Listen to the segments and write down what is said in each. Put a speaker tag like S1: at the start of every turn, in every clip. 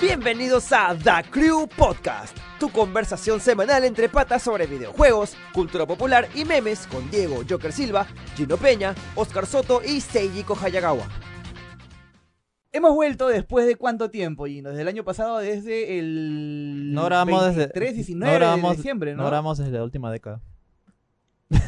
S1: Bienvenidos a The Crew Podcast, tu conversación semanal entre patas sobre videojuegos, cultura popular y memes con Diego Joker Silva, Gino Peña, Oscar Soto y Seijiko Hayagawa.
S2: Hemos vuelto después de cuánto tiempo, Gino? Desde el año pasado, desde el.
S3: No grabamos desde-
S2: 23, 19
S3: no grabamos-
S2: de diciembre, ¿no?
S3: No grabamos desde la última década.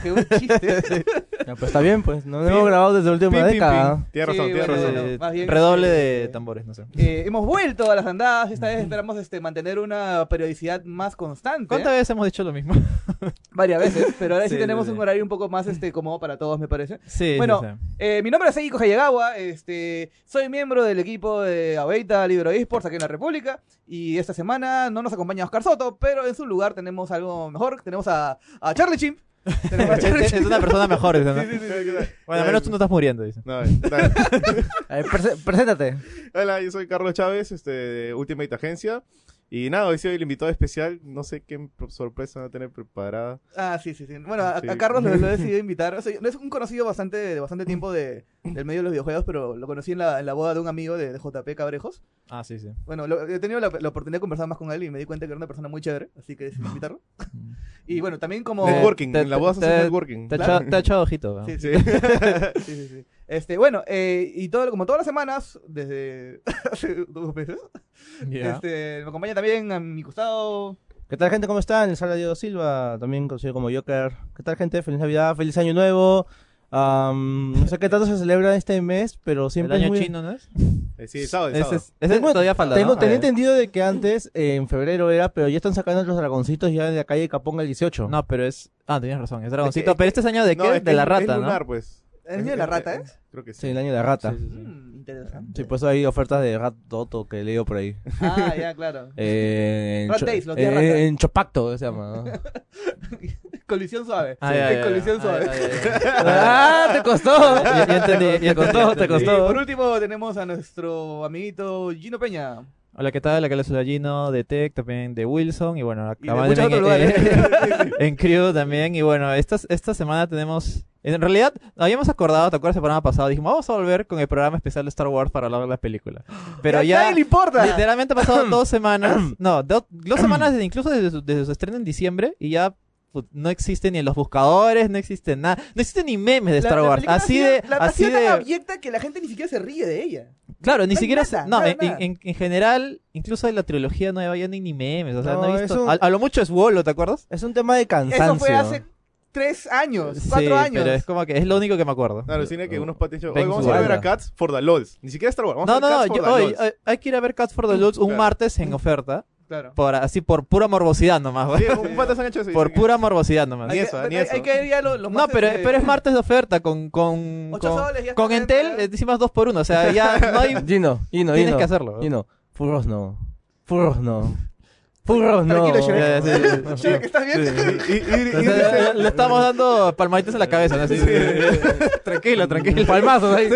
S2: Qué buen chiste.
S4: Ya, pues está bien, pues. No hemos
S2: Pim,
S4: grabado desde la última
S5: Pim, pim,
S4: década.
S5: pim. Tienes
S2: Sí,
S5: razón, tienes
S2: bueno,
S5: razón.
S2: bueno.
S3: Eh,
S2: más bien,
S3: redoble
S2: este,
S3: de tambores, no sé.
S2: Eh, hemos vuelto a las andadas. Esta vez esperamos este, mantener una periodicidad más constante.
S3: ¿Cuántas veces hemos dicho lo mismo?
S2: Varias veces, pero ahora sí,
S3: Sí,
S2: tenemos
S3: sí, sí.
S2: un horario un poco más este, cómodo para todos, me parece.
S3: sí,
S2: Bueno,
S3: sí,
S2: Eh, mi nombre es Eiko Hayagawa, este, soy miembro del equipo de Abeita Libro Esports aquí en la República y esta semana no nos acompaña Oscar Soto, pero en su lugar tenemos algo mejor, tenemos a, a Charlie Chimp. Tenemos a
S3: sí.
S2: Charlie
S3: Es,
S2: Chimp.
S3: es una persona mejor, dice, ¿no? Bueno, al menos tú no eh,
S5: no.
S3: estás muriendo, dice.
S5: dale, dale.
S4: A ver, prese- preséntate.
S5: Hola, yo soy Carlos Chávez, este, de Ultimate Agencia. Y nada, hoy soy el invitado especial. No sé qué pro- sorpresa van a tener preparada.
S2: Ah, sí, sí, sí. Bueno, a, a
S5: Sí.
S2: Carlos lo, lo he decidido invitar. O sea, es un conocido bastante de bastante tiempo de, del medio de los videojuegos, pero lo conocí en la, en la boda de un amigo de, de JP Cabrejos.
S3: Ah, sí, sí.
S2: Bueno, lo- he tenido la, la oportunidad de conversar más con él y me di cuenta que era una persona muy chévere, así que decidí invitarlo. Y bueno, también como...
S5: networking,
S3: te-
S5: en la boda se
S3: te-
S5: hace networking.
S3: Te ha echado- te ha echado ojito, weón.
S2: Sí, sí.
S5: Sí.
S2: Sí, sí, sí. Este, bueno, eh, y todo, como todas las semanas, desde hace dos meses,
S3: Ya.
S2: este, me acompaña también a mi costado.
S4: ¿Qué tal, gente? ¿Cómo están? Les habla Diego Silva, también conocido como Joker. ¿Qué tal, gente? Feliz Navidad, feliz Año Nuevo. Am, no sé qué tanto se celebra este mes, pero
S3: El
S4: siempre es
S3: año
S4: muy-
S3: chino, ¿no es?
S5: Eh, sí, sábado,
S3: Ese,
S5: sábado.
S3: es- ese
S4: Tengo-
S3: todavía falta,
S4: Tengo,
S3: ¿no?
S4: tenía
S3: Eh,
S4: entendido de que antes, eh, en febrero era, pero ya están sacando los dragoncitos ya de la calle Caponga el 18.
S3: No, pero es... Ah, tenías razón, es
S5: Es
S3: dragoncito.
S5: que-
S3: Pero este es año de
S5: No,
S3: qué?
S5: es que
S3: de la
S5: es- es
S3: rata,
S5: lunar,
S3: ¿no?
S5: pues.
S2: El niño de la rata, ¿eh?
S5: Creo que
S4: Sí,
S5: sí.
S4: el año de la rata.
S3: Sí,
S4: Sí,
S3: sí, sí.
S2: Mm, interesante.
S4: pues hay ofertas de Ratoto que leo por ahí.
S2: Ah, ya, claro.
S4: Eh, en,
S2: Rat
S4: Cho-
S2: Days, los días
S4: eh,
S2: rata.
S4: en Chopacto se llama. ¿no?
S2: Colisión suave.
S3: Ah,
S2: Sí,
S3: ya, ya,
S2: colisión
S3: ya.
S2: suave.
S3: Ah, ya, ya,
S4: ¡Ah! ¡Te
S3: ya.
S4: costó!
S3: Ya- ya entendí, ya
S4: Te costó,
S3: entendí,
S4: te
S3: ya entendí.
S2: Y
S4: costó.
S2: por último tenemos a nuestro amiguito Gino Peña.
S3: Hola, ¿qué tal? Acá les habla Gino, de Tech, también de Wilson, y bueno,
S2: Y de
S3: acabamos
S2: muchos otros
S3: también,
S2: lugares.
S3: eh, en Crew también, y bueno, esta, esta semana tenemos... En realidad, habíamos acordado, ¿te acuerdas el programa pasado? Dijimos, vamos a volver con el programa especial de Star Wars para hablar de las películas. Pero
S2: a
S3: ya...
S2: nadie le importa.
S3: Literalmente han pasado dos semanas. No, do- dos semanas desde- incluso desde su, desde su estreno en diciembre y ya put, no existen ni los buscadores, no existen nada. No existen ni memes de
S2: La-
S3: Star
S2: la
S3: Wars.
S2: película ha
S3: Así
S2: sido-
S3: de...
S2: La ha
S3: así
S2: sido tan
S3: de...
S2: abyecta que la gente ni siquiera se ríe de ella.
S3: Claro, ni
S2: No hay
S3: siquiera...
S2: nada,
S3: se- no,
S2: nada,
S3: en, en-
S2: nada.
S3: en- en general, incluso en la trilogía nueva ya no hay ni memes. O sea, no,
S4: No,
S3: he visto...
S4: eso-
S3: A, a lo mucho es Wolo, ¿te acuerdas?
S4: Es un tema de cansancio.
S2: Eso fue hace tres años,
S3: sí,
S2: cuatro años.
S3: pero es como que es lo único que me acuerdo.
S5: No, alucina que unos patios.
S3: Ven
S5: Hoy vamos
S3: su
S5: a ver
S3: banda.
S5: a Cats for the LOLs. Ni siquiera Star Wars. Vamos
S3: No,
S5: a ver
S3: no, no,
S5: Cats for
S3: yo-
S5: the
S3: hoy,
S5: LOLs.
S3: hay, hay que ir a ver Cats for the Loots un
S5: Claro.
S3: martes en oferta,
S2: Claro.
S3: por, así por pura morbosidad nomás, güey.
S5: Sí, un pata se han hecho eso.
S3: por
S5: Dicen,
S3: pura morbosidad nomás.
S5: Ni
S2: Hay
S5: eso,
S2: que-
S5: ni
S2: hay-
S5: eso.
S2: Hay que ir ya los, los
S3: No,
S2: más,
S3: pero,
S2: este,
S3: pero es martes de oferta con con
S2: Ocho
S3: con,
S2: soles, ya
S3: con
S2: está bien,
S3: Entel
S2: ya.
S3: eh, decimos dos por uno, o sea, ya no hay
S4: Gino, Gino,
S3: tienes
S4: Gino.
S3: que hacerlo.
S4: Gino, furros no. Furros no. Furros no.
S2: Tranquilo, Shrek.
S3: Eh, sí, sí, sí.
S2: Che, que ¿Estás bien?
S5: Y- y- y- y-
S3: O sea, le- le estamos dando palmaditas en la cabeza, ¿no? Así, tranquilo, tranquilo. Palmazos ahí.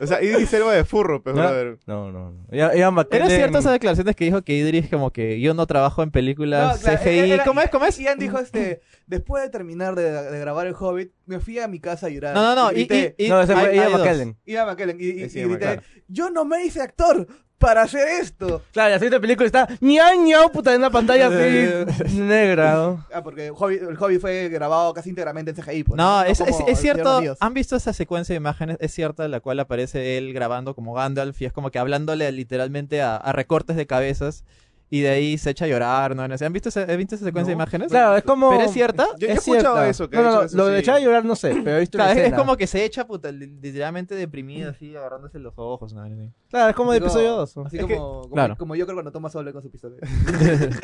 S5: O sea, Idris Elba de furro, pero
S4: No.
S5: brother.
S4: No, no, no. Ya- ya me
S3: ¿Era
S4: quedé-
S3: cierto esas declaraciones que dijo que Idris como que yo no trabajo en películas
S2: No, claro,
S3: CGI?
S2: era-
S3: ¿Cómo es? ¿Cómo es?
S2: Ian dijo este, después de terminar de, de grabar El Hobbit, me fui a mi casa a llorar.
S3: No, no, no. Y,
S2: grité,
S3: y- y-
S4: No, ese
S3: hay-
S4: fue
S3: hay
S4: Ian
S3: dos.
S4: McKellen.
S2: iba a McKellen y, y-
S5: Sí,
S2: y
S5: Ian
S2: grité,
S5: McKellen.
S2: yo no me hice actor para hacer esto.
S4: Claro, la siguiente película está ñao, ñao, puta, en una pantalla así negra. ¿no?
S2: Ah, porque el Hobbit, el Hobbit fue grabado casi íntegramente en CGI. pues,
S3: No, es, es-
S2: como
S3: es
S2: El Señor de los
S3: cierto. ah,
S2: Anillos.
S3: ¿Han visto esa secuencia de imágenes? Es cierta, la cual aparece él grabando como Gandalf y es como que hablándole literalmente a, a recortes de cabezas y de ahí se echa a llorar. ¿no? No sé, ¿Han visto esa, ¿han visto esa secuencia de imágenes?
S4: Claro, es como...
S3: ¿Pero es cierta?
S5: Yo, yo he
S4: Es
S5: escuchado
S4: cierta.
S5: eso. Que
S4: no,
S5: ha
S4: no,
S5: dicho
S4: no,
S5: eso,
S4: lo de
S5: sí.
S4: echar a llorar no sé, pero he visto
S3: Claro,
S4: la
S3: es, es
S4: escena.
S3: como que se echa puta, li- literalmente deprimida así, agarrándose los ojos. ¿no?
S4: Claro, es como de
S2: Digo,
S4: episodio 2.
S2: Así
S5: Es
S2: como,
S5: que-
S2: como,
S3: claro.
S2: como yo creo cuando toma solo con su pistola.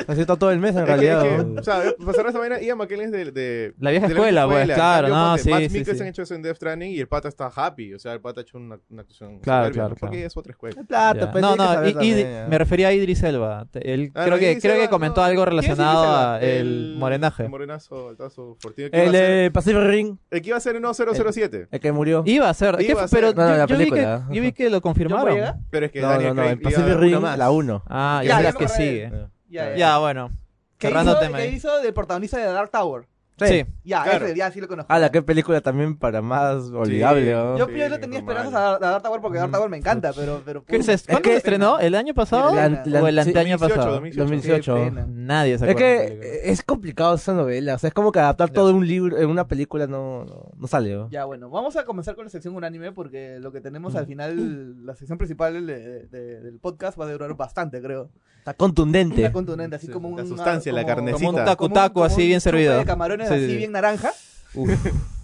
S4: Así está todo el mes en
S5: Es que- es
S4: realidad.
S5: que,
S4: ¿no?
S5: o sea, pasar esa vaina, Ian McKellen es de, de,
S3: La vieja
S5: de
S3: escuela,
S5: misma
S3: pues,
S5: escuela.
S3: claro,
S5: En cambio,
S3: no,
S5: ponte,
S3: sí,
S5: Matt
S3: sí,
S5: Mikkelsen
S3: sí.
S5: ha hecho eso en Death Stranding y el pata está happy. O sea, el pata ha hecho una, una actuación.
S3: Claro,
S5: soberbia,
S3: claro,
S5: ¿no? Porque
S3: claro.
S5: es otra escuela.
S4: Plata,
S3: Ya.
S4: pues,
S3: No,
S4: tiene que
S3: no,
S4: saber
S3: y- y-
S4: también, ya.
S3: me refería a Idris Elba. Te- él
S5: Ah,
S3: creo,
S5: no,
S3: que,
S5: Idris
S3: creo que
S5: Elba,
S3: comentó
S5: no.
S3: algo
S5: ¿Quién es Idris
S3: relacionado
S5: Elba?
S3: al morenaje. eh,
S5: El morenazo, altazo, fortino. que iba
S4: El
S5: a ser-
S4: de Pacific Ring,
S5: El que iba a ser en 1007.
S4: el que murió.
S3: Iba a ser, ¿qué
S5: Iba
S3: fue?
S5: a ser.
S3: pero
S4: No, no,
S3: yo-
S4: la
S3: yo, vi que,
S4: película.
S3: yo vi que lo confirmaron.
S2: Boyega?
S5: Pero es que
S4: No,
S5: Daniel
S4: no, no,
S5: Craig
S4: el
S5: iba a-
S4: Pacific
S5: una
S4: Ring,
S5: más.
S4: la 1.
S3: Ah,
S2: Ya,
S3: ya es
S2: ya
S3: la
S2: me
S3: que
S2: acordé.
S3: sigue.
S2: Ya, ya.
S3: Ya, bueno.
S2: ¿Qué
S3: cerrando
S2: hizo,
S3: tema
S2: ¿qué
S3: ahí.
S2: hizo de protagonista de Dark Tower?
S3: Sí.
S2: Ya,
S5: Claro.
S2: ese, ya sí lo conozco.
S4: Ah, la qué película también para más olvidable.
S5: Sí.
S4: ¿no?
S2: Yo,
S5: Sí,
S2: yo le tenía
S5: normal.
S2: esperanzas a, a Dark Tower porque Dark Tower me encanta, pero... pero
S3: ¿Qué es esto? ¿Cuándo
S4: que-
S3: se estrenó? ¿El año pasado?
S2: El an-
S3: ¿O el
S4: sí,
S3: anteaño
S5: 2018,
S3: pasado?
S4: 2018.
S2: Qué pena.
S3: Nadie se
S4: Es
S3: acuerda. de
S4: que
S3: la película.
S4: eh, es complicado esa novela. O sea, es como que adaptar
S3: Ya.
S4: todo un libro en una película no, no, no sale. ¿no?
S2: Ya, bueno, vamos a comenzar con la sección unánime porque lo que tenemos al final, la sección principal de- de- del podcast va a durar bastante, creo.
S4: Está contundente.
S2: Una contundente, así
S5: Sí,
S2: como
S5: la
S2: una-
S5: sustancia, la
S2: como-
S5: carnecita.
S3: Este, Como un
S2: como
S3: tacu tacu,
S2: como
S3: así
S2: un
S3: bien
S2: chupe
S3: servido.
S2: de camarones
S3: Sí,
S2: así
S3: sí.
S2: bien naranja.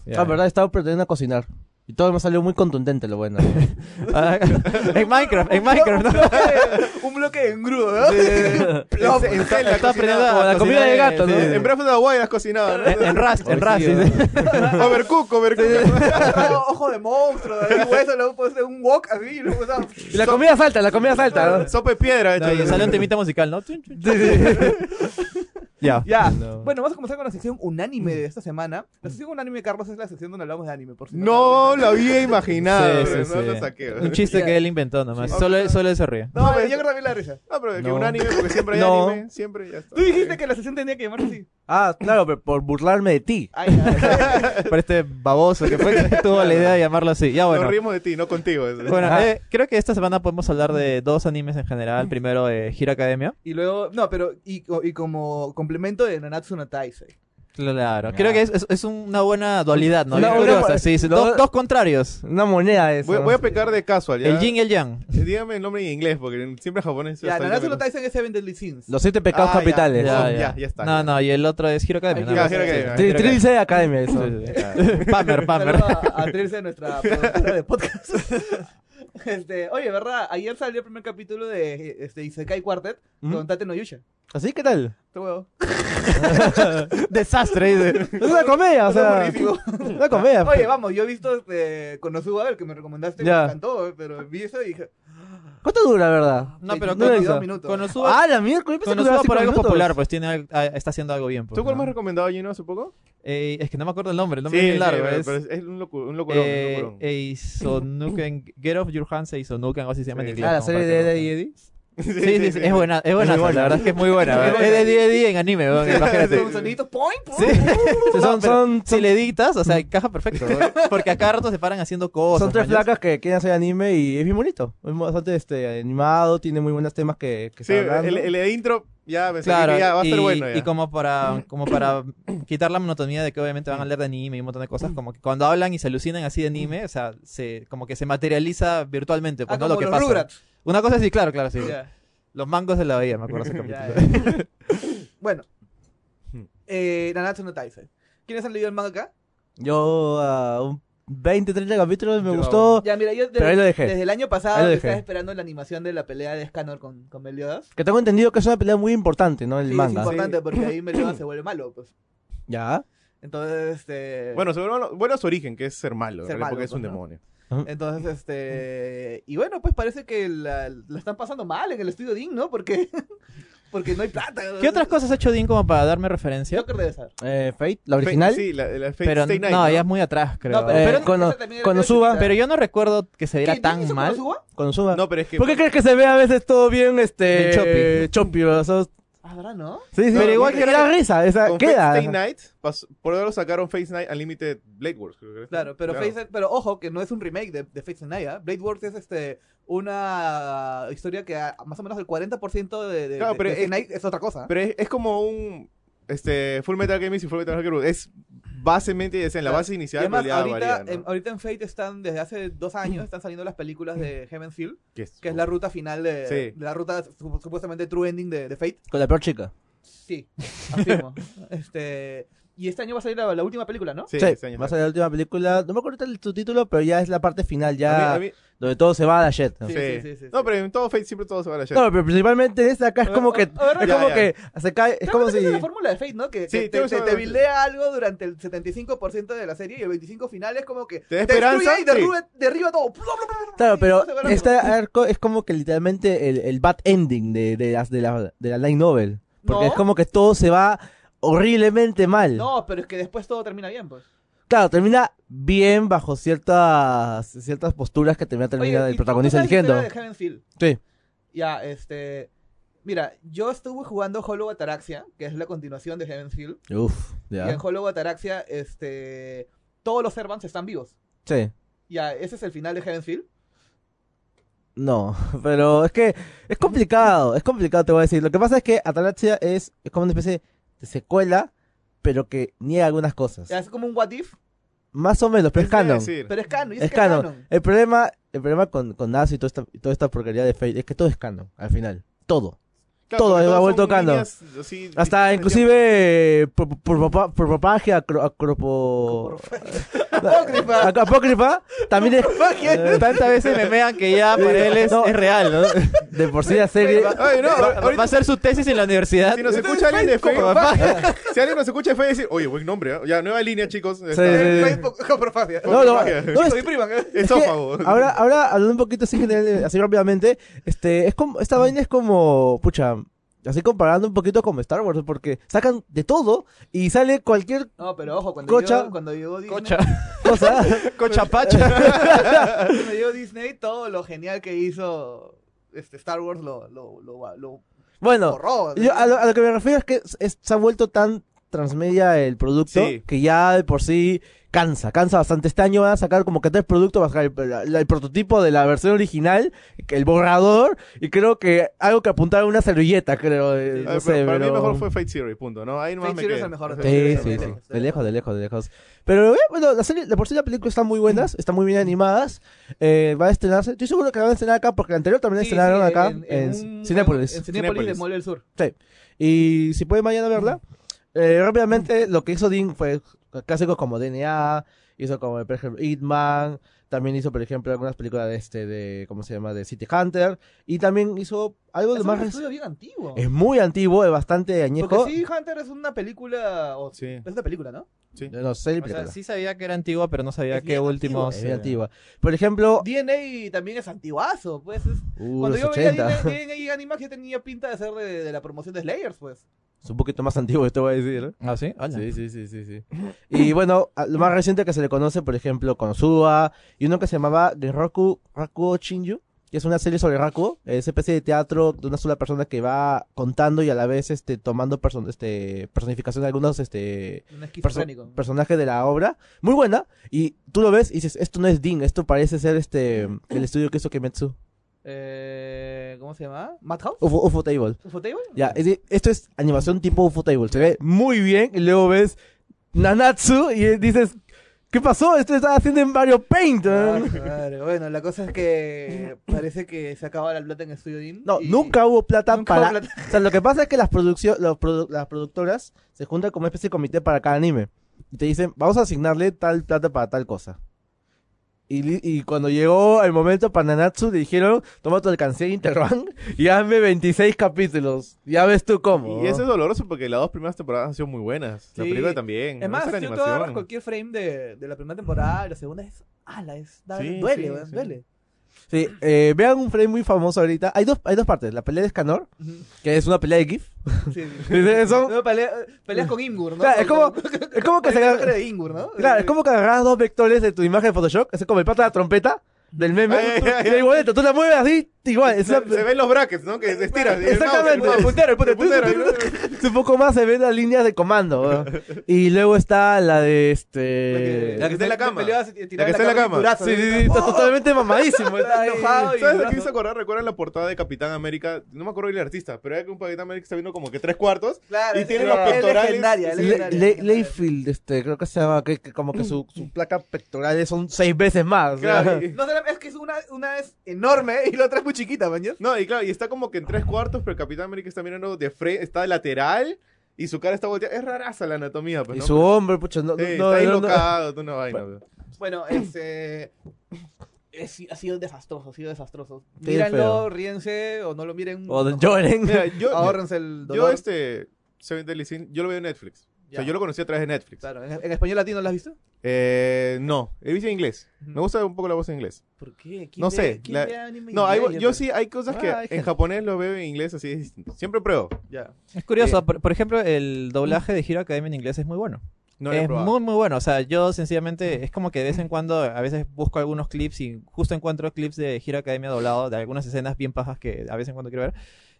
S3: Ya.
S4: Ah, verdad, estaba pretendiendo cocinar. Y todo me salió muy contundente lo bueno.
S3: Ah, en Minecraft, en Minecraft, ¿no?
S2: un bloque de engrudo, ¿no? Plop.
S5: En Zelda
S3: Está aprendiendo
S5: cocinaba.
S3: a
S4: la comida
S3: cocinar,
S4: de gato,
S3: sí,
S4: ¿no?
S3: sí.
S5: En Breath of the Wild has cocinado, ¿no?
S3: En, en Rust, en Rust, sí,
S4: Oye,
S3: sí.
S5: Overcook, overcook.
S2: Ojo de monstruo, ahí, hueso, luego puedes hacer un wok así y luego, o sea,
S4: Y la comida salta, la comida salta. ¿no?
S5: Sopa de piedra.
S3: No,
S5: hecho.
S3: y sale un temita musical, ¿no? Chun, chun, chun. Ya.
S2: Ya.
S4: No.
S2: Bueno, vamos a comenzar con la sección unánime de esta semana. La sección unánime, Carlos, es la sección donde hablamos de anime, por si
S5: No lo había imaginado.
S3: Sí, sí,
S5: pero no
S3: sí.
S5: lo saqué.
S3: Un chiste que él inventó nomás.
S5: Sí.
S3: Solo, solo él se ríe.
S2: No,
S5: pero-
S2: pero yo creo que la risa.
S5: No, pero que
S4: No.
S5: un anime, porque siempre hay
S4: No.
S5: anime. Siempre ya está.
S2: Tú dijiste que la sección tenía que llamarse así.
S4: Ah, claro, pero por burlarme de ti.
S2: Ay, ya.
S3: Para este baboso que fue que tuvo la idea de llamarlo así. Ya bueno.
S5: Nos rimos de ti, no contigo.
S3: Bueno,
S4: Ajá.
S3: eh, creo que esta semana podemos hablar de dos animes en general. Primero, eh, Hero Academia.
S2: y luego, no, pero y, co- y como complemento de Nanatsu no Taisei.
S3: Claro, creo que es, es- es una buena dualidad, ¿no?
S4: Una
S3: Bien
S4: buena-
S3: curiosa, sí, sí.
S4: no-
S3: Dos, dos contrarios.
S4: Una moneda de eso.
S5: Voy, voy a pecar de casual. ¿ya?
S3: El yin y el yang.
S5: Dígame el nombre en inglés, porque siempre en japonés.
S2: Ya,
S5: está
S2: Nanatsu no
S5: bien.
S2: Taisei es Heavenly Sins.
S4: Los siete pecados
S5: Ah, ya.
S4: capitales.
S5: Ya, ya está,
S3: No,
S5: ya.
S3: no, y el otro es Hero Academia.
S2: Ay,
S3: ¿no?
S5: Ya,
S2: sí,
S5: Hero
S2: sí,
S5: Academia.
S4: Tri- Trilce de Academia, eso.
S3: Pammer, Pammer.
S2: Saludo a, a Trilce, nuestra productora de podcast. Este, oye, ¿verdad? Ayer salió el primer capítulo de este, Isekai Quartet
S4: Ujú.
S2: con Tate no Yusha.
S4: ¿Así qué tal?
S2: Este huevo.
S3: Desastre. dice.
S4: Es una comedia, o sea.
S2: Buenísimo.
S4: Una comedia.
S2: Oye, vamos, yo he visto este, Konosuba, el que me recomendaste,
S4: Ya.
S2: me encantó, eh, pero vi eso y dije...
S4: ¿Cuánto dura, la verdad?
S3: No, pero
S4: No,
S3: con,
S4: eso.
S2: minutos.
S3: Konosuba,
S4: Ah, la miércoles. pensé que
S3: Konosuba
S4: duraba
S3: por
S4: cinco
S3: algo
S4: minutos.
S3: popular, pues tiene, al- ah, está haciendo algo bien. pues,
S5: ¿Tú cuál
S3: ¿no?
S5: me has recomendado, Gino, hace poco?
S3: Eh, es que no me acuerdo el nombre, el nombre es bien largo.
S5: pero-
S3: es-
S5: pero es, es un, locu un locurón. un
S3: Eh,
S5: locurón.
S3: Eisonuken, Get Off Your Hands Eisonuken, algo así se llama en
S5: Sí.
S3: inglés.
S4: Ah, la
S3: como
S4: serie
S3: para que
S4: de
S3: lo-
S4: Eddie y Eddie.
S5: Sí,
S3: Sí, sí, sí, es buena, es buena, la verdad es que es muy buena. ¿verdad?
S2: buena.
S3: Es de Eddie Eddie en anime, weón, imagínate.
S2: Un sonidito, point, point.
S3: Sí.
S4: Sí,
S3: No,
S4: son,
S3: pero
S4: son,
S3: Si le editas, o sea, encaja perfecto. weón, Porque acá rato se paran haciendo cosas.
S4: son tres
S3: mañas.
S4: flacas que quieren hacer anime y es bien bonito. Es bastante este, animado, tiene muy buenos temas que, que
S5: Sí,
S4: se hablan,
S5: el,
S4: ¿no?
S5: el intro ya me
S3: Claro,
S5: que ya va a
S3: y,
S5: ser bueno. Ya.
S3: y como para como para quitar la monotonía de que obviamente van a hablar de anime y un montón de cosas, como que cuando hablan y se alucinan así de anime, o sea, se, como que se materializa virtualmente, pues
S2: Ah,
S3: no
S2: como
S3: lo que
S2: los
S3: pasa.
S2: Rugrats.
S3: Una cosa así, claro, claro, sí.
S2: Ya,
S3: Los mangos de la bahía, me acuerdo ese capítulo.
S2: ya, ya. Bueno,
S4: Hmm.
S2: eh, Nanatsu no Taisei. ¿Quiénes han leído el manga acá?
S4: Yo, ah, un 20, 30 capítulos me gustó.
S2: Ya, mira, yo
S4: Pero ahí lo
S2: desde,
S4: dejé.
S2: desde el año
S4: Ahí
S2: pasado
S4: lo
S2: que
S4: dejé.
S2: estaba esperando la animación de la pelea de Scanor con, con Meliodas.
S4: Que tengo entendido que es una pelea muy importante, ¿no? El
S2: Sí,
S4: manga.
S2: es importante porque ahí Meliodas se vuelve malo, pues.
S4: Ya.
S2: Entonces, este...
S5: Bueno, seguro, bueno, su origen, que es ser malo,
S2: Ser
S5: ¿verdad?
S2: malo,
S5: porque es un
S2: pues, ¿no?
S5: demonio.
S2: Entonces, este... Y bueno, pues parece que la, la están pasando mal en el estudio Ding, ¿no? Porque... Porque no hay plata.
S3: ¿Qué otras cosas ha hecho Dean como para darme referencia?
S2: Joker debe saber.
S4: Eh, Fate, la original.
S5: Fe- sí, la, la Fate
S3: Pero
S5: Stay Night.
S3: no, ya es muy atrás, creo.
S2: No,
S4: pero-
S3: pero,
S4: Eh, cuando-
S2: esa también era
S4: cuando
S2: de
S4: suba-
S2: chiquita.
S3: pero yo no recuerdo que se
S2: ¿Qué?
S3: viera
S2: ¿Ding
S3: tan
S2: hizo
S3: mal.
S2: Konosuba?
S4: Cuando suba.
S5: No, pero es que.
S4: ¿Por qué crees que se ve a veces todo bien, este.
S3: Bien choppy.
S4: choppy, o sea,
S2: Ah, ¿verdad, no?
S4: Sí, sí.
S5: Pero igual
S4: y
S5: que-
S4: da risa, esa
S5: con Fate
S4: queda.
S5: Stay Night, pasó- por ahora sacaron Face Night Unlimited Blade Wars. creo que era.
S2: Claro, pero Face- pero ojo que no es un remake de, de Fate Naya. Blade Wars es este una historia que a- más o menos el 40% de, de,
S5: Claro,
S2: de-
S5: pero
S2: de Fate
S5: es-
S2: Night es otra cosa.
S5: Pero es, es como un. Este, Full Metal Games y Full Metal Hero. Es basemente, es en la
S2: Claro.
S5: base
S2: y
S5: inicial,
S2: además,
S5: pero ya
S2: ahorita,
S5: varía, ¿no?
S2: en, ahorita en Fate están, desde hace dos años, están saliendo las películas de Heaven's Hill,
S5: que es,
S2: que es la ruta final de,
S5: Sí.
S2: de la ruta sup- supuestamente true ending de, de Fate.
S4: Con la peor chica.
S2: Sí, afirmo. este, y este año va a salir la, la última película, ¿no?
S5: Sí,
S4: Sí,
S5: ese año.
S4: va a ser la última película. No me acuerdo ahorita el subtítulo, pero ya es la parte final,
S5: A mí-
S4: ya
S5: a mí-
S4: donde todo se va a la shit. ¿no?
S2: Sí,
S5: sí.
S2: sí, sí, sí.
S5: No, pero en todo Fate siempre todo se va a la shit.
S4: No, pero principalmente en esta acá es como que.
S2: A ver,
S4: Es
S5: Ya,
S4: como
S5: ya.
S4: que se cae. Es como
S2: Realmente
S4: si.
S2: esa es la fórmula de Fate, ¿no? Que,
S5: Sí,
S2: que te,
S5: tengo
S2: te,
S5: esa-
S2: te bildea algo durante el 75% de la serie y el 25% final es como que
S5: ¿Te da
S2: destruye
S5: esperanza?
S2: y derriba, derriba todo.
S4: Claro, pero
S2: Sí, no se va a
S4: este arco es como que literalmente el, el bad ending de, de, las, de, la, de la Light Novel. Porque
S2: No.
S4: es como que todo se va horriblemente mal.
S2: No, pero es que después todo termina bien, pues.
S4: Claro, termina bien bajo ciertas ciertas posturas que termina, termina
S2: Oye, ¿y
S4: el
S2: tú-
S4: protagonista
S2: tú sabes la
S4: eligiendo.
S2: historia de Heaven's Hill?
S4: Sí.
S2: Ya, este. Mira, yo estuve jugando Hollow Ataraxia, que es la continuación de Heaven's Hill.
S4: Uf,
S2: Y
S4: ya.
S2: en Hollow Ataraxia, este, todos los Servants están vivos.
S4: Sí.
S2: Ya, ese es el final de Heaven's Hill.
S4: No, pero es que es complicado, es complicado, te voy a decir. Lo que pasa es que Atalaxia es, es como una especie de secuela, pero que niega algunas cosas.
S2: Ya, Es como un what if,
S4: Más o menos, pero es
S5: Pensé
S4: canon.
S5: decir,
S2: pero es canon. y
S4: Es canon. El problema, el problema con, con Nazo y toda esta, y toda esta porquería de Fate es que todo es canon, al final. Todo.
S5: claro,
S4: todo
S5: porque
S4: va
S5: todos
S4: vuelto
S5: son
S4: canon.
S5: líneas así distintas
S4: Hasta
S5: de
S4: inclusive eh, por, por, por, por propaje acro- acropo-
S2: Apócrifa.
S4: ac- apócrifa, también es eh,
S3: Tantas veces me mean que ya para él es,
S4: No.
S3: es real, ¿no?
S4: de por sí la serie.
S5: tiempo. Ay, no,
S3: Va- va,
S5: ahorita-
S3: a hacer su tesis en la universidad.
S5: si nos escucha alguien de Facebook, si alguien nos escucha de Facebook, decir, oye, buen nombre, ¿ah? ya, nueva línea, chicos. Está-
S4: sí, sí.
S2: Facebook, coprofagia.
S4: No, no,
S5: Porque-
S4: no, es-
S2: Dipriman, ¿eh?
S5: Es
S4: Es que
S5: ófago.
S4: Ahora, ahora hablando un poquito así, en general, eh, así rápidamente, este, es como, esta vaina es como, pucha, así comparando un poquito como Star Wars, porque sacan de todo y sale cualquier
S2: No, pero ojo, cuando
S4: Cocha.
S2: yo cuando llegó Disney,
S3: Cocha,
S4: cosa.
S3: cochapacha.
S2: cuando llegó Disney, todo lo genial que hizo este Star Wars lo, lo, lo, lo
S4: Bueno,
S2: borró.
S4: yo a lo, a lo que me refiero es que es- es- se ha vuelto tan transmedia el producto
S5: Sí.
S4: que ya de por sí cansa, cansa bastante. Este año van a sacar como que tres productos, va a sacar el, la- el prototipo de la versión original, el borrador y creo que algo que apuntar a una servilleta, creo. eh,
S2: Sí.
S4: no
S5: Ay, pero
S4: sé,
S5: para mí
S4: pero-
S5: mejor fue Fate Zero, y punto, ¿no? Ahí nomás
S2: Fate
S5: me
S2: Zero
S5: quedé.
S2: es el mejor.
S4: Sí, sí,
S2: Sí,
S4: sí.
S2: sí.
S4: De lejos, de lejos, de lejos. Pero eh, bueno, la serie, de por sí la película están muy buenas, están muy bien animadas. Eh, va a estrenarse. Estoy seguro que la van a estrenar acá porque la anterior también la estrenaron acá en,
S2: un-
S4: Cinépolis.
S2: En Cinépolis de
S5: Cinépolis.
S2: Mall del Sur.
S4: Y si pueden vayan a verla. Eh, rápidamente lo que hizo Dean fue clásicos como DNA, hizo como por ejemplo Hitman, también hizo por ejemplo algunas películas de este de cómo se llama de City Hunter y también hizo algo de
S2: Es un
S4: más
S2: estudio bien antiguo.
S4: es muy antiguo, es bastante añejo.
S2: Porque sí, Hunter es una película. o-
S5: Sí.
S2: Es una película, ¿no?
S4: No sé,
S3: O sea,
S4: película.
S3: sí sabía que era antigua, pero no sabía
S2: Es
S3: qué
S2: bien
S3: últimos.
S4: es bien
S3: eh,
S4: antigua. Por ejemplo,
S2: DNA también es antiguazo, pues. es-
S4: Oh. Uh,
S2: Cuando
S4: los
S2: yo
S4: 80.
S2: veía DNA, y Animax ya tenía pinta de ser de, de la promoción de Slayers, pues.
S4: Es un poquito más antiguo, te voy a decir. ¿eh?
S3: Ah, sí, Hola.
S4: sí, sí, sí, sí. Y bueno, a- lo más reciente que se le conoce, por ejemplo, con Suba, y uno que se llamaba de Raku, Rakugo Shinju, que es una serie sobre Rakugo, esa especie de teatro de una sola persona que va contando y a la vez este, tomando person- este, personificación de algunos este,
S2: Un
S4: perso-
S2: esquizofrénico.
S4: personajes de la obra. Muy buena, y tú lo ves y dices, esto no es Dean, esto parece ser este el estudio que hizo Kimetsu.
S2: Eh, ¿Cómo se llama? ¿Madhouse?
S4: Ufo, Ufo Table.
S2: ¿Ufo Table?
S4: Oh. Ya, es de- esto es animación tipo UFO Table. Se ve muy bien y luego ves Nanatsu y eh, dices, ¿qué pasó? Esto está haciendo en Mario Paint.
S2: Ah,
S4: ¿eh?".
S2: claro. Bueno, la cosa es que parece que se acaba la plata en Studio Ghibli
S4: No,
S2: y-
S4: nunca hubo plata
S2: nunca
S4: para...
S2: hubo plata.
S4: O sea, lo que pasa es que las, produccio- los produ- las productoras se juntan como una especie de comité para cada anime. Y te dicen, vamos a asignarle tal plata para tal cosa. Y, li- y cuando llegó el momento para Nanatsu, le dijeron, toma tu alcancía de Interbank y hazme 26 capítulos. Ya ves tú cómo.
S5: Y eso es doloroso porque las dos primeras temporadas han sido muy buenas. La
S2: Sí.
S5: película también.
S2: Es más,
S5: Esa
S2: si
S5: era
S2: tú
S5: animación.
S2: agarras cualquier frame de, de la primera temporada, la segunda es. ¡Ala! Es, da-
S5: Sí,
S2: duele,
S5: sí,
S2: weón,
S5: sí.
S2: duele.
S4: Sí, eh, vean un frame muy famoso ahorita. Hay dos, hay dos partes. La pelea de Escanor,
S2: Ujú.
S4: que es una pelea de GIF.
S2: Sí, sí.
S4: Son-
S2: No, pelea- peleas con Ingur, ¿no?
S4: Claro, es como, es como que se
S2: Parece sangre
S4: agarra-
S2: de Ingur, ¿no? Eh,
S4: claro, es como que agarras dos vectores de tu imagen de Photoshop. Es como el pata de la trompeta del meme.
S5: Ay, ay, ay.
S4: y igualito, tú la mueves así, igual. Es
S5: Se,
S4: una-
S5: se ven los brackets, ¿no? Que se estiran. y el
S4: Exactamente.
S5: mouse, el mouse.
S4: puntero,
S5: el puntero, el
S4: Es un poco más se ven las líneas de comando. ¿no? Y luego está la
S2: La
S4: de
S2: que-
S4: este.
S5: La que está en la
S2: se-
S5: cama.
S2: peleaba, se tiraba
S5: que está en la cama.
S2: con Ingurazo,
S4: Sí, sí, sí,
S2: ¿no?
S4: está totalmente mamadísimo.
S2: Está
S4: Está
S2: enojado y-
S5: ¿Sabes de qué hizo acordar? ¿Recuerdan la portada de Capitán América? No me acuerdo el artista, pero era que un Capitán América está viendo como que tres cuartos.
S2: Claro,
S5: Y
S2: es-
S5: tiene
S2: es
S5: los pectorales.
S2: legendaria, es
S4: Le-
S2: legendaria.
S4: Le- Layfield, este, creo que se llama, que, que como que su, su placa pectorales son seis veces más.
S5: Claro. y-
S2: No, es que es una, una es enorme y la otra es muy chiquita, mañana.
S5: No, y claro, y está como que en tres cuartos, pero el Capitán América está mirando de frente, está de lateral y su cara está volteada. Es raraza la anatomía, pues,
S4: Y
S5: ¿no?
S4: su hombre, pucha, no,
S5: Sí,
S4: no,
S5: está ahí
S4: no, no.
S5: locado, tú una vaina. pues.
S2: Bueno, este es- ha sido desastroso, ha sido desastroso.
S4: Sí,
S2: Míranlo,
S4: feo.
S2: ríense o no lo miren.
S4: O de Joren.
S5: Mira, yo,
S2: Ahorrense el
S5: yo
S2: dolor.
S5: este, Seven Deadly Sins, yo lo veo en Netflix. O
S2: Ya.
S5: sea, yo lo conocí a través de Netflix.
S2: Claro, ¿en, en español latino lo has visto?
S5: Eh, no, he visto en inglés. Me gusta un poco la voz en inglés.
S2: ¿Por qué?
S5: No sé,
S2: quién
S5: la-
S2: ve anime
S5: No,
S2: y
S5: hay-
S2: medio,
S5: yo
S2: pero-
S5: sí, hay cosas que
S4: Ah, hay
S5: en
S4: gente.
S5: japonés lo veo en inglés, así es distinto. Siempre pruebo.
S2: Ya.
S3: Es curioso,
S5: Eh.
S3: por, por ejemplo, el doblaje de Hero Academia en inglés es muy bueno.
S5: No lo he
S3: es
S5: probado.
S3: muy, muy bueno. O sea, yo sencillamente es como que de vez en cuando a veces busco algunos clips y justo encuentro clips de Hero Academia doblado de algunas escenas bien pajas que a veces en cuando quiero ver.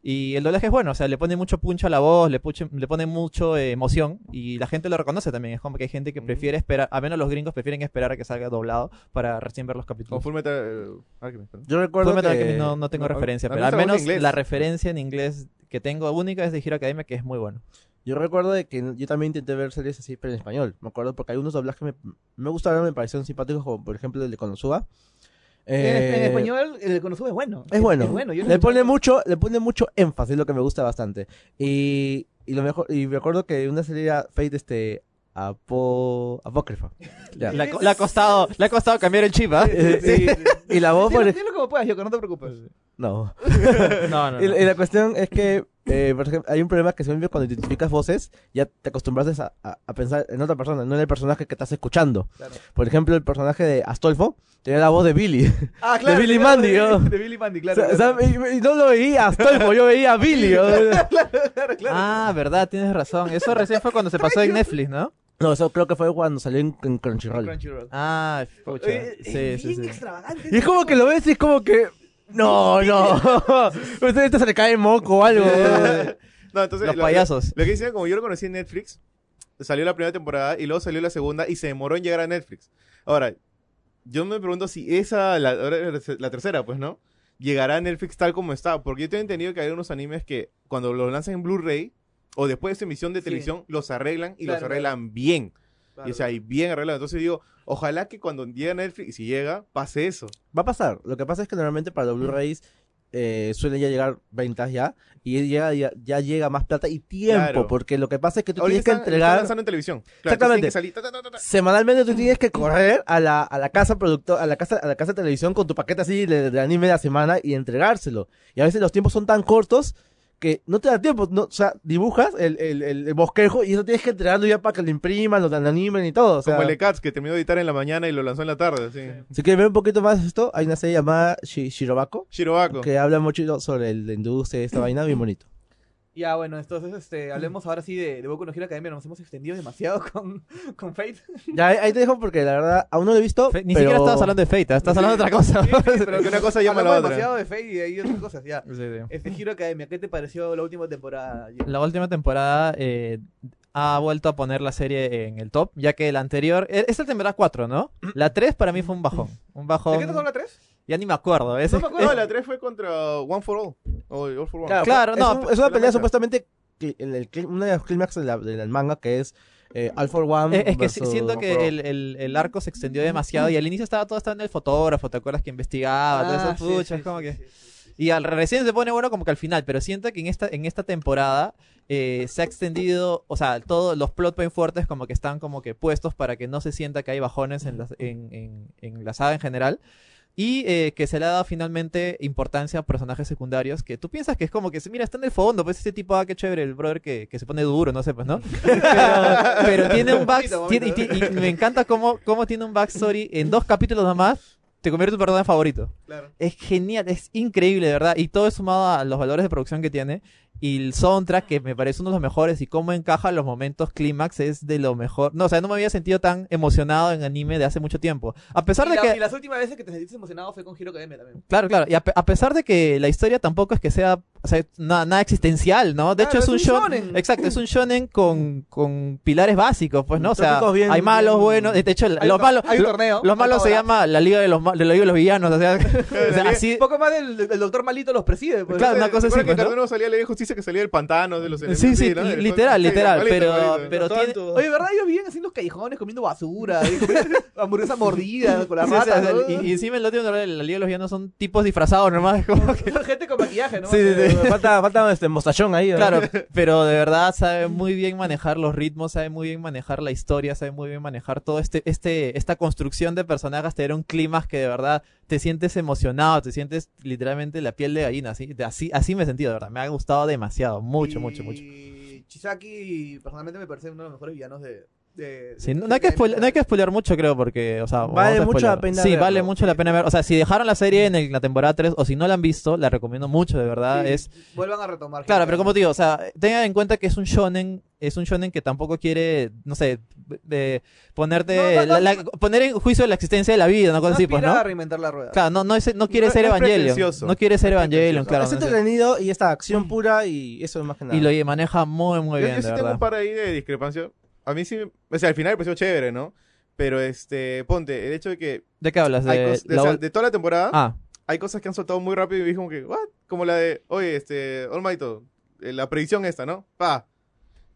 S3: Y el doblaje es bueno, o sea, le pone mucho puncho a la voz, le, puche- le pone mucho eh, emoción y la gente lo reconoce también. Es como que hay gente que
S5: Mm.
S3: prefiere esperar, a menos los gringos prefieren esperar a que salga doblado para recién ver los
S5: Con
S3: capítulos.
S5: Full Metal eh, Alchemist, ¿no?
S4: Yo recuerdo
S3: Fullmetal
S4: que...
S3: Alchemist no, no tengo
S5: no,
S3: referencia,
S5: a mí
S3: pero al
S5: me gusta
S3: menos
S5: en inglés.
S3: la referencia en inglés que tengo única es de Hero Academia, que es muy bueno.
S4: Yo recuerdo de que yo también intenté ver series así, pero en español. Me acuerdo porque hay unos doblajes que me, me gustaron, me parecieron simpáticos, como por ejemplo el de Konosuba.
S2: En,
S4: Eh,
S2: en español, el Konosuba es bueno.
S4: Es bueno.
S2: Es bueno. yo lo
S4: le
S2: escuché.
S4: pone mucho, le pone mucho énfasis, lo que me gusta bastante. Y, y lo mejor, y me acuerdo que una serie era Fate este apo, apócrifa. Ya.
S3: Le, ha co- le ha costado, le ha costado cambiar el chip, ¿ah?
S4: Eh, y, y la voz
S2: Dilo,
S4: por
S2: dilo como puedas, Yoko, no te preocupes.
S4: no.
S3: No, no,
S4: Y,
S3: no.
S4: y la cuestión es que eh, por ejemplo, hay un problema que siempre cuando identificas voces, ya te acostumbraste a, a- a pensar en otra persona, no en el personaje que estás escuchando.
S2: Claro.
S4: Por ejemplo, el personaje de Astolfo tenía la voz de Billy.
S2: Ah,
S4: De Billy Mandy,
S2: de-
S4: ¿no?
S2: De Billy Mandy, claro.
S4: O sea,
S2: claro.
S4: y, y no lo veía a Astolfo, yo veía a Billy. ¿no?
S3: Ah, verdad, tienes razón. Eso recién fue cuando se pasó en Netflix, ¿no?
S4: No, eso creo que fue cuando salió en, en Crunchyroll.
S2: Crunchyroll.
S3: Ah, pucha.
S2: Oye, es
S3: Sí, sí,
S2: bien
S3: sí.
S2: extravagante.
S4: Y es como que lo ves y es como que. No, no. Usted ahorita se le cae moco o algo.
S5: No, entonces,
S3: eh, Los
S5: lo-
S3: payasos.
S5: Lo, que decían, como yo lo conocí en Netflix, salió la primera temporada y luego salió la segunda y se demoró en llegar a Netflix. Ahora, yo me pregunto si esa, la, ahora es la tercera, pues, ¿no? Llegará a Netflix tal como está. Porque yo tengo entendido que hay unos animes que cuando los lanzan en Blu-ray o después de su emisión de
S2: Sí.
S5: televisión, los arreglan y los
S2: Claro,
S5: arreglan bien. Y, o sea,
S2: Claro.
S5: y bien arreglado. Entonces digo, ojalá que cuando llegue a Netflix, y si llega, pase eso.
S4: Va a pasar. Lo que pasa es que normalmente para
S5: Mm.
S4: los Blu-rays eh, suelen ya llegar ventas ya. Y ya, ya, ya llega más plata y tiempo.
S5: Claro.
S4: Porque lo que pasa es que tú
S5: Ahorita
S4: tienes que
S5: están- están
S4: entregar.
S5: lanzando Mm. en televisión.
S4: Exactamente.
S5: entonces tiene que salir, ta, ta, ta, ta, ta.
S4: Semanalmente tú tienes que correr a la, a la casa producto, a la casa, a la casa de televisión con tu paquete así de, de anime de la semana y entregárselo. Y a veces los tiempos son tan cortos que no te da tiempo, no, o sea, dibujas el, el, el, el bosquejo y eso tienes que entregarlo ya para que lo impriman, lo animen y todo. O sea,
S5: Como el de Cats, que terminó de editar en la mañana y lo lanzó en la tarde. Así.
S4: si quieres ver un poquito más de esto, hay una serie llamada Shi- Shirobako
S5: Shirobako.
S4: que habla mucho sobre el- la industria de esta vaina, bien bonito.
S2: Ya, bueno, entonces
S5: Mm.
S2: este, hablemos ahora sí de, de Boku no Hero Academia. Nos hemos extendido demasiado con, con Fate.
S4: Ya, ahí ahí te dejo porque la verdad aún no lo he visto.
S3: Fe- Ni
S4: pero-
S3: siquiera estabas hablando de Fate, ¿ah? estás hablando de otra cosa.
S5: Pero que una cosa llama a la
S2: Hablamos
S5: otra.
S2: demasiado de Fate y hay otras cosas, ya.
S3: Sí, sí.
S2: Este Hero Academia, ¿qué te pareció la última temporada? Diego?
S3: La última temporada eh, ha vuelto a poner la serie en el top, ya que la anterior. e- Es la temporada 4, ¿no? La 3 para mí fue un bajón. Un
S2: ¿De
S3: bajón.
S2: qué te habla 3?
S3: Ya ni me acuerdo. es-
S2: No me
S5: No,
S2: acuerdo.
S5: la 3 fue contra One for All. O All for One.
S4: Claro,
S3: Eh. Claro,
S4: es
S3: no,
S4: un-
S3: pe-
S4: es, una
S5: pero
S4: pelea
S5: no,
S4: supuestamente que en el, clí- uno de los clímax de la- del manga que es eh, All for One.
S3: es- es que si-
S4: versus-
S3: siento que el, el- el arco se extendió demasiado y al inicio estaba todo estaba en el fotógrafo, ¿te acuerdas que investigaba? todo eso,
S2: Ah, sí,
S3: pucha,
S2: sí,
S3: es como
S2: sí,
S3: que.
S2: sí, sí, sí.
S3: Y al recién se pone bueno como que al final, pero siento que en esta, en esta temporada eh, se ha extendido, o sea, todos los plot points fuertes como que están como que puestos para que no se sienta que hay bajones en, las- en, en- en la saga en general. Y eh, que se le ha dado finalmente importancia a personajes secundarios que tú piensas que es como que, mira, está en el fondo, pues ese tipo, ah, qué chévere, el brother que, que se pone duro, no sé, pues, ¿no? Pero, pero tiene
S2: Momento,
S3: un backstory,
S2: momento.
S3: y, me encanta cómo, cómo tiene un backstory en dos capítulos nomás, te convierte en tu personaje favorito.
S2: Claro.
S3: Es genial, es increíble, de verdad. Y todo es sumado a los valores de producción que tiene. Y el soundtrack, que me parece uno de los mejores, y cómo encaja los momentos clímax, es de lo mejor. No, o sea, no me había sentido tan emocionado en anime de hace mucho tiempo. A pesar
S2: Y
S3: de
S2: la-
S3: que.
S2: y las últimas veces que te sentiste emocionado fue con Hero Academia también.
S3: Claro, claro. Y a, pe- a pesar de que la historia tampoco es que sea, o sea, na- nada existencial, ¿no? De
S2: Claro,
S3: hecho, es,
S2: es un
S3: un shonen.
S2: shonen.
S3: Exacto, es un shonen con, con pilares básicos, pues, ¿no? O sea,
S4: Tópicos bien-
S3: hay malos,
S4: bien-
S3: buenos. De hecho,
S2: Hay
S3: los
S2: un-
S3: malos.
S2: Hay un
S3: lo-
S2: torneo.
S3: los malos se
S2: Ahora,
S3: llama la liga de los, ma- de la liga de los villanos, o sea, o sea, así,
S2: Un poco más del, del doctor malito los preside. pues.
S3: Claro, una cosa
S5: ¿se acuerdan
S3: así,
S5: que
S3: pues, ¿no?
S5: Carduno salía le justicia que salía del pantano de los
S3: Sí, sí,
S5: ¿no?
S3: li-
S5: Del-
S3: literal,
S5: sí,
S3: literal,
S5: malito,
S3: pero-
S5: malito.
S3: pero tiene-
S2: Oye, ¿verdad? Ellos vivían así en los callejones comiendo basura, y comiendo hamburguesas mordidas con las
S3: Sí, o sea,
S2: ratas. ¿no?
S3: y, y encima en la última temporada de la Liga de los Villanos son tipos disfrazados nomás. es como que-
S2: Gente con maquillaje, ¿no?
S4: Sí, sí, sí. Eh, falta, falta este mostachón ahí. ¿no?
S3: Claro, pero de verdad sabe muy bien manejar los ritmos, sabe muy bien manejar la historia, sabe muy bien manejar todo este, este, esta construcción de personajes, te un clima que de verdad te sientes emocionado, te sientes literalmente la piel de gallina, así, de- así, así me he sentido, de verdad, me ha gustado demasiado, mucho,
S2: Y
S3: mucho, mucho.
S2: Chisaki, personalmente, me parece uno de los mejores villanos de. de-
S3: Sí,
S2: de-
S3: no, no hay que
S2: de-
S3: spoile- no hay que spoilear mucho, creo, porque, o sea, vamos
S4: Vale
S3: a
S4: mucho la
S3: spoilear.
S4: pena
S3: Sí, vale
S4: verlo.
S3: mucho la pena ver. O sea, si dejaron la serie en el- la temporada 3 o si no la han visto, la recomiendo mucho, de verdad.
S2: Sí,
S3: Es
S2: Vuelvan a retomar.
S3: Claro, pero como te digo, o sea, tengan en cuenta que es un shonen, es un shonen que tampoco quiere, no sé, de ponerte
S2: No, no, no,
S3: la- la- poner en juicio la existencia de la vida, no cosas así, pues,
S2: aspira
S3: ¿no?
S2: a reinventar la rueda.
S3: Claro, no, no, es- no quiere
S5: No-
S3: ser
S5: no es
S3: Evangelion.
S5: pretencioso.
S3: No quiere ser
S5: No es
S3: Evangelion,
S5: pretencioso.
S3: claro.
S4: es
S3: no es-
S4: entretenido y esta acción pura y eso es más que nada.
S3: y lo lle- maneja muy, muy
S5: Yo-
S3: bien,
S5: yo
S3: de
S5: sí tengo
S3: verdad.
S5: un par ahí de discrepancias. A mí sí, o sea, al final me pareció chévere, ¿no? Pero este, ponte, el hecho de que
S3: ¿De qué hablas?
S5: hay
S3: De,
S5: cos- de,
S3: la
S5: o sea,
S3: ol-
S5: de toda la temporada
S3: Ah,
S5: hay cosas que han soltado muy rápido y dije como que, ¿what? Como la de, oye, este, All Might, oh, eh, la predicción esta, ¿no? Pa.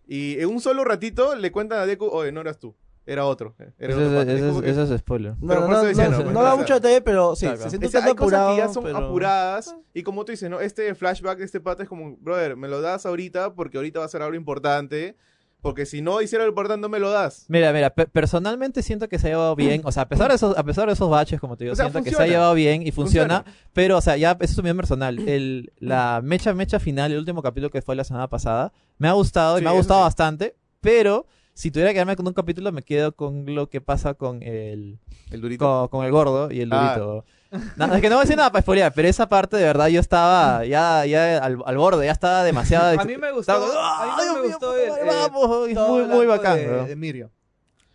S5: Y en un solo ratito le cuentan a Deku, oye, no eras tú, era otro. eh, Era
S3: eso
S5: otro
S3: es,
S5: pata". Es
S3: eso es-
S5: como que-
S3: eso es spoiler.
S4: No,
S5: pero
S4: no,
S5: por eso
S4: no,
S5: decía,
S4: no,
S5: no, pues,
S4: no da
S5: claro.
S4: mucho detalle, pero sí,
S3: Claro.
S4: se siente
S5: O
S4: un
S5: sea,
S4: tanto
S5: hay cosas
S4: apurado.
S5: que ya son
S4: pero-
S5: apuradas y como tú dices, ¿no? Este flashback de este pata es como, brother, me lo das ahorita porque ahorita va a ser algo importante, porque si no hiciera algo importante no me lo das.
S3: Mira, mira, pe- personalmente siento que se ha llevado bien, o sea, a pesar de esos, a pesar de esos baches, como te digo,
S5: O sea,
S3: siento que se ha
S5: funciona.
S3: llevado bien y funciona, pero, o sea, ya, eso es un bien personal. El, la mecha, mecha final, el último capítulo que fue la semana pasada, me ha gustado y
S5: Sí,
S3: me ha
S5: eso
S3: gustado
S5: sí.
S3: bastante, pero si tuviera que quedarme con un capítulo, me quedo con lo que pasa con el,
S5: El durito.
S3: con, con el gordo y el
S5: Ah.
S3: durito. No, es que no voy a decir nada para espolear, pero esa parte de verdad yo estaba ya, ya al, al borde, ya estaba demasiado.
S2: A mí me gustó, a
S3: ¡Ah!
S2: mí no me gustó el, eh,
S3: vamos, es
S2: todo
S3: muy,
S2: el
S3: muy
S2: arco
S3: bacán,
S2: de-
S3: bro.
S2: de Mirio.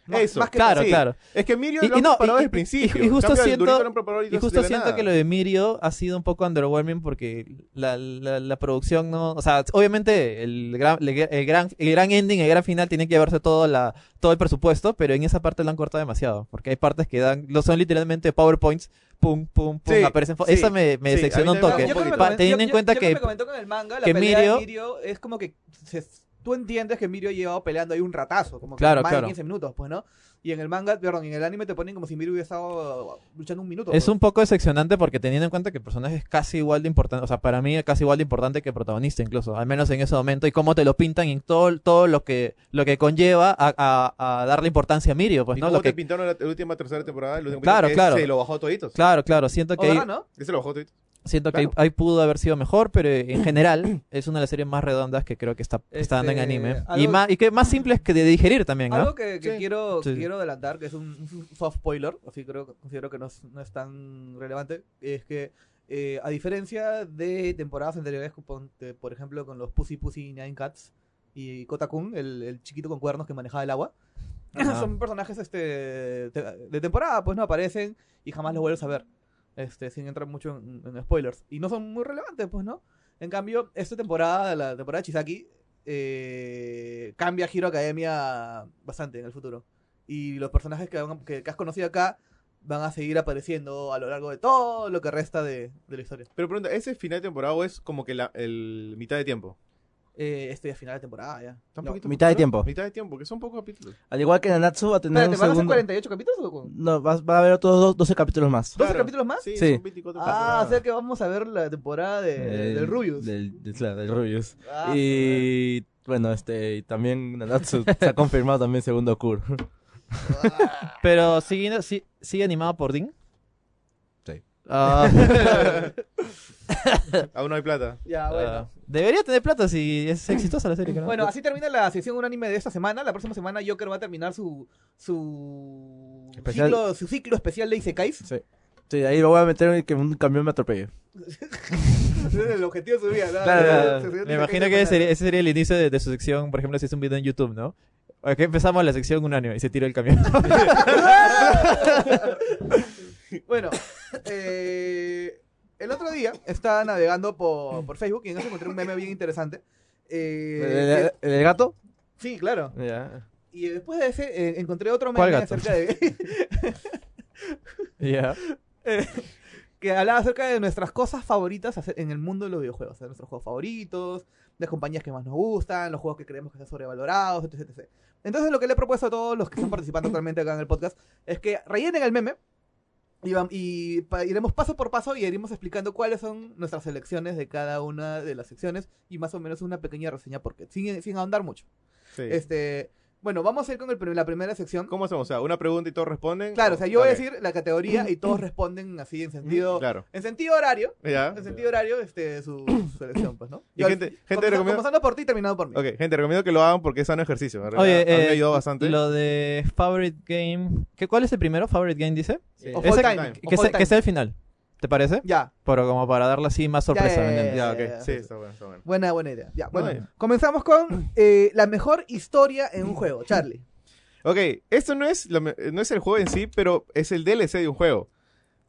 S5: Eso.
S2: más que-
S3: Claro,
S5: sí.
S3: claro.
S5: Es que Mirio
S3: Y-
S5: lo
S3: y
S5: han
S3: no,
S5: preparado
S3: y-
S5: desde
S3: y-
S5: el principio.
S3: y- y justo
S5: En cambio, el
S3: siento-
S5: durito lo han preparado ahorita
S3: Y justo
S5: de la
S3: siento
S5: nada.
S3: que lo de Mirio ha sido un poco underwhelming porque la, la, la producción no... O sea, obviamente el gran, el, gran, el gran ending, el gran final tiene que llevarse todo, la, todo el presupuesto, pero en esa parte lo han cortado demasiado. Porque hay partes que dan... Lo son literalmente PowerPoints, pum, pum, pum,
S5: Sí,
S3: aparecen... fo-
S5: sí,
S3: esa me, me
S5: sí,
S3: decepcionó
S5: a
S3: un
S5: mí también
S3: toque.
S5: me
S2: Yo creo que me
S5: Pa-
S2: comen-
S3: teniendo
S2: yo-
S3: en cuenta
S2: yo- yo
S3: que-
S2: me comentó con el manga, la
S3: que
S2: pelea
S3: Mirio-
S2: de Mirio es como que se- tú entiendes que Mirio ha llevado peleando ahí un ratazo, como que
S3: Claro,
S2: más
S3: claro.
S2: de 15 minutos, pues, ¿no? Y en el manga, perdón, en el anime te ponen como si Mirio hubiera estado luchando un minuto.
S3: Es
S2: pues.
S3: un poco decepcionante porque teniendo en cuenta que el personaje es casi igual de importante, o sea, para mí es casi igual de importante que el protagonista incluso, al menos en ese momento, y cómo te lo pintan en todo, todo lo que lo que conlleva a, a- a darle importancia a Mirio, pues,
S5: ¿Y
S3: ¿no?
S5: cómo
S3: Lo
S5: te
S3: que-
S5: pintaron la, la última tercera temporada? El último
S3: Claro,
S5: capítulo, que
S3: claro.
S5: Se lo bajó toditos.
S3: Claro, claro, siento
S2: O
S3: que ahí,
S2: verdad, ¿no?
S5: Ese lo bajó todito.
S3: siento que
S5: claro.
S3: ahí, ahí pudo haber sido mejor, pero eh, en general es una de las series más redondas que creo que está, está dando en
S2: Este,
S3: anime. y
S2: algo-
S3: más y que más simple es que de digerir también, ¿no?
S2: Algo que, que
S5: Sí.
S2: quiero,
S3: Sí.
S2: quiero adelantar, que es un, un soft spoiler, así creo, considero que no es, no es tan relevante, es que eh, a diferencia de temporadas anteriores, ponte, por ejemplo, con los Pussy Pussy Nine Cats y Kotakun, el, el chiquito con cuernos que manejaba el agua,
S3: Ajá.
S2: son personajes este, te- de temporada, pues no aparecen y jamás los vuelves a ver, este, sin entrar mucho en, en spoilers. Y no son muy relevantes, pues no. En cambio, esta temporada, la temporada de Chisaki, eh, cambia Hero Academia bastante en el futuro. Y los personajes que, van- que, que has conocido acá van a seguir apareciendo a lo largo de todo lo que resta de, de la historia.
S5: Pero pregunta, ¿ese final de temporada o es como que la el mitad de tiempo?
S2: Eh, este ya es final de temporada ya.
S5: ¿Está un
S2: No.
S5: poquito
S4: mitad de
S5: corto?
S4: tiempo.
S5: Mitad de tiempo, que son pocos capítulos.
S4: Al igual que Nanatsu va a tener
S2: Espérate,
S4: un
S2: ¿van a ser
S4: segundo.
S2: 48 capítulos? o- ¿12
S4: No, va, va a haber otros dos- 12 capítulos más.
S5: Claro.
S2: capítulos más?
S5: Sí,
S4: Sí.
S5: son 24
S2: Ah, o sea
S5: temporadas.
S2: que vamos a ver la temporada de,
S4: Eh,
S2: del Rubius.
S4: Del, del- claro, del Rubius.
S2: Ah,
S4: y bueno, este, y también Nanatsu se ha confirmado también segundo Kur.
S3: Pero sigue, si- sigue animado por Dean.
S4: Sí.
S3: Ah.
S5: Aún no hay plata.
S2: Ya, bueno.
S3: Ah, debería tener plata si es exitosa la serie. ¿no?
S2: Bueno, así termina la sección unánime de esta semana. La próxima semana Joker va a terminar su su
S4: Especial.
S2: ciclo, su ciclo especial de Isekais.
S4: Sí, ahí me voy a meter en que un camión me atropelle.
S2: Ese es el objetivo de su vida. ¿no?
S4: Claro, claro.
S2: Se- se- se-
S3: me imagino que ese sería, ese sería el inicio de, de su sección, por ejemplo, si es un video en YouTube, ¿no? Aquí empezamos la sección unánime y se tiró el camión.
S2: Bueno, eh, el otro día estaba navegando por, por Facebook y en eso encontré un meme bien interesante. Eh,
S4: ¿El, el- el- el gato?
S2: sí, claro.
S4: Ya.
S2: Y después de ese eh, encontré otro
S3: ¿Cuál
S2: meme
S3: gato?
S2: acerca de
S3: Ya.
S2: que hablaba acerca de nuestras cosas favoritas hacer- en el mundo de los videojuegos, o sea, nuestros juegos favoritos, las compañías que más nos gustan, los juegos que creemos que están sobrevalorados, etc, etc. Entonces lo que le he propuesto a todos los que están participando actualmente acá en el podcast es que rellenen el meme y, vam- y pa- iremos paso por paso y iremos explicando cuáles son nuestras selecciones de cada una de las secciones y más o menos una pequeña reseña porque sin, sin ahondar mucho.
S5: Sí.
S2: Este, bueno, vamos a ir con el prim- la primera sección.
S5: ¿Cómo hacemos? O sea, una pregunta y todos responden.
S2: Claro, o sea, yo voy a
S5: Ok.
S2: decir la categoría y todos responden así en sentido,
S5: Claro.
S2: en sentido horario.
S5: Ya.
S2: En sentido horario, este, su, su elección, pues, ¿no?
S5: Y
S2: Yo al-
S5: gente, gente,
S2: comenzando,
S5: recomiendo,
S2: comenzando por ti y terminado por mí.
S5: Ok, gente, recomiendo que lo hagan porque es sano ejercicio. en realidad.
S3: Oye,
S5: a mí
S3: eh,
S5: me ayudó bastante.
S3: Lo de Favorite Game. ¿Qué, ¿Cuál es el primero? Favorite Game dice.
S5: Sí.
S2: Of
S3: Ese-
S2: all
S5: time.
S2: time.
S5: Que
S3: Que
S2: Of all
S3: sea,
S2: time.
S3: que sea el final. ¿Te parece?
S2: Ya.
S3: Pero como para darle así más sorpresa.
S2: Ya,
S3: ¿me entiendes?
S2: Eh,
S5: Ya, ok. Sí, está bueno, está bueno.
S2: Buena, buena idea. Ya, bueno.
S5: Bueno.
S2: Comenzamos con eh, la mejor historia en un juego, Charlie.
S5: Ok, esto no es, la me- eh, no es el juego en sí, pero es el DLC de un juego.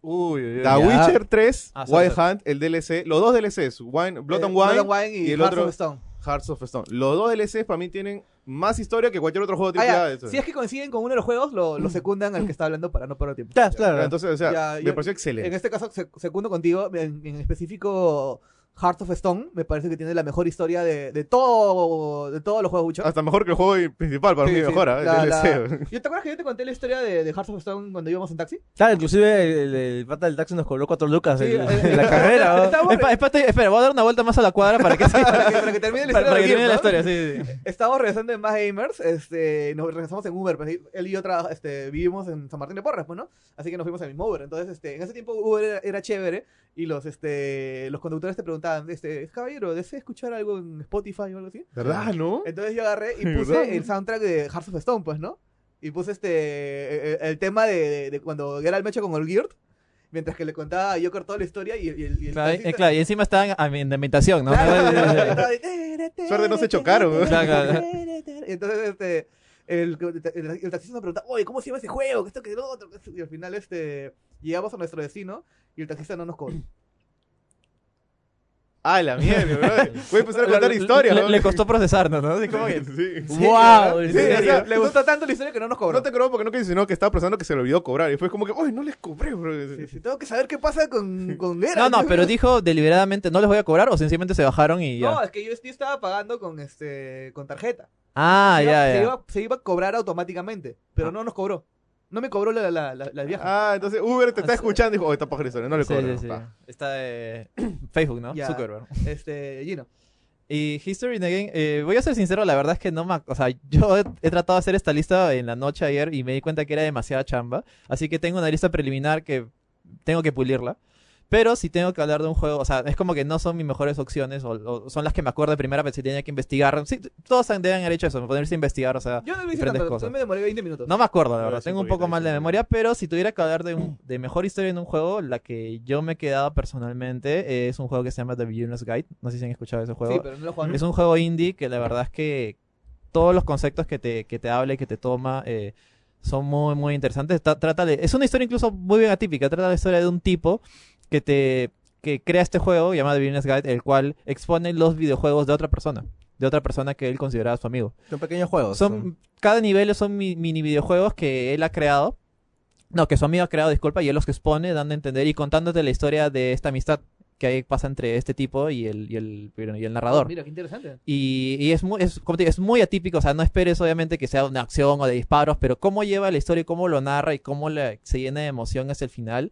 S3: Uy, uy, uy.
S5: The
S3: Ya.
S5: Witcher 3,
S3: Ah, sorry,
S5: Wild Hunt, el DLC, los dos DLCs, Wine, Blood
S2: Eh,
S5: and Wine,
S2: y,
S5: y el
S2: Hearts
S5: otro-
S2: of Stone.
S5: Hearts of Stone. Los dos DLCs para mí tienen más historia que cualquier otro juego
S2: Ah,
S5: triple
S2: ya,
S5: A. eso.
S2: Si es que coinciden con uno de los juegos, lo, lo secundan al que está hablando para no perder tiempo.
S4: Claro,
S5: Claro,
S4: claro.
S5: entonces, o sea,
S2: Ya,
S5: me
S2: yo-
S5: pareció excelente.
S2: En este caso, se- secundo contigo, en, en específico Heart of Stone, me parece que tiene la mejor historia de, de todo de todos los juegos Witcher.
S5: Hasta mejor que el juego principal, para
S2: Sí,
S5: mí
S2: sí,
S5: mejora.
S2: la-
S5: el
S2: la-
S5: DLC.
S2: ¿Yo te acuerdas que yo te conté la historia de, de Heart of Stone cuando íbamos en taxi?
S4: Claro, inclusive el, el pata del taxi nos cobró cuatro lucas
S2: Sí,
S4: en,
S2: eh,
S4: en la carrera. ¿no?
S2: Está bueno.
S3: Espa- espérate, espera, voy a dar una vuelta más a la cuadra para que,
S2: para, que, para que termine la
S3: para-
S2: historia.
S3: para que
S2: de
S3: termine la
S2: Gears, ¿no?
S3: historia, sí, sí.
S2: Estábamos regresando en Más Gamers, este, nos regresamos en Uber, pues, él y yo tra- este, vivimos en San Martín de Porras, pues, ¿no? Así que nos fuimos en el mismo Uber. Entonces, este, en ese tiempo Uber era, era chévere y los, este, los conductores te preguntaban, este, caballero, ¿desea escuchar algo en Spotify o algo así?
S5: ¿Verdad, no?
S2: Entonces yo agarré y
S5: Sí, ¿verdad?
S2: puse el soundtrack de Hearts of Stone, pues, ¿no? Y puse este eh, eh, el tema de, de- de cuando era el mecha con Olgierd, mientras que le contaba a Joker toda la historia y, y el, y el
S3: Claro,
S2: taxista-
S3: eh, claro, y encima estaban a mi- en ambientación, ¿no?
S2: Claro,
S5: Suerte no se chocaron, ¿no?
S3: Claro.
S2: Entonces, este, el, el, el taxista nos pregunta, oye, ¿cómo se llama ese juego? Que esto, que lo otro. que esto". Y al final, este, llegamos a nuestro destino y el taxista no nos cobró.
S5: Ah, la mierda, bro. Voy a empezar a contar
S3: Le-
S5: historias.
S3: Le,
S5: ¿no?
S3: le costó procesarnos, ¿no? Así como que-
S5: Sí.
S4: ¡Wow! ¿en
S5: Sí,
S4: serio?
S5: o sea,
S2: Le gustó tanto la historia que no nos cobró.
S5: No te creo porque no quiso, sino que estaba pensando que se le olvidó cobrar. Y fue como que, uy, no les cobré, bro.
S2: Sí, sí, tengo que saber qué pasa con, con
S3: No,
S2: Geralt.
S3: no, pero dijo deliberadamente, no les voy a cobrar o sencillamente se bajaron y ya.
S2: No, es que yo, yo estaba pagando con este con tarjeta.
S3: ah,
S2: Se iba-
S3: ya,
S2: se,
S3: ya. Ah.
S2: Iba, se iba a cobrar automáticamente, pero no nos cobró. No me cobró la, la, la- la viaje.
S5: Ah, entonces Uber te está escuchando y dijo, oh, está paja la historia, no le
S3: Sí,
S5: cobré.
S3: sí, sí.
S5: pa.
S3: Está de Facebook, ¿no?
S2: Ya.
S3: Zuckerberg.
S2: Este, Gino.
S3: Y History in the Game, eh, voy a ser sincero, la verdad es que no me... ac- O sea, yo he, he tratado de hacer esta lista en la noche ayer y me di cuenta que era demasiada chamba. Así que tengo una lista preliminar que tengo que pulirla. Pero si tengo que hablar de un juego, o sea, es como que no son mis mejores opciones o, o son las que me acuerdo de primera, pero si tenía que investigar. Sí, t- todos han- deben haber hecho eso, ponerse a investigar, o sea...
S2: Yo no lo hice
S3: Diferentes
S2: tanto,
S3: cosas.
S2: yo me demoré 20 minutos.
S3: No me acuerdo, la
S5: Claro,
S3: verdad.
S5: sí,
S3: Tengo un
S5: poquito,
S3: poco mal de
S5: sí.
S3: memoria, pero si tuviera que hablar de, un- de mejor historia en un juego, la que yo me he quedado personalmente eh, es un juego que se llama The Beginner's Guide. No sé si han escuchado ese juego.
S2: Sí, pero no lo jugaron.
S3: Es un juego indie que la verdad es que todos los conceptos que te, que te habla y que te toma eh, son muy, muy interesantes. Tra- trata de- es una historia incluso muy bien atípica. Trata la historia de un tipo que te que crea este juego llamado The Beginner's Guide, el cual expone los videojuegos de otra persona. De otra persona que él consideraba su amigo.
S4: Son pequeños juegos.
S3: Son, cada nivel son mi- mini videojuegos que él ha creado. No, que su amigo ha creado, disculpa, y él los expone, dando a entender y contándote la historia de esta amistad que ahí pasa entre este tipo y el, y el, y el narrador.
S2: Mira, qué interesante.
S3: Y, y es, muy, es, como te digo, es muy atípico, o sea, no esperes obviamente que sea una acción o de disparos, pero cómo lleva la historia y cómo lo narra y cómo la- se llena de emoción hacia el final,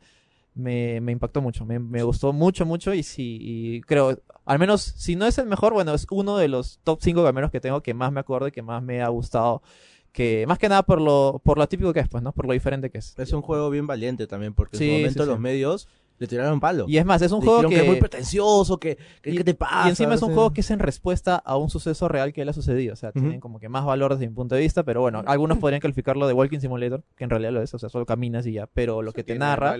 S3: me, me impactó mucho, me, me gustó mucho, mucho y sí, y creo, al menos si no es el mejor, bueno, es uno de los top 5 menos que tengo que más me acuerdo y que más me ha gustado, que más que nada por lo, por lo atípico que es, pues, ¿no? Por lo diferente que es.
S4: Es un juego bien valiente también, porque
S3: Sí,
S4: en su
S3: sí,
S4: momento
S3: sí.
S4: los medios le tiraron palo.
S3: Y es más, es un
S4: Dijeron
S3: juego que...
S4: es muy pretencioso, que, que, que te pasa.
S3: Y encima es un
S4: no sé.
S3: juego que es en respuesta a un suceso real que le ha sucedido. O sea, tienen como que más valor desde mi punto de vista, pero bueno, algunos podrían calificarlo de Walking Simulator, que en realidad lo es, o sea, solo caminas y ya, pero lo que te narra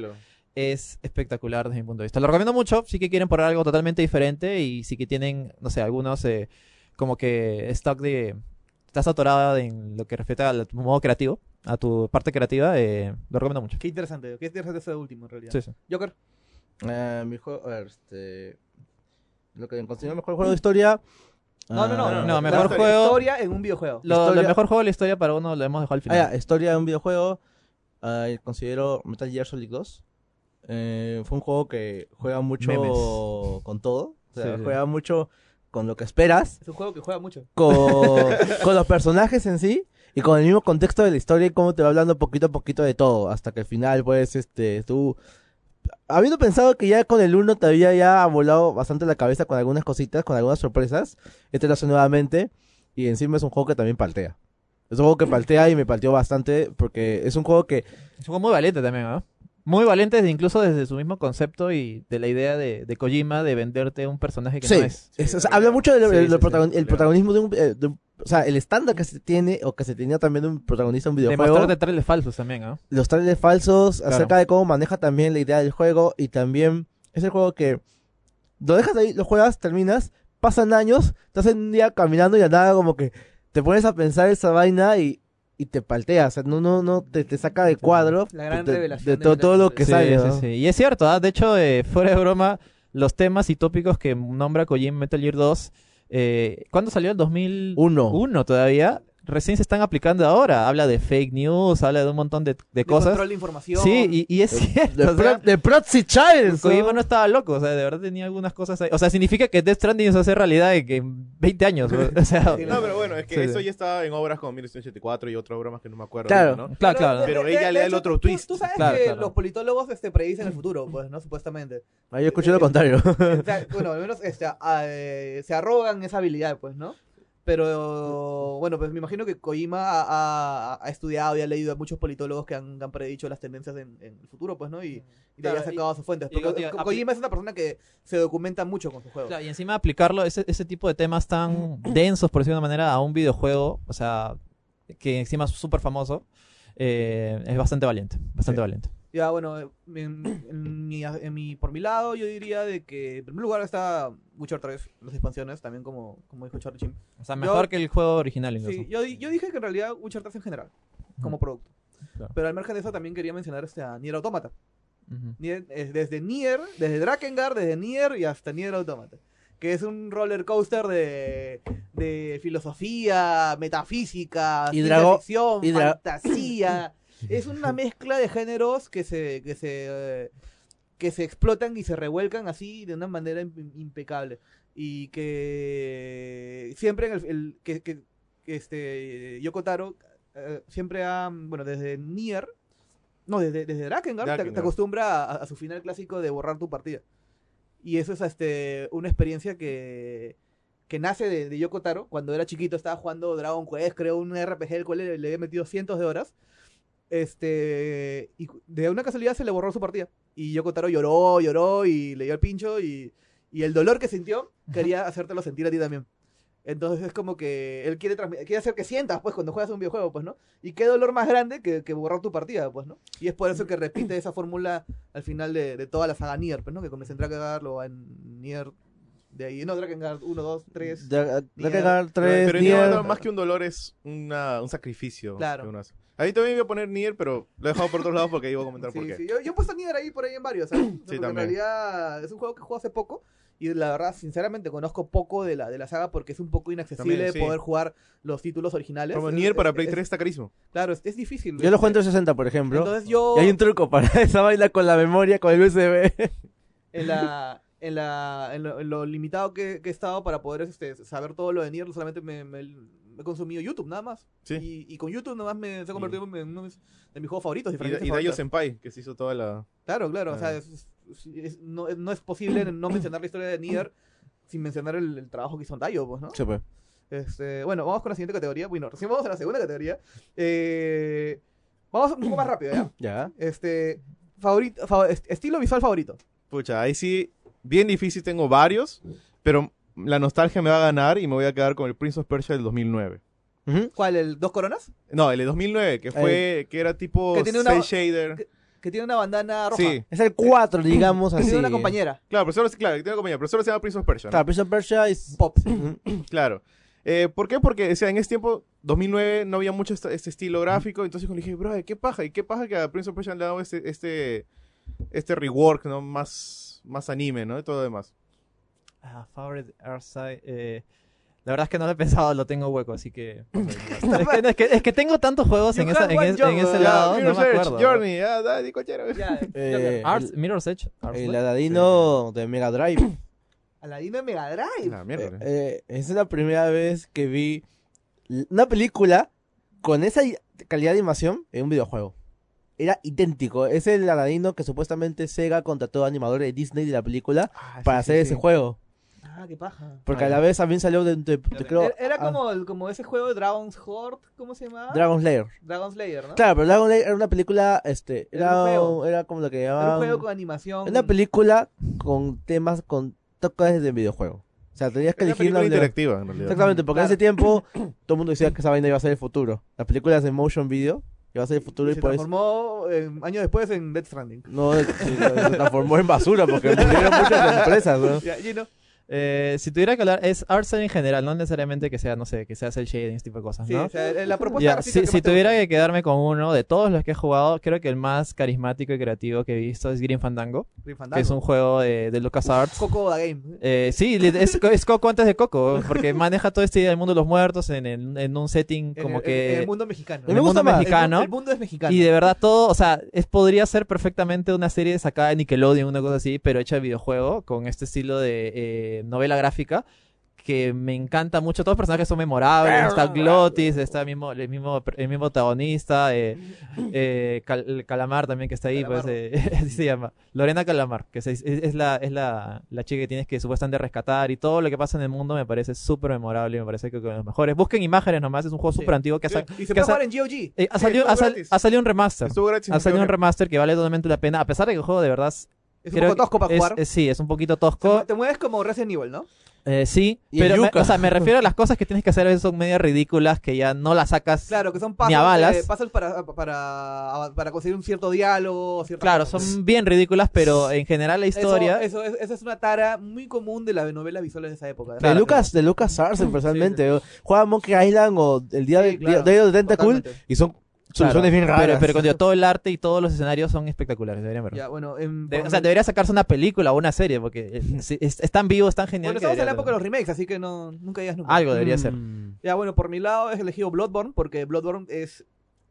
S3: es espectacular desde mi punto de vista. Lo recomiendo mucho, sí que quieren probar algo totalmente diferente y sí que tienen, no sé, algunos eh, como que stock de... Estás atorada en lo que respecta al tu modo creativo, a tu parte creativa, eh, lo recomiendo mucho.
S2: Qué interesante, qué interesante ese último en realidad.
S3: Sí, sí.
S2: Joker.
S4: Eh, mi juego, a ver, este. Lo que considero mejor juego de historia.
S2: No, no, no,
S4: ah,
S5: no,
S3: No,
S5: La
S3: mejor
S2: La
S3: juego...
S2: Historia en un videojuego.
S3: Lo, lo
S4: Historia-
S3: mejor juego de la historia para uno lo hemos dejado al
S4: Ah,
S3: final.
S4: ya, historia de un videojuego. ah, considero Metal Gear Solid 2. Eh, fue un juego que juega mucho
S3: Memes.
S4: con todo. O sea,
S3: Sí, sí.
S4: juega mucho con lo que esperas,
S2: Es un juego que juega mucho.
S4: con, con los personajes en sí y con el mismo contexto de la historia y cómo te va hablando poquito a poquito de todo. Hasta que al final, pues, este, tú. Habiendo pensado que ya con el 1 te había ya volado bastante la cabeza con algunas cositas, con algunas sorpresas, este lo hace nuevamente. Y encima es un juego que también paltea. Es un juego que paltea y me palteó bastante porque es un juego que
S3: Es un juego muy valiente también, ¿no? Muy valiente desde- incluso desde su mismo concepto y de la idea de, de Kojima de venderte un personaje que
S4: sí,
S3: no es.
S4: es-
S5: Sí,
S4: o sea,
S5: la
S4: habla
S5: verdad.
S4: mucho del
S3: Sí,
S4: del
S3: sí, sí,
S4: protagon-
S5: la
S4: el
S5: verdad.
S4: protagonismo de un, eh, de un- o sea, el estándar que se tiene o que se tenía también de un protagonista de un
S3: De
S4: videojuego.
S3: mostrarte trailers falsos también, ¿no?
S4: los trailers falsos,
S3: Claro.
S4: acerca de cómo maneja también la idea del juego y también es el juego que lo dejas ahí, lo juegas, terminas, pasan años, estás en un día caminando y a nada como que te pones a pensar esa vaina y, y y te paltea, o sea, no, no, no, te, te saca de cuadro
S2: La gran
S4: de- de,
S2: revelación
S4: de
S2: de
S4: to-
S2: Black
S4: todo lo
S2: Panther.
S4: que sale.
S3: sí,
S4: ¿no?
S3: sí, sí. Y es cierto, ¿ah? de hecho, eh, fuera de broma, los temas y tópicos que nombra Kojima en Metal Gear 2, eh, ¿cuándo salió? ¿El 2001
S4: Uno.
S3: todavía? Recién se están aplicando ahora. Habla de fake news, habla de un montón de, de
S2: de
S3: cosas.
S2: control de información.
S3: Sí, y, y es
S4: De,
S3: cierto. o
S4: pro,
S3: sea,
S4: de Proxy Child.
S3: Kojima no estaba loco, o sea, de verdad tenía algunas cosas ahí. O sea, significa que Death Stranding se hace realidad en, en 20 años. O sea,
S5: No, pero bueno, es que
S3: Sí.
S5: eso ya estaba en obras como 1984 y otras obras más que no me acuerdo.
S4: Claro.
S5: ¿no?
S3: claro, claro.
S5: Pero ella le da el
S2: hecho,
S5: otro
S2: tú-
S5: twist.
S2: Tú sabes
S3: Claro,
S2: que
S3: claro.
S2: los politólogos este, predicen el futuro, pues, ¿no? Supuestamente.
S4: Ah, yo escuché lo contrario.
S2: O sea, bueno, al menos este, a- eh, se arrogan esa habilidad, pues, ¿no? Pero bueno, pues me imagino que Kojima ha, ha- ha estudiado y ha leído a muchos politólogos que han, que han predicho las tendencias en, en el futuro, pues, ¿no? Y, y de ahí
S3: Claro,
S2: ha sacado sus fuentes.
S3: y
S2: Porque
S3: contigo,
S2: Ko-
S3: apli-
S2: Kojima es una persona que se documenta mucho con su juego.
S3: Claro, y encima aplicarlo, ese, ese tipo de temas tan densos, por decirlo de una manera, a un videojuego, o sea, que encima es súper famoso, eh, es bastante valiente, bastante
S2: Sí.
S3: valiente.
S2: Ya, bueno, en, en mi, en mi- por mi lado, yo diría de que en primer lugar está Witcher 3, las expansiones, también como, como dijo Charlie Chim.
S3: O sea,
S2: Yo-
S3: mejor que el juego original incluso.
S2: Sí, yo, di- yo dije que en realidad Witcher 3 en general, como producto.
S3: Claro.
S2: Pero al margen de eso también quería mencionar este, a Nier Automata.
S3: Ujú.
S2: Nier- eh, desde Nier, desde Drakengard, desde Nier y hasta Nier Automata. Que es un roller coaster de, de filosofía, metafísica,
S4: Y
S2: ciencia
S4: drago-
S2: ficción,
S4: y dra-
S2: fantasía. es una mezcla de géneros que se, que se eh, que se explotan y se revuelcan así de una manera im- impecable. Y que siempre en el, el- que, que- que este Yoko Taro eh, siempre ha, bueno, desde Nier, no, desde, desde Drakengard, te- Te,
S5: Drakengard.
S2: acostumbra a, a su final clásico de borrar tu partida. Y eso es este, una experiencia que, que nace de, de Yoko Taro. Cuando era chiquito estaba jugando Dragon Quest, creo un RPG al cual le, le había metido cientos de horas. Este, y cu- de una casualidad se le borró su partida. Y Yoko Taro lloró, lloró y le dio el pincho y, y el dolor que sintió quería hacértelo sentir a ti también. Entonces es como que él quiere, transmi- quiere hacer que sientas, pues, cuando juegas un videojuego, pues, ¿no? Y qué dolor más grande que, que borrar tu partida, pues, ¿no? Y es por eso que repite esa fórmula al final de, de toda la saga Nier, pues, ¿no? Que comencé en Drakengard, luego en Nier, de ahí, no, Drakengard 1, 2, 3.
S4: Dra-
S2: Nier.
S4: Drakengard tres,
S5: pero
S4: Nier.
S5: Nier, no, más que un dolor es una- un sacrificio.
S2: Claro.
S5: que uno hace. Ahí también voy a poner Nier, pero lo he dejado por otros lados porque ahí voy a comentar por
S2: Sí,
S5: qué.
S2: sí. Yo, yo he puesto Nier ahí por ahí en varios, ¿sabes? No, porque En
S5: también.
S2: realidad es un juego que juego hace poco y la verdad, sinceramente, conozco poco de la, de la saga porque es un poco inaccesible
S5: También, sí.
S2: poder jugar los títulos originales.
S5: Como
S2: Es-
S5: Nier para
S2: es-
S5: Play
S2: es-
S5: 3 está carísimo.
S2: Claro, es, es difícil.
S4: Yo lo juego en 360, por ejemplo.
S2: Entonces yo...
S4: Y hay un truco para esa vaina con la memoria, con el USB.
S2: en la en la en lo, en lo limitado que, que he estado para poder este, saber todo lo de Nier solamente me, me- me he consumido YouTube nada más
S5: Sí.
S2: y, y con YouTube nada más me se ha convertido en uno de mis, de mis juegos favoritos y
S5: Y,
S2: franquicias
S5: y Dayo
S2: favoritas.
S5: Senpai, que se hizo toda la.
S2: claro claro o sea
S5: Ah.
S2: es- es- es- no, no es posible no mencionar la historia de Nier sin mencionar el, el trabajo que hizo Dayo pues no
S4: Sí, pues.
S2: este, bueno, vamos con la siguiente categoría. Bueno, recién vamos a la segunda categoría. Eh, vamos un poco más rápido, ¿ya?
S4: Ya.
S2: Este, favorito, fa- est- estilo visual favorito.
S5: Pucha, ahí sí, bien difícil, tengo varios, pero la nostalgia me va a ganar y me voy a quedar con el Prince of Persia del 2009.
S4: Ujú.
S2: ¿Cuál? ¿El dos coronas?
S5: No, el de 2009, que fue, que era tipo
S2: Que
S5: que
S2: tiene una-
S5: shader.
S2: que- Que tiene una bandana roja.
S5: Sí,
S4: Es el 4, digamos
S2: Ha
S4: así.
S2: sido una compañera.
S5: claro, pero solo, claro, que tiene compañía, pero solo se llama Prince of Persia. ¿no?
S4: Claro, Prince of Persia eh, es...
S2: Pop.
S5: Claro. Eh, ¿Por qué? Porque o sea, en ese tiempo, 2009, no había mucho esta- este estilo gráfico. Entonces cuando dije, bro, ¿qué paja? ¿Y qué paja que a Prince of Persia le han dado este, este, este rework, ¿no? Más, más anime, ¿no? Y todo lo demás.
S3: Ah, favorite Earthside, eh, la verdad es que no lo he pensado, lo tengo hueco, así que... es, que es que- es que tengo tantos juegos
S2: You
S3: en, esa-
S2: had
S3: en
S2: one
S3: es-
S2: job,
S3: en ese
S2: ¿verdad?
S3: lado, no
S5: Ya,
S3: me
S5: Mirror's Edge,
S3: acuerdo.
S5: Journey, ya, dale, cochero.
S4: Eh,
S3: Arts- Mirror's Edge, Arts-
S4: El Aladino de Mega Drive.
S2: Aladino de Mega Drive.
S5: La mierda.
S4: Eh, esa es la primera vez que vi l- una película con esa i- calidad de animación en un videojuego. Era idéntico. Es el Aladino que supuestamente Sega contrató a animadores de Disney de la película para hacer ese juego.
S2: Ah, qué paja.
S4: Porque
S3: Ah,
S4: a la
S3: ya.
S4: vez también salió de, de- de- creo,
S2: Era, era
S4: ah,
S2: como, el- como ese juego de Dragon's Horde, ¿cómo se llamaba?
S4: Dragon Slayer.
S2: Dragon Slayer, ¿no?
S4: Claro, pero Dragon Slayer era una película, este,
S2: Era
S4: era,
S2: un juego.
S4: era como lo que
S2: Era un
S4: llamaban...
S2: juego con animación.
S4: Una película con temas, con toques de videojuego. O sea, tenías que
S5: Era
S4: elegir
S5: una película
S4: la-
S5: interactiva, en realidad.
S4: Exactamente, porque en
S2: Claro.
S4: ese tiempo todo el mundo decía que esa vaina iba a ser el futuro. Las películas de motion video iba a ser el futuro
S3: pues.
S4: y,
S2: se
S4: por eso...
S2: transformó eh, años después en Death Stranding.
S3: Ah.
S4: No, se, se transformó en basura porque murieron muchas empresas, ¿no?
S2: Ya, Gino.
S3: Eh, si tuviera que hablar, es art style en general, no necesariamente que sea, no sé, que sea el shading, ese tipo de cosas,
S2: Sí,
S3: ¿no?
S2: o sea, eh, la propuesta
S3: Ya,
S2: artística
S3: si
S2: que
S3: si
S2: más te
S3: tuviera
S2: gusta.
S3: que quedarme con uno de todos los que he jugado, creo que el más carismático y creativo que he visto es Green Fandango,
S2: Grim
S3: que es
S2: Fandango.
S3: un juego de, de LucasArts.
S2: Coco da Game.
S3: Eh, sí, li- es, es Coco antes de Coco, porque maneja toda esta idea del mundo de los muertos en, el- en un setting
S2: En
S3: como
S2: el-
S3: que...
S2: en el mundo mexicano.
S3: en el mundo
S2: El mu-
S3: mexicano.
S2: El, mundo es mexicano.
S3: Y de verdad todo, o sea, es, podría ser perfectamente una serie sacada de Nickelodeon, una cosa así, pero hecha de videojuego, con este estilo de eh, novela gráfica, que me encanta mucho. Todos los personajes son memorables, está Glotis, está mismo, el, mismo, el mismo protagonista, eh, eh, Cal- el Calamar también que está ahí, pues eh, así se llama. Lorena Calamar, que se- es, es la, es la, la chica que tienes que supuestamente rescatar y todo lo que pasa en el mundo me parece súper memorable, me parece que uno de los mejores. Busquen imágenes nomás, es un juego súper antiguo que ha, sa-
S5: Y
S3: que
S5: se
S2: ¿Qué
S3: ha
S5: puede-
S3: sa-
S2: jugar en GOG?
S3: eh, ha salido,
S5: estuvo
S3: ha, sal-
S5: gratis.
S3: ha salido un remaster.
S5: Estuvo gratis.
S3: Ha
S5: no
S3: salido
S5: creo
S3: un remaster que vale totalmente la pena. A pesar de que el juego de verdad
S2: Es
S3: creo
S2: un poco tosco para
S3: es-
S2: jugar.
S3: es- sí, es un poquito
S2: Te
S3: tosco.
S2: mue- Te mueves como Resident Evil, ¿no?
S3: eh, sí,
S4: Y el
S3: pero me,
S4: yuca.
S3: o sea, me refiero a las cosas que tienes que hacer. A veces son medio ridículas que ya no las sacas.
S2: Claro, que son pasos,
S3: Ni a balas.
S2: eh, pasos para, para, para conseguir un cierto diálogo. ciertas
S3: Claro,
S2: cosas.
S3: son bien ridículas, pero en general la historia.
S2: Eso, eso, es- esa es una tara muy común de las novelas visuales de esa época.
S4: De
S3: Claro.
S4: Lucas, de Lucas Arts, personalmente. Juega Monkey Island o el día
S2: Sí,
S4: de,
S2: claro,
S4: Day of the Tentacle
S2: Totalmente.
S4: y son
S3: claro,
S4: soluciones bien raras.
S3: Pero, pero contigo, todo el arte y todos los escenarios son espectaculares. Deberían verlo.
S2: Ya, bueno, en-
S3: De-
S2: por-
S3: o sea, debería sacarse una película o una serie porque es, es- es tan vivo, es tan genial.
S2: bueno,
S3: que
S2: estamos en la
S3: debería
S2: época de los
S3: hacerlo. Ah,
S2: remakes, así que no, nunca digas nunca.
S3: Algo debería ser.
S2: Ya, bueno, por mi lado he elegido Bloodborne, porque Bloodborne es,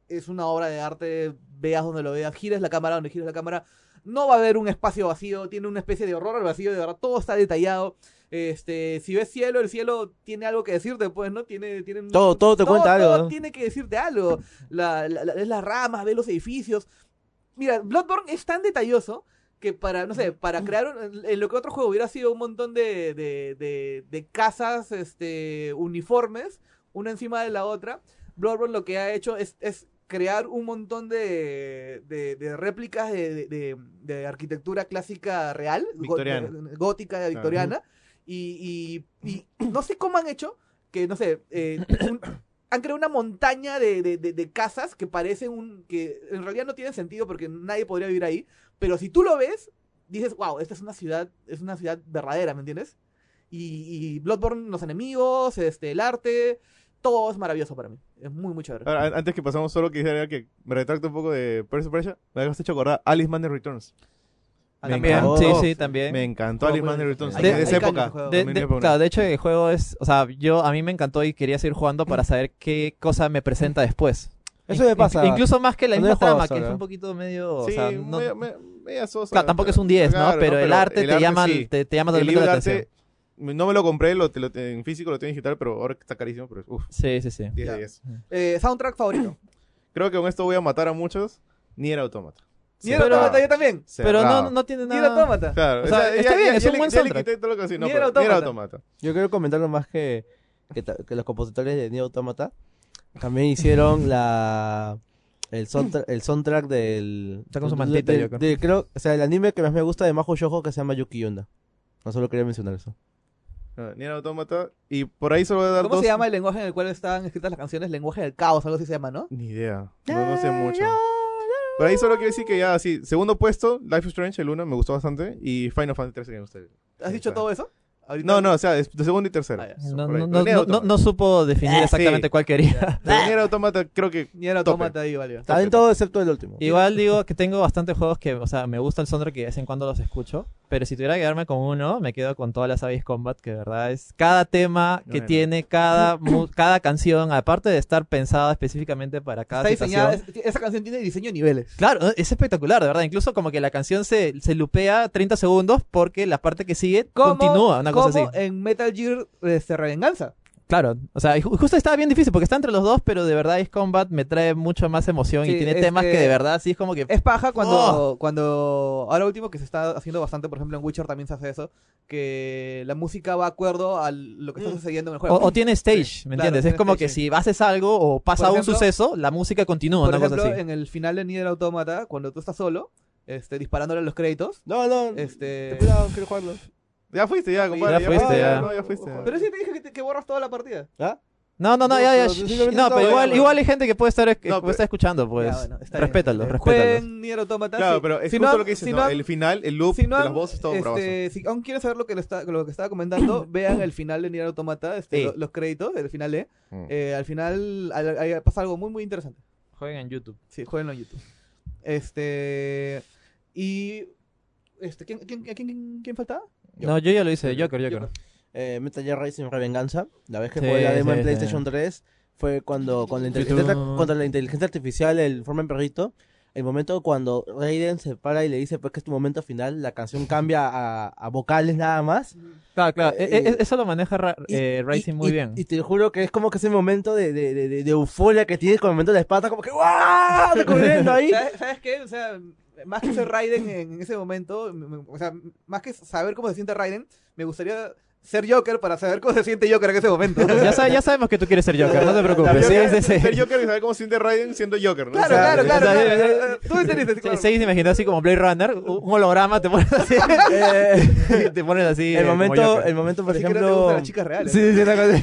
S2: es una obra de arte, veas donde lo veas, gires la cámara donde gires la cámara, no va a haber un espacio vacío, tiene una especie de horror al vacío, de verdad, todo está detallado. Este, si ves cielo, el cielo tiene algo que decirte, pues, ¿no? Tiene, tiene
S4: Todo- todo te cuenta algo,
S2: Todo
S4: ¿no?
S2: tiene que decirte algo. La, la, la- es las ramas, ve los edificios. Mira, Bloodborne es tan detalloso que para, no sé, para crear un- en lo que otro juego hubiera sido un montón de, de, de, de casas este, uniformes, una encima de la otra, Bloodborne lo que ha hecho es, es crear un montón de, de, de réplicas de, de- de- de arquitectura clásica real, go-
S5: Victoriana.
S2: de- gótica, victoriana, y, y- y no sé cómo han hecho que, no sé, eh, un- han creado una montaña de, de- de- de casas que parecen un... que en realidad no tienen sentido porque nadie podría vivir ahí, pero si tú lo ves, dices, wow, esta es una ciudad, es una ciudad verdadera, ¿me entiendes? Y, y Bloodborne, los enemigos, este, el arte, todo es maravilloso para mí. Es muy, muy chévere.
S5: Ahora, an- antes que pasamos solo, quisiera que me retracto un poco de Percy Pressure. Me has hecho acordar Alice Manner Returns. Me
S3: También,
S5: encantó.
S3: sí, sí, también.
S5: Me encantó
S2: Oh,
S5: Alice
S2: bueno.
S5: Manner Returns.
S3: Hay-
S5: De,
S3: hay
S5: esa
S2: caños
S5: época.
S2: de juego.
S3: De-
S5: También
S3: de-
S5: época.
S3: claro, de hecho el juego es, o sea, yo a mí me encantó y quería seguir jugando para saber qué cosa me presenta después.
S4: Eso me
S3: Inc-
S4: pasa.
S3: Incluso más que la
S4: Cuando
S3: misma
S4: he jugado
S3: trama, que
S4: solo.
S3: es un poquito medio,
S5: Sí,
S3: o sea, no-
S5: media- me- media sosa,
S3: claro, tampoco es un 10, ¿no?
S5: claro,
S3: Pero, el arte te llama,
S5: sí.
S3: te, te llama
S5: el
S3: totalmente
S5: libro de
S3: la
S5: arte.
S3: atención.
S5: No me lo compré lo, te- lo, te- en físico, lo tengo en digital, pero ahora está carísimo. Pero uff,
S3: Sí, sí, sí.
S5: 10 de
S2: Ya.
S5: 10.
S2: Eh, soundtrack favorito.
S5: Creo que con esto voy a matar a muchos. Ni era automata.
S2: Nier Automata yo también.
S3: Pero no, no tiene
S2: Nier
S3: nada.
S2: Automata.
S5: Claro,
S3: O sea,
S5: esa-
S3: está
S5: ya-
S3: bien,
S5: ya-
S3: es
S5: ya
S3: un
S5: le-
S3: buen
S5: ya le
S3: soundtrack.
S5: quité todo lo que hacía. No,
S2: Nier
S5: pero Nier
S2: Automata.
S5: Automata.
S4: Yo quiero comentar nomás que, que, ta- que los compositores de Nier Automata también hicieron la el, soundtra- el soundtrack del
S3: Está con su
S4: de-
S3: mantita,
S4: de-
S3: yo creo.
S4: de- creo, o sea, el anime que más me gusta de Majo Shoujo que se llama Yuki Yunda. No solo quería mencionar eso.
S5: Ah, Nier Automata. Y por ahí solo voy a dar
S2: ¿Cómo
S5: dos.
S2: se llama el lenguaje en el cual están escritas las canciones? Lenguaje del caos, algo así se llama, ¿no?
S5: Ni idea. No, no sé mucho. Por ahí solo quiero decir que ya, sí. Segundo puesto, Life is Strange, el 1, me gustó bastante. Y Final Fantasy 3 serían ustedes.
S2: ¿Has dicho
S5: Ahí está.
S2: todo eso? Ahorita-
S5: No, no, o sea, es de segundo y tercero.
S2: Ah, ya.
S3: No,
S5: Por ahí.
S3: no,
S5: Pero
S3: no,
S5: Nier
S3: no-
S5: Automata.
S3: no supo definir
S5: Eh,
S3: exactamente
S5: sí.
S3: cuál quería.
S5: Pero Nier Automata creo que
S2: Nier Automata ahí valió.
S4: Está en todo excepto el último.
S3: Igual digo que tengo bastantes juegos que, o sea, me gusta el soundtrack y de vez en cuando los escucho. Pero si tuviera que quedarme con uno, me quedo con todas las Abyss Combat, que de verdad es cada tema que
S5: Bueno.
S3: tiene, cada, mu- cada canción, aparte de estar pensada específicamente para cada
S2: Está diseñada,
S3: situación.
S2: es- esa canción tiene diseño de niveles.
S3: Claro, e-, es espectacular, de verdad. Incluso como que la canción se, se lupea 30 segundos porque la parte que sigue
S2: Como-
S3: continúa, una cosa
S2: como
S3: así.
S2: en Metal Gear este, Revenganza.
S3: Claro, o sea, y ju- justo estaba bien difícil porque está entre los dos, pero de verdad Ace Combat me trae mucho más emoción
S2: Sí,
S3: y tiene
S2: este-
S3: temas que de verdad sí es como que...
S2: Es paja
S5: Oh.
S2: cuando, cuando. Ahora último que se está haciendo bastante, por ejemplo, en Witcher también se hace eso. Que la música va acuerdo a lo que
S5: Mm.
S2: está sucediendo en el
S3: O,
S2: juego.
S3: o tiene stage, ¿me
S2: claro,
S3: entiendes?
S2: tiene
S3: es como
S2: stage,
S3: que
S2: sí.
S3: si haces algo o pasa
S2: Por
S3: un
S2: ejemplo-
S3: suceso, la música continúa,
S2: por
S3: una
S2: ejemplo,
S3: cosa así.
S2: en el final de Nier Automata, cuando tú estás solo, este, disparándole a los créditos.
S4: No,
S5: Mm.
S4: no.
S2: Este.
S4: Cuidado, quiero jugarlo.
S5: Ya fuiste, ya, compadre.
S3: Ya fuiste, ya.
S5: No, ya fuiste. ya.
S2: Pero sí te dije que, te- que borras toda la partida.
S4: ¿Ah?
S3: No, no, no, ya, ya. shh, shh, No, pero igual, igual hay gente que puede estar, que
S5: No,
S3: puede
S5: pero-
S3: estar escuchando, pues.
S2: Ya, bueno, está bien.
S3: respétalos, respétalos.
S2: Jueguen Nier Automata.
S5: Claro,
S2: sí.
S5: pero es
S2: Si
S5: justo
S2: no-
S5: lo que dices,
S2: si
S5: ¿no?
S2: no-
S5: El final, el loop
S2: si no
S5: de
S2: han-
S5: las voces, todo bravazo.
S2: este, si aún quieren saber lo que, lo, está- lo que estaba comentando, vean el final de Nier Automata, este,
S3: Sí.
S2: lo- los créditos, el final E.
S5: Mm.
S2: Eh, al final al- al- pasa algo muy, muy interesante.
S3: Jueguen en YouTube.
S2: Sí, jueguenlo en YouTube. Este. Y. Este, ¿quién, quién, quién, quién- quién faltaba?
S3: No, yo ya lo hice, Joker, Joker.
S4: eh, Metal Gear Rising Revenganza. La vez que
S3: Sí,
S4: jugué la demo
S3: sí,
S4: en
S3: sí.
S4: PlayStation 3 fue cuando con la inteligencia,
S3: Tutum.
S4: contra la inteligencia artificial, el forma en perrito. El momento cuando Raiden se para y le dice, pues que es tu momento final, la canción cambia a, a vocales nada más.
S3: Claro, claro.
S4: Eh,
S3: e- e-
S4: eh,
S3: eso lo maneja Ra-
S4: Y-
S3: eh, Rising
S4: y-
S3: muy
S4: y-
S3: bien.
S4: Y te juro que es como que ese momento de, de, de, de- de euforia que tienes con el momento de la espada, como que ¡guau! Recorriendo ahí.
S2: ¿Sabes, sabes qué? O sea, más que ser Raiden en ese momento, me- me- o sea, más que saber cómo se siente Raiden, me gustaría ser Joker para saber cómo se siente Joker en ese momento.
S3: Ya, sa- ya sabemos que tú quieres ser Joker, no te preocupes.
S5: Pero
S3: Sí, sí,
S5: Joker-
S3: sí.
S5: Ser Joker y saber cómo se siente Raiden siendo Joker, ¿no?
S2: Claro,
S5: O sea,
S2: claro,
S5: eh,
S2: claro,
S3: o sea,
S2: claro, claro. Tú me entendiste, claro.
S3: Se imaginó así como Blade Runner, un un holograma, te pones así.
S4: Eh,
S3: te pones así. eh,
S4: el
S3: como
S4: momento,
S3: Joker.
S4: el momento, por
S2: Así que no te
S4: ejemplo.
S2: gustan las chicas reales.
S4: Sí, sí, una cosa así.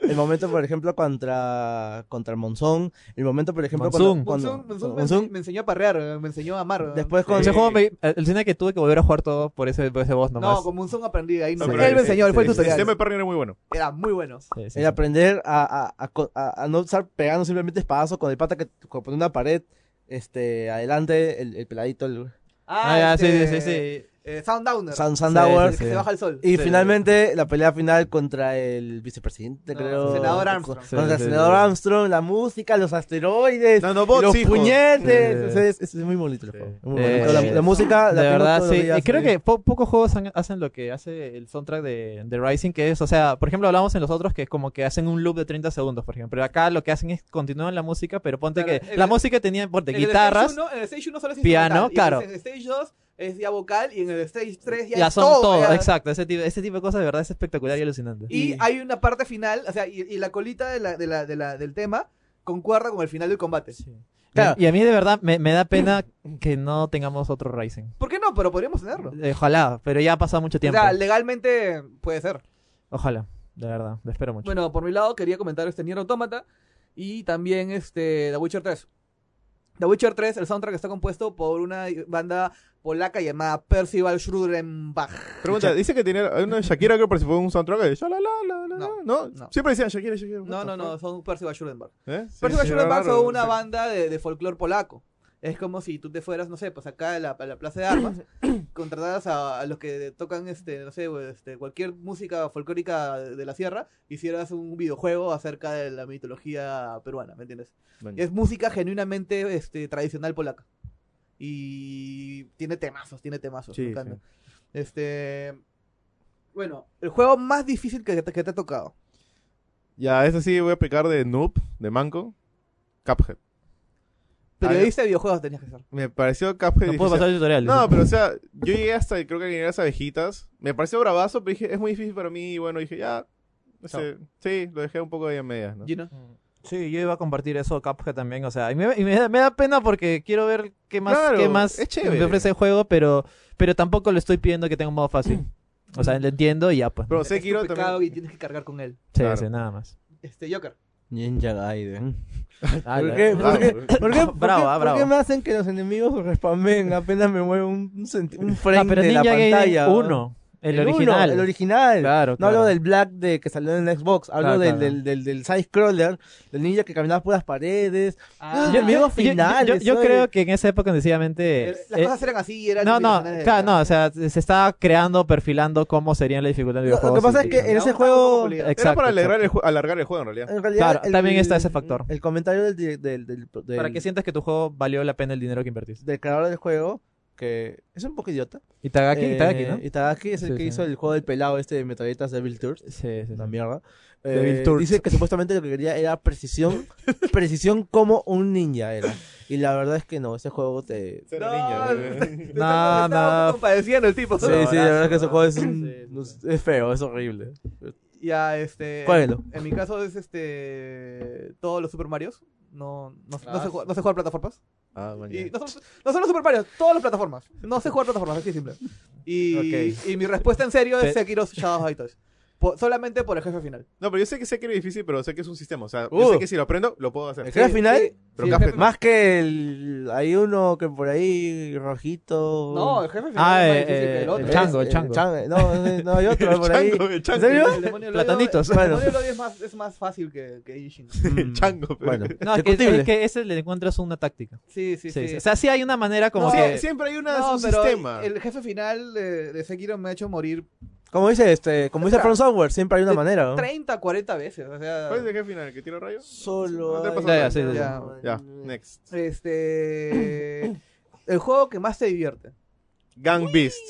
S4: El momento, por ejemplo, contra, contra Monzón. El momento, por ejemplo,
S3: Monzón.
S4: cuando.
S2: Monzón-
S4: cuando-
S2: Monzón me,
S4: Monzón.
S2: me enseñó a parrear, eh, me enseñó a amar.
S4: Después con.
S3: Ese juego me alucina que tuve que volver a jugar todo por ese, por ese boss nomás.
S2: No, con Monzón aprendí ahí. No, sé.
S5: No, pero
S2: él me
S5: el-
S2: enseñó, él fue el
S5: El sistema de
S2: tutorial.
S5: Perry era muy bueno.
S2: Era muy bueno.
S3: Sí, sí, sí.
S4: El aprender a, a, a co- a- a no estar pegando simplemente espadazo con el pata que te- con una pared. Este, adelante, el, el peladito, el
S3: Ah, ya, sí,
S2: este,
S3: sí, sí, sí.
S2: eh, Sundowner.
S4: Sun,
S2: El
S4: Sundowner.
S2: que
S3: sí.
S2: se baja el sol.
S4: Y
S2: Sí.
S4: finalmente la pelea final contra el vicepresidente,
S2: No,
S4: creo.
S2: senador Armstrong.
S4: Contra
S3: Sí,
S4: el
S3: sí,
S4: senador
S3: sí.
S4: Armstrong, la música, los asteroides,
S5: Nanobots,
S4: los
S5: hijo.
S4: puñetes.
S3: Sí.
S4: Entonces, es, es muy bonito el
S5: Sí.
S4: juego. Muy
S3: Eh,
S4: bonito. La, la
S2: ah,
S4: música, la
S3: de
S4: tengo
S3: verdad,
S4: todos
S3: sí.
S4: los días,
S3: Eh, creo
S4: sí.
S3: que po- pocos juegos han- hacen lo que hace el soundtrack de, de Rising, que es, o sea, por ejemplo, hablamos en los otros que es como que hacen un loop de 30 segundos, por ejemplo. Acá lo que hacen es continúan la música, pero ponte
S2: Claro,
S3: que
S2: el-
S3: la música tenía, ponte,
S2: En el
S3: guitarras.
S2: stage uno- en el stage 1 solo es
S3: piano,
S2: instrumental, y
S3: claro.
S2: En el stage 2 es ya vocal y en el stage 3 ya,
S3: Ya
S2: es
S3: son
S2: todo.
S3: todo,
S2: ya.
S3: exacto. Ese tipo, ese tipo de cosas de verdad es espectacular y alucinante.
S2: Y hay una parte final, o sea, y, y la colita de la, de la, de la, del tema concuerda con el final del combate.
S3: Sí.
S4: Claro.
S3: Y a mí de verdad me, me da pena que no tengamos otro Rising.
S2: ¿Por qué no? Pero podríamos tenerlo.
S3: Eh, ojalá, pero ya ha pasado mucho
S2: O
S3: tiempo.
S2: sea, legalmente puede ser.
S3: Ojalá, de verdad, lo espero mucho.
S2: Bueno, por mi lado quería comentar este Nier Automata y también este The Witcher 3. The Witcher 3, el soundtrack está compuesto por una banda polaca llamada Percival Schrudenbach.
S5: Pregunta, dice que tenía hay una Shakira que participó en un soundtrack de sha la la la la,
S2: No,
S5: ¿no?
S2: no.
S5: Siempre decían Shakira, Shakira.
S2: No,
S5: what
S2: no,
S5: the
S2: no,
S5: fuck.
S2: son Percival Schrudenbach.
S5: ¿Eh? Sí,
S2: Percival
S5: sí,
S2: Schrudenbach
S5: raro,
S2: son una
S5: sí.
S2: banda de, de folclore polaco. Es como si tú te fueras, no sé, pues acá a la, a la Plaza de Armas, contrataras a, a los que tocan, este, no sé, este, cualquier música folclórica de la sierra, hicieras un videojuego acerca de la mitología peruana, ¿me entiendes?
S5: Bueno.
S2: Es música genuinamente este, tradicional polaca. Y tiene temazos, tiene temazos.
S5: Sí,
S2: me encanta. Este. Bueno, el juego más difícil que te, que te ha tocado.
S5: Ya, eso sí voy a pecar de noob, de manco. Cuphead.
S2: Periodista de videojuegos tenías que ser.
S5: Me pareció Cuphead
S3: No
S5: difícil.
S3: puedo pasar el tutorial.
S5: No, pero o sea, yo llegué hasta, creo que llegué a las abejitas. Me pareció bravazo, pero dije, es muy difícil para mí. Y bueno, dije, ya, no sé. Sí, lo dejé un poco ahí a medias, ¿no?
S2: Gino.
S3: Sí, yo iba a compartir eso Cuphead también, o sea, y me, y me da, me da pena porque quiero ver qué más,
S5: Claro,
S3: qué más
S5: es chévere.
S3: me ofrece el juego, pero, pero tampoco le estoy pidiendo que tenga un modo fácil. O sea, lo entiendo y ya, pues.
S5: Pero
S2: Es tu
S5: Sekiro
S2: pecado y
S5: también.
S2: tienes que cargar con él.
S3: sí,
S5: claro.
S3: sí, nada más.
S2: Este, Joker.
S4: Ninja Gaiden.
S3: Ah,
S4: ¿Por
S3: la-
S4: qué?
S5: Bravo.
S4: ¿Por qué? ¿Por qué? ¿Por qué-
S3: Bravo, ah,
S4: por
S3: bravo.
S4: qué me hacen que los enemigos respamen apenas me mueven un, un, centi- un frame
S3: Ah, pero
S4: de
S3: Ninja
S4: la
S3: Gaiden
S4: pantalla? ¿no?
S3: 1, el,
S4: uno,
S3: original.
S4: el original.
S3: Claro,
S4: No hablo
S3: claro.
S4: del Black de que salió en el Xbox,
S3: Claro,
S4: hablo del,
S3: claro.
S4: del, del, del side scroller, del ninja que caminaba por las paredes. Ah,
S3: Yo, yo-
S4: amigos
S3: yo- yo-
S4: finales,
S3: yo
S4: oye.
S3: creo que en esa época, decididamente...
S2: El- las
S3: eh,
S2: cosas eran así, eran.
S3: no, no,
S2: dimensionales de-
S3: claro, no, o sea, se se está creando, perfilando cómo sería la dificultad del
S4: Lo-
S3: videojuego.
S4: lo que pasa
S3: sí.
S4: es que en
S2: Aún
S4: ese
S2: estamos
S4: juego-
S2: con
S3: Exacto,
S5: Era para
S3: exacto.
S5: alargar el, ju- alargar el juego, en realidad.
S4: En realidad,
S3: Claro, también está ese factor.
S4: El comentario del, di- del, del, del-
S3: Para que sientas que tu juego valió la pena el dinero que invertiste.
S4: del creador del juego, que es un poco idiota.
S3: Itagaki,
S4: Eh,
S3: Itagaki, ¿no?
S4: Itagaki es el
S3: Sí,
S4: que
S3: sí.
S4: hizo el juego del pelado este de Metralletas Devil Tours.
S3: Sí, sí, sí.
S4: La mierda.
S3: Devil
S4: Eh,
S3: Tours.
S4: dice que supuestamente lo que quería era precisión, precisión como un ninja era. Y la verdad es que no, ese juego te...
S5: Ser
S2: No,
S5: niña,
S2: Me estaba- me estaba
S3: no.
S2: compadeciendo el tipo.
S4: Sí, sí, la verdad es que ese juego es,
S3: Sí,
S4: un- es feo, es horrible.
S2: Ya, este.
S4: Jueguenlo.
S2: En mi caso es este. Todos los Super Marios. No, no, no, sé, jugar- no sé jugar plataformas.
S5: Ah,
S2: Y no, son- no solo Super Mario, todas las plataformas. No sé jugar plataformas, así de simple. Y, y mi respuesta en serio es
S3: Te-
S2: Sekiro Shadow of the Tomb Raider. po- solamente por el jefe final.
S5: No, pero yo sé que sé que es difícil, pero sé que es un sistema. O sea, yo
S4: Uh.
S5: sé que si lo aprendo, lo puedo hacer.
S4: El jefe final,
S5: Pero
S2: Sí, el
S5: capaz-
S2: jefe-
S4: más que el. Hay uno que por ahí, rojito.
S2: No, el jefe final
S3: Ah,
S2: es más
S3: eh,
S2: difícil que
S3: eh,
S2: el otro.
S3: el chango, el
S4: Eh,
S3: chango.
S4: No, eh, no, hay otro
S5: El
S4: por ahí.
S5: chango, el chango.
S4: ¿En serio?
S2: El demonio del
S3: Platanitos.
S2: odio- El
S4: Bueno.
S2: demonio del odio es más, es más fácil que, que Ishin.
S5: El chango, pero-
S4: Bueno,
S3: No, es que,
S4: discutible.
S3: es que ese le encuentras una táctica.
S2: Sí, sí, sí.
S3: Sí, sí. O sea, sí hay una manera como
S2: No,
S5: Sie-
S3: que...
S5: siempre hay una,
S2: No,
S5: un
S2: pero
S5: sistema.
S2: el jefe final de, de Sekiro me ha hecho morir
S4: Como dice este, como dice
S2: Espera.
S4: From Software, siempre hay una
S2: De-
S4: manera. ¿no?
S2: 30, 40 veces. O sea,
S5: ¿Cuál es el jefe final? ¿Que tiro rayos?
S4: Solo.
S5: No te
S4: hay-
S5: pasa
S3: Ya, ya, sí, sí, sí.
S2: Ya.
S5: Ya, next.
S2: este. el juego que más te divierte:
S5: Gang Beast.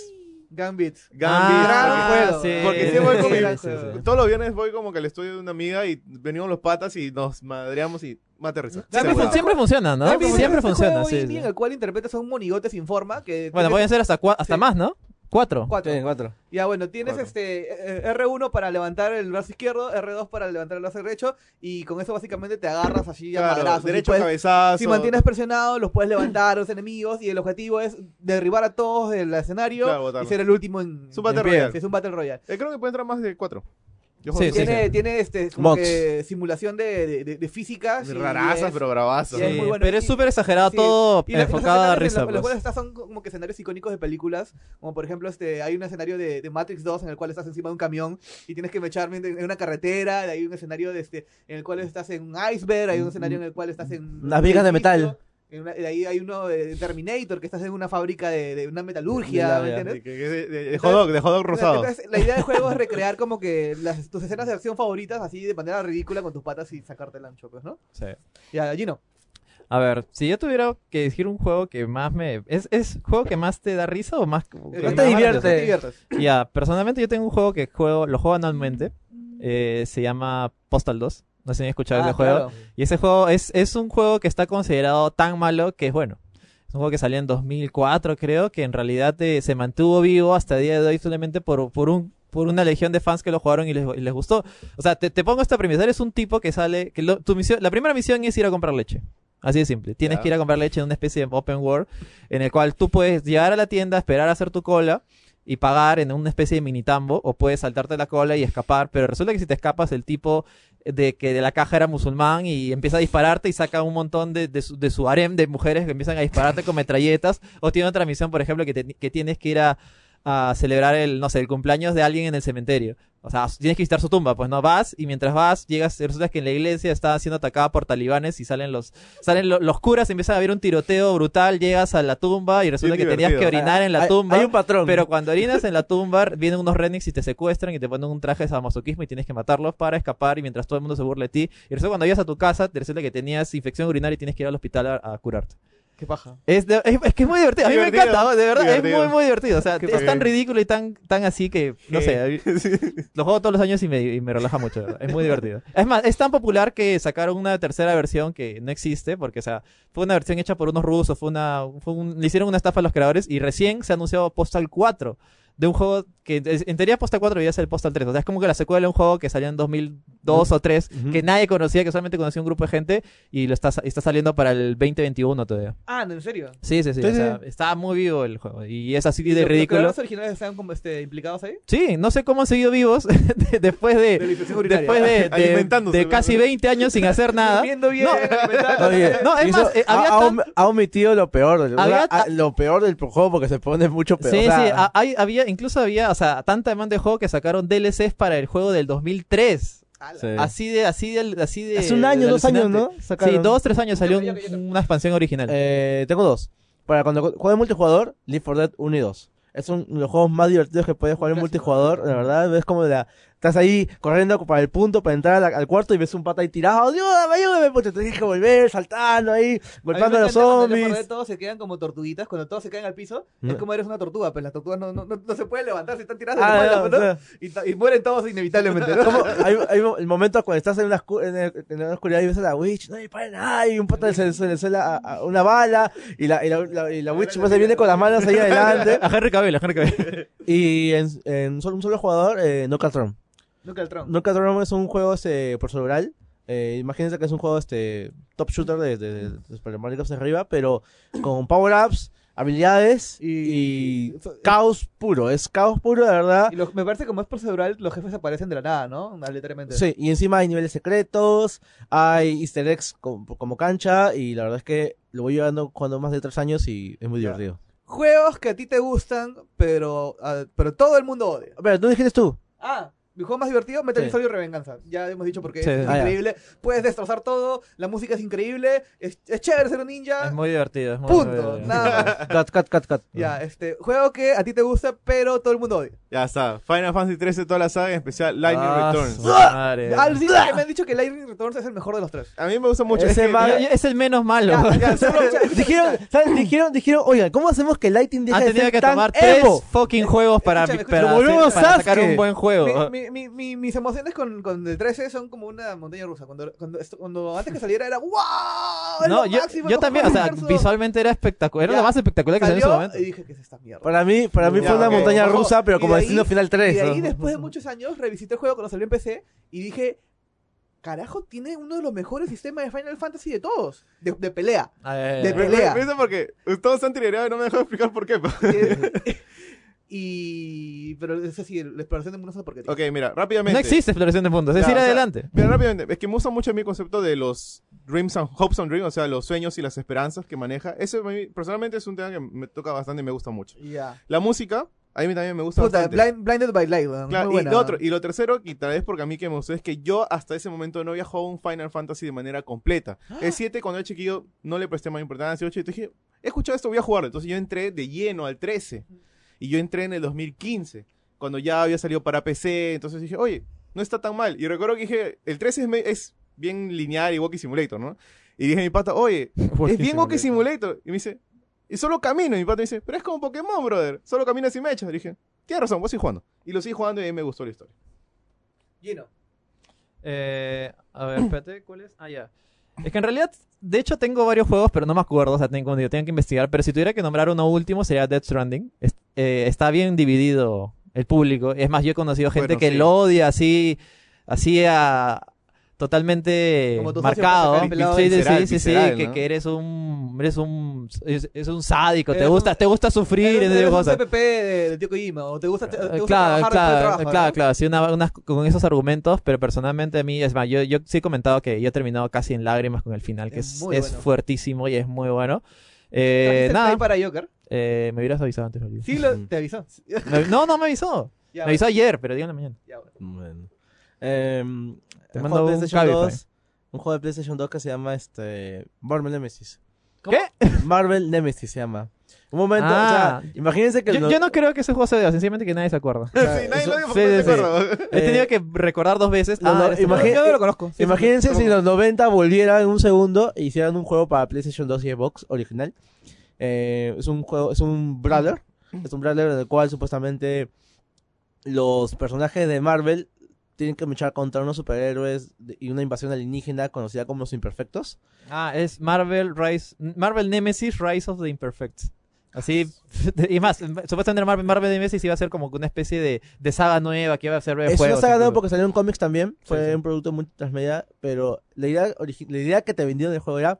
S2: Gambit.
S5: Gang
S2: Ah, gran
S5: Beast.
S3: sí.
S5: porque- porque
S3: sí,
S5: siempre voy con
S3: sí,
S5: mi-
S3: sí,
S5: porque
S3: sí.
S5: Todos los viernes voy como que al estudio de una amiga y venimos los patas y nos madreamos y mate risa.
S3: Siempre, fun- siempre funciona, ¿no?
S2: Gambit es
S3: Siempre
S2: este
S3: funciona,
S2: juego
S3: sí,
S2: indie
S3: sí.
S2: en el cual interpretas a un monigote sin forma que
S3: Bueno,
S2: tienes
S3: voy a hacer hasta, cua- hasta
S2: Sí.
S3: más, ¿no? Cuatro.
S2: cuatro.
S4: Sí, cuatro.
S2: Ya bueno, tienes
S5: Cuatro.
S2: este eh, eh, R1 para levantar el brazo izquierdo, R2 para levantar el brazo derecho y con eso básicamente te agarras allí a
S5: Claro,
S2: madrazos, y
S5: derecho
S2: puedes-
S5: cabezazo.
S2: Si mantienes presionado, los puedes levantar a los enemigos y el objetivo es derribar a todos del escenario
S5: Claro, botarlo.
S2: y ser el último en...
S5: Es un Battle
S2: en pie.
S5: Royale.
S2: Sí, Es un Battle Royale.
S5: Eh, creo que puede entrar más de cuatro. Yo
S3: Sí,
S5: juego-
S3: sí,
S2: tiene
S3: sí.
S2: tiene este, como
S4: Mods.
S2: que simulación de, de, de- de físicas. y
S5: Rarazas,
S2: es-
S5: pero bravazas.
S2: Sí, es
S3: Sí,
S2: muy bueno.
S3: Pero es
S2: Y-
S3: súper exagerado,
S2: sí.
S3: todo
S2: Y la- y los
S3: enfocado a
S2: escenarios en
S3: risa.
S2: lo- en los
S3: pues.
S2: cuales estás son como que escenarios icónicos de películas, como por ejemplo este hay un escenario de, de Matrix 2 en el cual estás encima de un camión y tienes que mechar en en una carretera, de ahí un escenario de este en el cual estás en un iceberg, hay un escenario en el cual estás en
S4: Unas vigas de
S2: edificio,
S4: metal.
S2: en una- de ahí hay uno de Terminator que estás en una fábrica de, de una metalurgia,
S4: Ya,
S2: ¿me
S4: ya.
S2: entiendes?
S5: De, de- de- de hot dog, de hot dog rosado.
S2: Entonces, la idea del juego es recrear como que las, tus escenas de acción favoritas así de manera ridícula con tus patas y sacarte el ancho, pues, ¿no?
S3: Sí.
S2: Ya, Gino.
S3: A ver, si yo tuviera que elegir un juego que más me... ¿Es, es juego que más te da risa o más... que
S2: Eh,
S3: más
S4: te divierte.
S2: Te diviertes.
S3: Ya, personalmente yo tengo un juego que juego, lo juego anualmente. eh, se llama Postal 2. No sé si han escuchado
S2: Ah,
S3: ese juego.
S2: claro.
S3: Y ese juego es, es un juego que está considerado tan malo que es bueno. Es un juego que salió en 2004, creo, que en realidad eh, se mantuvo vivo hasta el día de hoy solamente por, por un por una legión de fans que lo jugaron y les, y les gustó. O sea, te, te pongo esta premisa. Eres un tipo que sale... que lo- tu misión, la primera misión es ir a comprar leche. Así de simple. Tienes
S5: Ya.
S3: que ir a comprar leche en una especie de open world en el cual tú puedes llegar a la tienda, esperar a hacer tu cola y pagar en una especie de mini tambo o puedes saltarte la cola y escapar, pero resulta que si te escapas el tipo de que de la caja era musulmán y empieza a dispararte y saca un montón de, de su, de su harem de mujeres que empiezan a dispararte con metralletas o tiene otra misión, por ejemplo, que, te- que tienes que ir a, a celebrar el, no sé, el cumpleaños de alguien en el cementerio. O sea, tienes que visitar su tumba, pues no vas y mientras vas llegas, resulta que en la iglesia está siendo atacada por talibanes y salen los salen lo- los curas, empieza a haber un tiroteo brutal, llegas a la tumba y resulta que
S5: Bien
S3: tenías que
S5: divertido.
S3: orinar en la
S4: Hay-
S3: tumba.
S4: Hay un patrón.
S3: Pero cuando orinas en la tumba, vienen unos renix y te secuestran y te ponen un traje de sadomasoquismo y tienes que matarlos para escapar y mientras todo el mundo se burla de ti. Y resulta cuando llegas a tu casa, te resulta que tenías infección urinaria y tienes que ir al hospital a, a curarte.
S2: Qué paja.
S3: Es, de- es, es que es muy divertido. A mí
S5: Divertido.
S3: me encanta, ¿no? de verdad.
S5: Divertido.
S3: Es muy, muy divertido. O sea,
S5: Qué
S3: es tan
S5: padre.
S3: ridículo y tan, tan así que, no sé, lo juego todos los años y me, y me relaja mucho, de ¿verdad? Es muy divertido. Es más, es tan popular que sacaron una tercera versión que no existe, porque, o sea, fue una versión hecha por unos rusos, fue una, fue un- le hicieron una estafa a los creadores y recién se ha anunciado Postal 4 de un juego que es- en teoría Postal 4 debería ser Postal 3. O sea, es como que la secuela de un juego que salió en 2002 o 3,
S4: Ujú.
S3: que nadie conocía, que solamente conocía un grupo de gente y lo está, sa- está saliendo para el 2021 todavía.
S2: Ah, ¿no, ¿en serio?
S3: Sí, sí, sí.
S4: Sí,
S3: o sea,
S4: sí.
S3: está muy vivo el juego y es así
S2: ¿Y lo-
S3: de
S2: los
S3: ridículo.
S2: creadores originales están como, este, implicados ahí?
S3: Sí, no sé cómo han seguido vivos de- después de...
S2: De la infección urinaria.
S3: Después de, de-
S5: Alimentándose,
S3: de
S5: ¿no?
S3: casi 20 años sin hacer nada.
S2: Durmiendo bien,
S3: No.
S2: alimentándote.
S4: Oye,
S3: No, es
S4: hizo-
S3: más, eh, había
S4: ha, ha
S3: tan-
S4: om- ha omitido lo peor. del-
S3: Había
S4: ah,
S3: ta-
S4: Lo peor del juego porque se pone mucho peor.
S3: Sí,
S4: o sea,
S3: sí, ah, a- hay- había, incluso había, o sea, tanta demanda de juego que sacaron DLCs para el juego del 2003.
S2: Ala.
S4: sí.
S3: Así de, así de, así de.
S4: Hace eh, un año,
S3: de
S4: dos años,
S3: alucinante.
S4: ¿no? Sacaron.
S3: Sí, dos, tres años salió
S2: Yo creo,
S3: un-
S2: yo creo.
S3: una expansión original.
S4: Eh, tengo dos. Para cuando juegue multijugador, Leave for Dead 1 y 2. Es un de los juegos más divertidos que puedes jugar en
S2: Clásico.
S4: multijugador. La verdad, ves como la. Estás ahí corriendo para el punto, para entrar a la- al cuarto y ves un pata ahí tirado. ¡Ayúdame, ayúdame! Pues te tienes que volver saltando ahí,
S2: A mí me
S4: golpeando a los
S2: encanta cuando en el Left
S4: zombies.
S2: 4 Dead Todos se quedan como tortuguitas, cuando todos se caen al piso,
S3: Mm.
S2: es
S4: No.
S2: como eres una tortuga, pues las tortugas no, no, no, no se pueden levantar, se están tiradas de
S4: Ah,
S2: espalda,
S4: no,
S2: pues, ¿no?
S4: o sea,
S2: Y, ta- y mueren todos
S3: pues,
S2: inevitablemente, ¿no?
S4: como hay, hay mo- el momento cuando estás en una, oscu- en el- en una oscuridad y ves a la witch, no disparen nada, y un pata se se le suela a- a una bala, y la, y la, la- y la witch pues, se viene con las manos ahí adelante.
S3: a Henry Cavill, a Henry Cavill.
S4: Y en, en solo un solo jugador, eh, No Catron.
S2: Nunca el Tron.
S4: No Catron es un juego este, por cerebral. Eh, imagínense que es un juego este top shooter de, de, de Super Mario Bros. arriba, pero con power ups. habilidades
S2: Y-
S4: y, caos puro. Es caos puro, de verdad.
S2: Y lo- me parece que como es procedural, los jefes aparecen de la nada, ¿no? Aleatoriamente.
S4: Sí, y encima hay niveles secretos, hay easter eggs com- como, cancha, y la verdad es que lo voy llevando cuando más de tres años y es muy divertido.
S2: Juegos que a ti te gustan, pero, ah, pero todo el mundo odia.
S4: Pero tú dijiste tú.
S2: Ah, mi juego más divertido, Metal Gear
S4: Sí.
S2: Solid Revenganza. Ya hemos dicho porque
S3: Sí.
S2: es
S3: Ah,
S4: ya.
S2: increíble. Puedes destrozar todo, la música es increíble, es, es chévere ser un ninja.
S3: Es muy eh. divertido, es muy muy
S2: punto.
S3: divertido. Ah,
S2: Nada más.
S4: Cat, cat, cat, cat.
S2: Ya, este, juego que a ti te gusta, pero todo el mundo odia.
S5: Ya está. Final Fantasy 13, toda la saga, en especial Lightning
S3: Ah, su
S5: Returns.
S3: madre.
S2: Al Ah, que me han dicho que Lightning Returns es el mejor de los tres.
S5: A mí me gusta mucho.
S4: Ese
S5: es que-
S4: man-
S3: Ya- ya- Es el menos malo.
S2: Ya, ya, solo-
S4: Dijeron, ¿saben? dijeron, dijeron, oigan, ¿cómo hacemos que Lighting deje
S3: Han
S4: de
S3: tenido
S4: ser
S3: que
S4: tan
S3: tomar tres
S4: emo?
S3: fucking juegos para,
S2: Escúchame, escúchame.
S3: para
S4: Lo volvemos
S3: hacer- para sacar
S4: Sasuke.
S3: un buen juego.
S2: Mi- mi- mi- mi- mis emociones con, con el 13 son como una montaña rusa. Cuando, cuando, esto- cuando antes que saliera era ¡Wow!
S3: No, yo, yo también, o sea, visualmente era espectacular, era
S2: Ya.
S3: lo más espectacular que salió en su momento.
S2: Y dije que es esta mierda.
S4: Para mí, para mí
S5: Ya,
S4: fue una
S5: ok.
S4: montaña
S2: Ojo,
S4: rusa, pero
S2: y
S4: como
S2: de
S4: Destino
S2: ahí-
S4: Final
S2: Y
S4: 3.
S2: de ahí,
S4: ¿no?
S2: después de muchos años, revisité el juego cuando salió en PC y dije, carajo, tiene uno de los mejores sistemas de Final Fantasy de todos, de, de pelea.
S3: Eh,
S2: de-
S5: Me- me-
S2: pelea.
S5: me gusta porque todos han tirado y no me dejó explicar por qué. pa.
S2: y... Pero eso sí, la exploración de mundo es una porquería.
S5: ok, mira, rápidamente.
S3: no existe exploración de mundos, es
S5: Ya,
S3: ir
S5: o sea,
S3: adelante.
S5: Mira, rápidamente, es que me gusta mucho a mí el concepto de los dreams and hopes and dreams, o sea, los sueños y las esperanzas que maneja. Eso a mí, personalmente es un tema que me toca bastante y me gusta mucho.
S2: Ya.
S5: La música, a mí también me gusta
S2: Puta,
S5: bastante.
S2: Blind- Blinded by Light, weón,
S5: Claro,
S2: muy
S5: y,
S2: buena.
S5: lo otro, y lo tercero, y tal vez porque a mí que me gustó, es que yo hasta ese momento no había jugado un Final Fantasy de manera completa.
S2: ¡Ah!
S5: El 7, cuando era chiquillo, no le presté más importancia. El 8, dije, he escuchado esto, voy a jugarlo. Entonces yo entré de lleno al 13. Y yo entré en el 2015, cuando ya había salido para PC. Entonces dije, oye, no está tan mal. Y recuerdo que dije, el 13 es, me- es bien lineal y Walking Simulator, ¿no? Y dije a mi pata, oye, es bien Walking Simulator. Y me dice, y solo camino. Y mi pata me dice, pero es como Pokémon, brother. Solo caminas y mechas. Y dije, tienes razón, vos sigues jugando. Y lo sigo jugando y ahí me gustó la historia.
S2: Lleno.
S3: Eh, a ver, espérate, ¿cuál es? Ah, ya. Es que en realidad, de hecho, tengo varios juegos, pero no me acuerdo, o sea, tengo, yo tengo que investigar. Pero si tuviera que nombrar uno último, sería Death Stranding. Es- eh, está bien dividido el público. Es más, yo he conocido gente
S5: Bueno,
S3: que
S5: sí.
S3: lo odia así, así a- totalmente
S2: Como tú
S3: marcado.
S2: siempre sacas pelado
S3: Sí, sí,
S5: visceral,
S3: sí, sí,
S5: visceral,
S3: que,
S5: ¿no?
S3: que eres un, eres un, es, es un sádico, te
S2: Eres
S3: gusta,
S2: un-
S3: te gusta sufrir,
S2: Eres-
S3: ese tipo de
S2: eres un
S3: cosas. Eh,
S2: PPP de, de Tío Kojima, o te gusta, te, te gusta
S3: Claro,
S2: trabajar después del
S3: claro,
S2: trabajo,
S3: claro,
S2: ¿no?
S3: claro, sí, una- unas- con esos argumentos, pero personalmente a mí, es más, yo, yo sí he comentado que yo he terminado casi en lágrimas con el final, que
S2: Es
S3: es,
S2: muy
S3: es
S2: bueno.
S3: fuertísimo y es muy bueno. Eh,
S2: ¿Trajiste play
S3: nada,
S2: para Joker?
S3: eh, me hubieras avisado antes. me olvidé.
S2: Sí, lo, te avisó. Ya,
S3: Me- no, no me avisó. Me avisó ayer, pero díganle mañana.
S2: ya, bueno.
S4: Bueno. Em,
S3: Te
S4: un
S3: mando
S4: juego
S3: un
S4: de PlayStation
S3: Cabify.
S4: 2, un juego de PlayStation 2 que se llama este Marvel Nemesis.
S3: ¿Cómo?
S4: ¿Qué? Marvel Nemesis se llama. Un momento,
S3: Ah.
S4: o sea, imagínense que
S3: Yo,
S4: no-
S3: yo no creo que ese juego se vea, sencillamente que nadie se acuerda.
S5: sí, nadie lo dijo
S3: sí,
S5: porque no
S3: sí,
S5: se
S3: sí.
S5: acuerda.
S3: He
S4: Eh,
S3: tenido que recordar dos veces.
S4: no,
S3: ah,
S4: no,
S3: era este
S4: imagi-
S3: juego.
S2: Yo no lo conozco. sí,
S4: Imagínense
S2: sí,
S4: si
S2: sí.
S4: en los 90 volvieran un segundo e hicieran un juego para PlayStation 2 y Xbox original. Eh, es un juego, es un brawler. Es un brawler en el cual supuestamente los personajes de Marvel tienen que luchar contra unos superhéroes de- y una invasión alienígena conocida como los imperfectos.
S3: Ah, es Marvel Rise, Marvel Nemesis Rise of the Imperfect. Así, y más, supuestamente Marvel, Marvel Nemesis iba a ser como que una especie de, de saga nueva que iba a ser de
S4: Eso no
S3: juegos.
S4: se ha ganado
S3: incluso.
S4: porque salió en cómics también. Fue
S3: sí.
S4: un producto muy transmedia, pero la idea, origi- la idea que te vendieron del juego era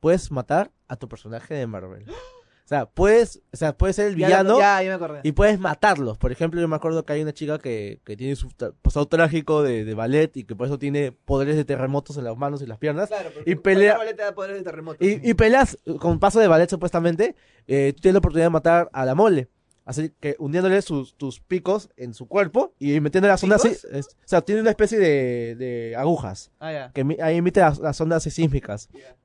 S4: puedes matar a tu personaje de Marvel. O sea, puedes, o sea, puedes ser el
S2: Ya,
S4: villano.
S2: ya, ya me acordé.
S4: Y puedes matarlos. Por ejemplo, yo me acuerdo que hay una chica que, que tiene su tra- pasado trágico de, de ballet y que por eso tiene poderes de terremotos en las manos y las piernas.
S2: Claro,
S4: y pelea-
S2: Pero te da poderes de terremoto.
S4: Y, y peleas con paso de ballet, supuestamente. eh, tú tienes la oportunidad de matar a la mole. Así que hundiéndole sus, tus picos en su cuerpo y metiendo las ondas.
S2: ¿Picos?
S4: sí- es- o sea, tiene una especie de, de agujas
S2: Ah, ya.
S4: que emi- ahí emite las, las ondas así sísmicas.
S2: Ya.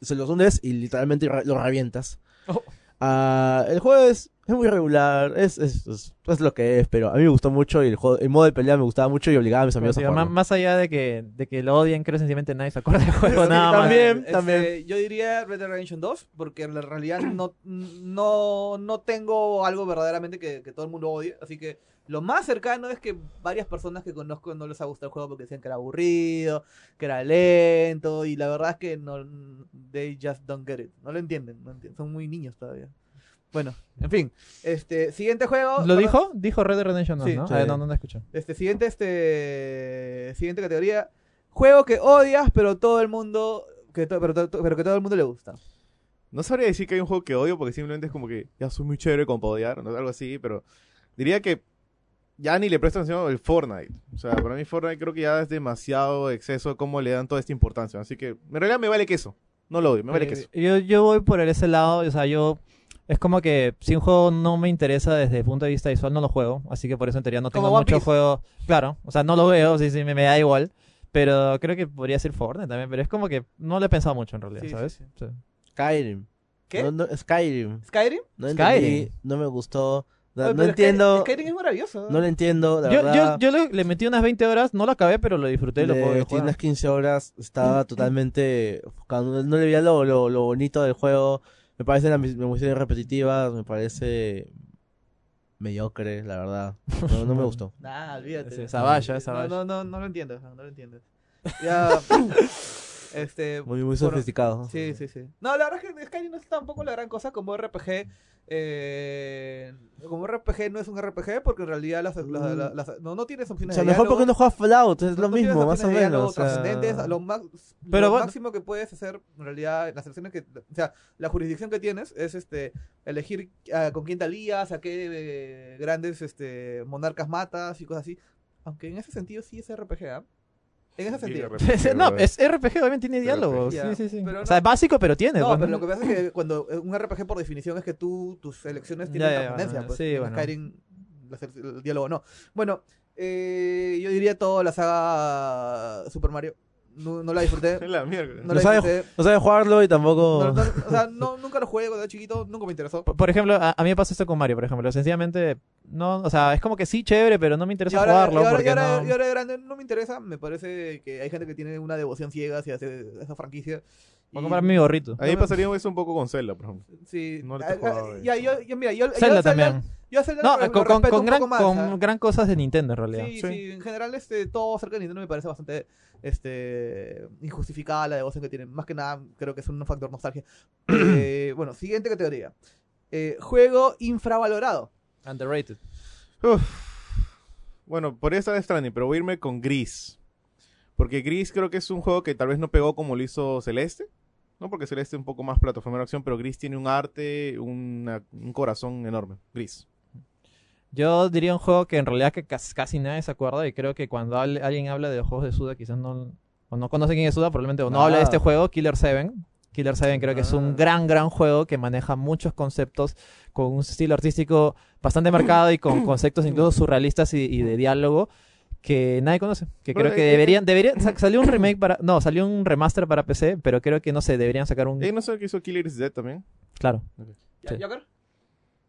S4: Se los hundes y literalmente re- los revientas.
S3: Oh.
S4: Ah, el juego es, es muy regular, es, es, es- es lo que es, pero a mí me gustó mucho y el, juego- el modo de pelea me gustaba mucho y obligaba a mis
S3: Como
S4: amigos
S3: digo,
S4: a
S3: más,
S4: jugarlo.
S3: más allá de que, de que lo odien, creo sencillamente nadie se acuerda del juego,
S4: Sí,
S3: nada más.
S4: también.
S2: Este,
S4: también.
S2: yo diría Red Dead Redemption 2, porque en la realidad no, no, no tengo algo verdaderamente que, que todo el mundo odie. Así que lo más cercano es que varias personas que conozco no les ha gustado el juego porque decían que era aburrido, que era lento, y la verdad es que no, they just don't get it. No lo entienden, no entienden. son muy niños todavía. Bueno, en fin, este siguiente juego.
S3: ¿Lo
S2: perdón,
S3: dijo? Dijo Red Dead Redemption 2,
S2: Sí,
S3: ¿no?
S4: sí.
S3: Ah, no, no, no escuché.
S2: Este, siguiente, este. Siguiente categoría. Juego que odias, pero todo el mundo. Que to- pero, to- pero que todo el mundo le gusta.
S5: No sabría decir que hay un juego que odio porque simplemente es como que ya soy muy chévere con podiar, ¿no? algo así, pero diría que ya ni le presto atención al Fortnite. O sea, para mí Fortnite creo que ya es demasiado exceso de cómo le dan toda esta importancia. Así que en realidad me vale queso. No lo odio, me vale
S3: Eh,
S5: queso.
S3: Yo, yo voy por el- ese lado, o sea, yo... Es como que si un juego no me interesa desde el punto de vista visual, no lo juego. Así que por eso en teoría no tengo
S2: Como One
S3: mucho
S2: Piece.
S3: juego. Claro, o sea, no lo veo, sí, sí, me, me da igual. Pero creo que podría ser Fortnite también, pero es como que no lo he pensado mucho en realidad,
S2: Sí, sí,
S3: ¿sabes?
S2: sí.
S3: Sí.
S4: Skyrim.
S2: ¿Qué?
S4: No, no, Skyrim.
S2: ¿Skyrim?
S4: No
S3: Skyrim.
S4: entendí, no me gustó. No,
S2: Oye,
S4: no
S2: pero
S4: entiendo.
S2: Skyrim, Skyrim es maravilloso.
S4: No lo entiendo, la
S3: Yo, yo,
S4: verdad.
S3: yo le, le metí unas 20 horas, no lo acabé, pero lo disfruté y lo puedo
S4: le
S3: jugar.
S4: metí unas 15 horas, estaba totalmente enfocado, no le veía lo, lo, lo bonito del juego, me parecen las mis- misiones repetitivas, me parece mediocre, la verdad, no, no me gustó.
S2: Nah, olvídate.
S3: Sí, esa
S4: ¿eh?
S3: valla, esa valla.
S2: No, no, no, no lo entiendo, no lo entiendo. Ya. este.
S4: Muy, muy
S2: Bueno,
S4: sofisticado.
S2: Sí, sí, sí. No, la verdad es que Skyrim no es tampoco la gran cosa como RPG. eh, como RPG no es un RPG porque en realidad las, las- las- las- no, no tienes
S4: Mm. O
S2: opciones
S4: sea,
S2: de
S4: mejor
S2: diálogo,
S4: porque no juegas Fallout, es lo
S2: no tienes
S4: mismo, más o
S2: opciones de diálogo
S4: menos. o sea.
S2: trascendentes, lo, más-
S3: Pero
S2: lo
S3: bueno-
S2: máximo que puedes hacer en realidad, las elecciones que, o sea, la jurisdicción que tienes es este elegir ah, con quién te alías, a qué eh, grandes este monarcas matas y cosas así. Aunque en ese sentido sí es RPG, ¿ah? En ese sentido.
S3: no, es RPG, obviamente tiene
S5: RPG.
S3: diálogos.
S2: Ya,
S3: Sí, sí, sí.
S2: pero
S3: o sea,
S2: no-
S3: es básico, pero tiene.
S2: No,
S3: pues,
S2: pero lo que pasa es que cuando eh, un RPG por definición es que tú, tus elecciones
S3: Ya,
S2: tienen
S3: ya,
S2: trascendencia,
S3: bueno,
S2: pues,
S3: sí,
S2: en
S3: bueno.
S2: Skyrim las ex- el diálogo no. Bueno, eh, yo diría toda la saga Super Mario. No, no la disfruté.
S5: Es la mierda.
S2: No
S4: No
S2: la
S4: sabe
S2: disfruté.
S4: No sabes jugarlo y
S2: No,
S4: tampoco...
S2: no, o sea, no, nunca lo jugué cuando era chiquito, nunca me interesó.
S3: Por, por ejemplo, a, a mí me pasa esto con Mario, por ejemplo. Sencillamente, no, o sea, es como que sí, chévere, pero no
S2: Y
S3: me interesa
S2: ahora,
S3: jugarlo.
S2: y ahora- y
S3: porque
S2: ahora-
S3: no...
S2: y ahora de grande no me interesa. Me parece que hay gente que tiene una devoción ciega hacia ese- esa franquicia.
S3: Voy a
S2: Y-
S3: comprar mi gorrito.
S5: A mí me pasaría eso un poco con Zelda, por ejemplo.
S2: Sí.
S5: No le
S2: Ah,
S5: he jugado
S2: ah,
S5: eso.
S2: ya, yo, yo- mira, yo, yo a Zelda-
S3: Zelda también.
S2: Yo a Zelda
S3: No,
S2: lo- lo
S3: con, con-
S2: respeto
S3: con
S2: un
S3: gran,
S2: poco más,
S3: con
S2: ¿ah?
S3: gran cosas de Nintendo, en realidad.
S2: Sí, sí, en general este, todo cerca de Nintendo me parece bastante este, injustificada la devoción que tienen. Más que nada creo que es un factor nostalgia. Eh, bueno, siguiente categoría. Eh, juego infravalorado.
S3: Underrated.
S5: Bueno, podría estar Stranding, pero voy a irme con Gris. Porque Gris creo que es un juego que tal vez no pegó como lo hizo Celeste. No, porque Celeste es un poco más plataforma de acción, pero Gris tiene un arte, una- un corazón enorme. Gris.
S3: Yo diría un juego que en realidad que casi, casi nadie se acuerda y creo que cuando hable- alguien habla de juegos de Suda quizás no, o no conoce quién es Suda, probablemente o no
S4: Ah.
S3: habla de este juego, Killer 7. Killer 7 creo que es
S5: Ah.
S3: un gran, gran juego que maneja muchos conceptos con un estilo artístico bastante marcado y con conceptos incluso surrealistas y, y de diálogo que nadie conoce. Que
S5: Bueno,
S3: creo que
S5: eh, eh,
S3: deberían, deberían, sa- salió un remake para, no, salió un remaster para PC, pero creo que no sé, deberían sacar
S5: ¿Eh,
S3: un,
S5: no sé lo que hizo Killer is Dead también?
S3: claro. Sí.
S2: ¿Joker?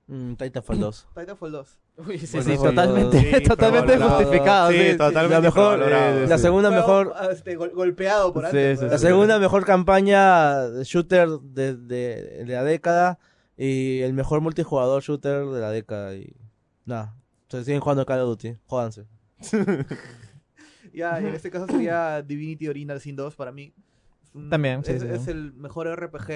S4: Mm, Titanfall 2.
S2: Titanfall dos.
S3: Sí,
S4: Bueno,
S3: sí,
S4: sí,
S3: totalmente,
S5: Pues sí,
S3: totalmente
S5: infravalorado.
S3: justificado.
S5: Sí,
S3: sí, sí.
S5: totalmente
S4: La mejor,
S5: infravalorado.
S4: eh, la
S5: Sí.
S4: segunda
S2: Juego,
S4: mejor...
S2: ah, este, gol- golpeado por
S3: Sí,
S2: antes.
S3: sí,
S2: pues.
S4: La segunda mejor campaña de shooter de, de- de la década y el mejor multijugador shooter de la década. Y nada, se siguen jugando Call of Duty, jódanse.
S2: Ya, en este caso sería Divinity Original Sin 2 para mí. Es un-
S3: También, sí,
S2: es,
S3: sí.
S2: es el mejor RPG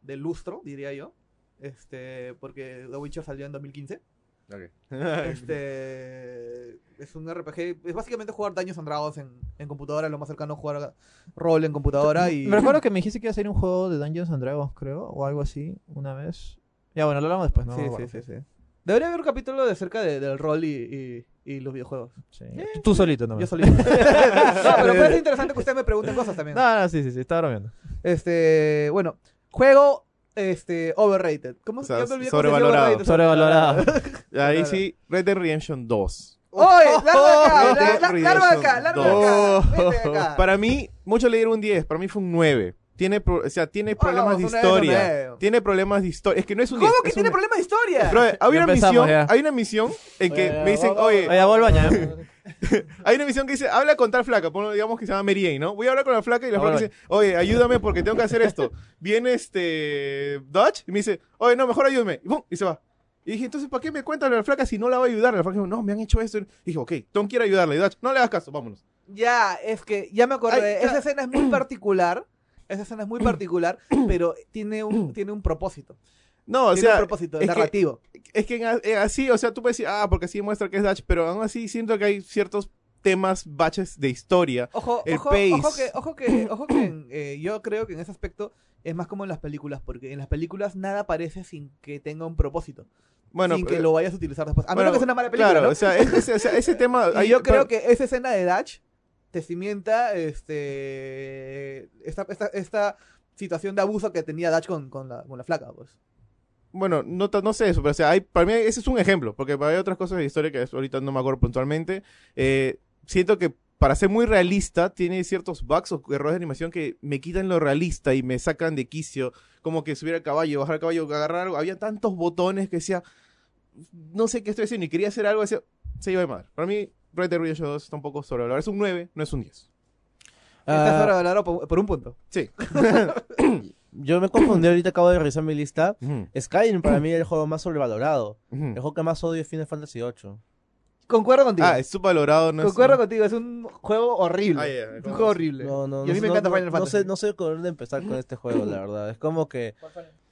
S2: de lustro, diría yo. Este, porque The Witcher salió en 2015. Este es un RPG, es básicamente jugar Daños and Dragons en, en computadora, lo más cercano a jugar rol en computadora y
S3: Me recuerdo que me dijiste que iba a ser un juego de Dungeons and Dragons, creo, o algo así, una vez. Ya, bueno, lo hablamos después, ¿no?
S2: sí,
S3: Bueno,
S2: sí, sí, sí. Debería haber un capítulo de acerca de- del rol y, y- y los videojuegos.
S3: sí.
S4: Eh,
S3: Tú- Tú solito nomás.
S2: Yo solito. no, pero parece interesante que ustedes me pregunten cosas también.
S3: No, no, sí, sí, sí, estaba bromeando.
S2: Este, bueno, juego este overrated. ¿Cómo
S5: O
S2: se
S5: sea,
S2: ya me olvidé cómo se
S5: sobrevalorado.
S2: llama overrated?
S3: Sobrevalorado.
S5: Ahí sí, Red Dead Redemption 2.
S2: ¡Oye! ¡Largo de acá!
S5: Red Dead
S2: la- la- ¡Largo de acá!
S5: Redemption
S2: ¡Largo de acá! ¡Vete de acá!
S5: Para mí, muchos le dieron un 10, para mí fue un 9. Tiene, pro- o sea, tiene problemas
S2: vamos,
S5: de
S2: un 9, un
S5: historia.
S2: 9.
S5: Tiene problemas de historia. Es que no es un 10.
S2: ¿Cómo que
S5: es
S2: tiene
S5: un-
S2: problemas de historia?
S5: Bro, hay, una
S3: empezamos
S5: misión,
S3: ya.
S5: hay una misión en que me dicen, oye,
S3: Oye, vuelvo allá.
S5: hay una misión que dice, habla con tal flaca, ponlo, digamos que se llama Mary Jane, ¿no? Voy a hablar con la flaca y la flaca dice, oye, ayúdame porque tengo que hacer esto. Viene este Dodge y me dice, oye, no, mejor ayúdame. Y, pum, y se va. Y dije, entonces, ¿para qué me cuentas la flaca si no la va a ayudar? La flaca dijo, no, me han hecho esto. Y dije, ok, Tom quiere ayudarle. Y Dodge, no le hagas caso, vámonos.
S2: Ya, es que ya me acordé.
S5: Ay, ya.
S2: Esa escena es muy particular. Esa escena es muy particular, pero tiene un, tiene un propósito.
S5: No, o
S2: tiene un
S5: sea,
S2: propósito
S5: es que-
S2: narrativo.
S5: es que en a- en así, o sea, tú puedes decir, ah, porque así muestra que es Dodge, pero aún así siento que hay ciertos temas, baches de historia.
S2: Ojo,
S5: El
S2: ojo,
S5: pace.
S2: ojo que, ojo que, ojo que en- eh, yo creo que en ese aspecto es más como en las películas, porque en las películas nada aparece sin que tenga un propósito,
S5: Bueno,
S2: sin que
S5: eh,
S2: lo vayas a utilizar después. A
S5: bueno,
S2: menos que sea una mala película,
S5: Claro,
S2: ¿no?
S5: o sea, es- ah, es- o sea, ese tema...
S2: Y
S5: ahí-
S2: yo creo
S5: pero-
S2: que esa escena de Dutch te cimienta este esta, esta, esta situación de abuso que tenía Dutch con, con, la, con la flaca, pues.
S5: Bueno, no, ta- no sé eso, pero o sea, hay, para mí ese es un ejemplo, porque hay otras cosas de historia que ahorita no me acuerdo puntualmente. Eh, siento que para ser muy realista tiene ciertos bugs o errores de animación que me quitan lo realista y me sacan de quicio, como que subir al caballo, bajar al caballo, agarrar algo. Había tantos botones que decía, no sé qué estoy haciendo y quería hacer algo, decía, se iba de madre. Para mí, Red Dead Redemption 2 está un poco sobrevalorado. Es un 9, no es un 10.
S2: Estás
S4: Ah,
S2: sobrevalorado por, por un punto.
S5: Sí.
S4: Yo me confundí ahorita, acabo de revisar mi lista.
S5: Ujú,
S4: Skyrim para mí es el juego más sobrevalorado.
S5: ujú.
S4: El juego que más odio es Final Fantasy VIII.
S2: Concuerdo contigo.
S5: ah, es subvalorado, no es-
S2: Concuerdo contigo, es un juego horrible.
S5: Ah, ya,
S2: Es un
S5: ¿cómo
S2: juego
S5: es?
S2: horrible.
S4: No, no,
S2: y a mí
S4: no-
S2: me
S4: no-
S2: encanta
S4: no-
S2: Final
S4: no
S2: Fantasy.
S4: sé, no sé por dónde empezar con este juego, la verdad. Es como que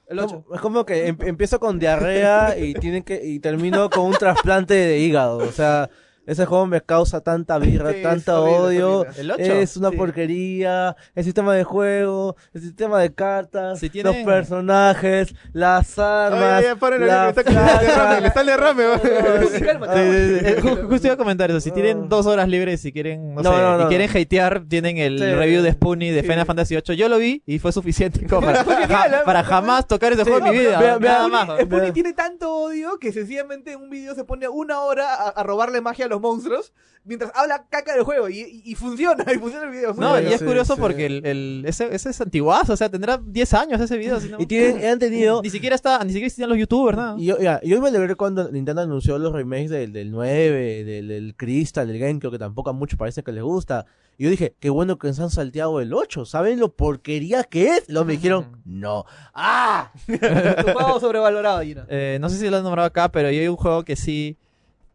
S2: El
S4: como-
S2: 8.
S4: es como que em- empiezo con diarrea y tienen que y termino con un trasplante de hígado. O sea, ese juego me causa tanta birra,
S2: Sí, es
S4: tanto
S2: horrible, es
S4: odio.
S2: horrible.
S3: ¿El 8?
S4: Es una
S2: Sí.
S4: porquería, el sistema de juego, el sistema de cartas,
S3: Si tienen-
S4: los personajes, las armas.
S5: Ay, ay, ay, párenlo,
S4: la
S5: le está- le está el derrame, le
S4: flaca.
S5: está el derrame.
S4: Sí, sí, sí.
S3: Eh, ju- Justo iba a comentar eso. Si
S4: Ah.
S3: tienen dos horas libres y si quieren, no,
S4: No,
S3: sé,
S4: no, no.
S3: y quieren hatear, tienen el
S4: Sí.
S3: review de Spoonie de
S2: Sí.
S3: Final Fantasy VIII. Yo lo vi y fue suficiente como para, ja- para jamás tocar ese
S4: ¿eh? Sí.
S3: juego en mi
S4: No,
S3: vida.
S4: pero-
S3: Nada
S4: pero-
S3: más.
S4: eh,
S2: El Puni tiene tanto odio que sencillamente en un video se pone una hora a, a robarle magia a los monstruos mientras habla caca del juego y, y- y funciona, y funciona el video. es muy
S3: No,
S2: bueno.
S3: y es
S4: sí,
S3: curioso
S4: sí.
S3: porque el, el- ese, ese es antiguazo, o sea, tendrá 10 años ese video. si no-
S4: Y tienen, han tenido
S3: ni siquiera está, ni siquiera existían los youtubers, nada.
S4: Y yo, ya, yo me alegré cuando Nintendo anunció los remakes del, del 9, del, del Crystal, del GameCube, que tampoco a muchos parece que les gusta. Y yo dije, qué bueno que se han salteado el 8, ¿saben lo porquería que es? Los me dijeron, no. ¡Ah!
S2: Tu juego sobrevalorado, Gina.
S3: Eh, no sé si lo han nombrado acá, pero yo hay un juego que sí.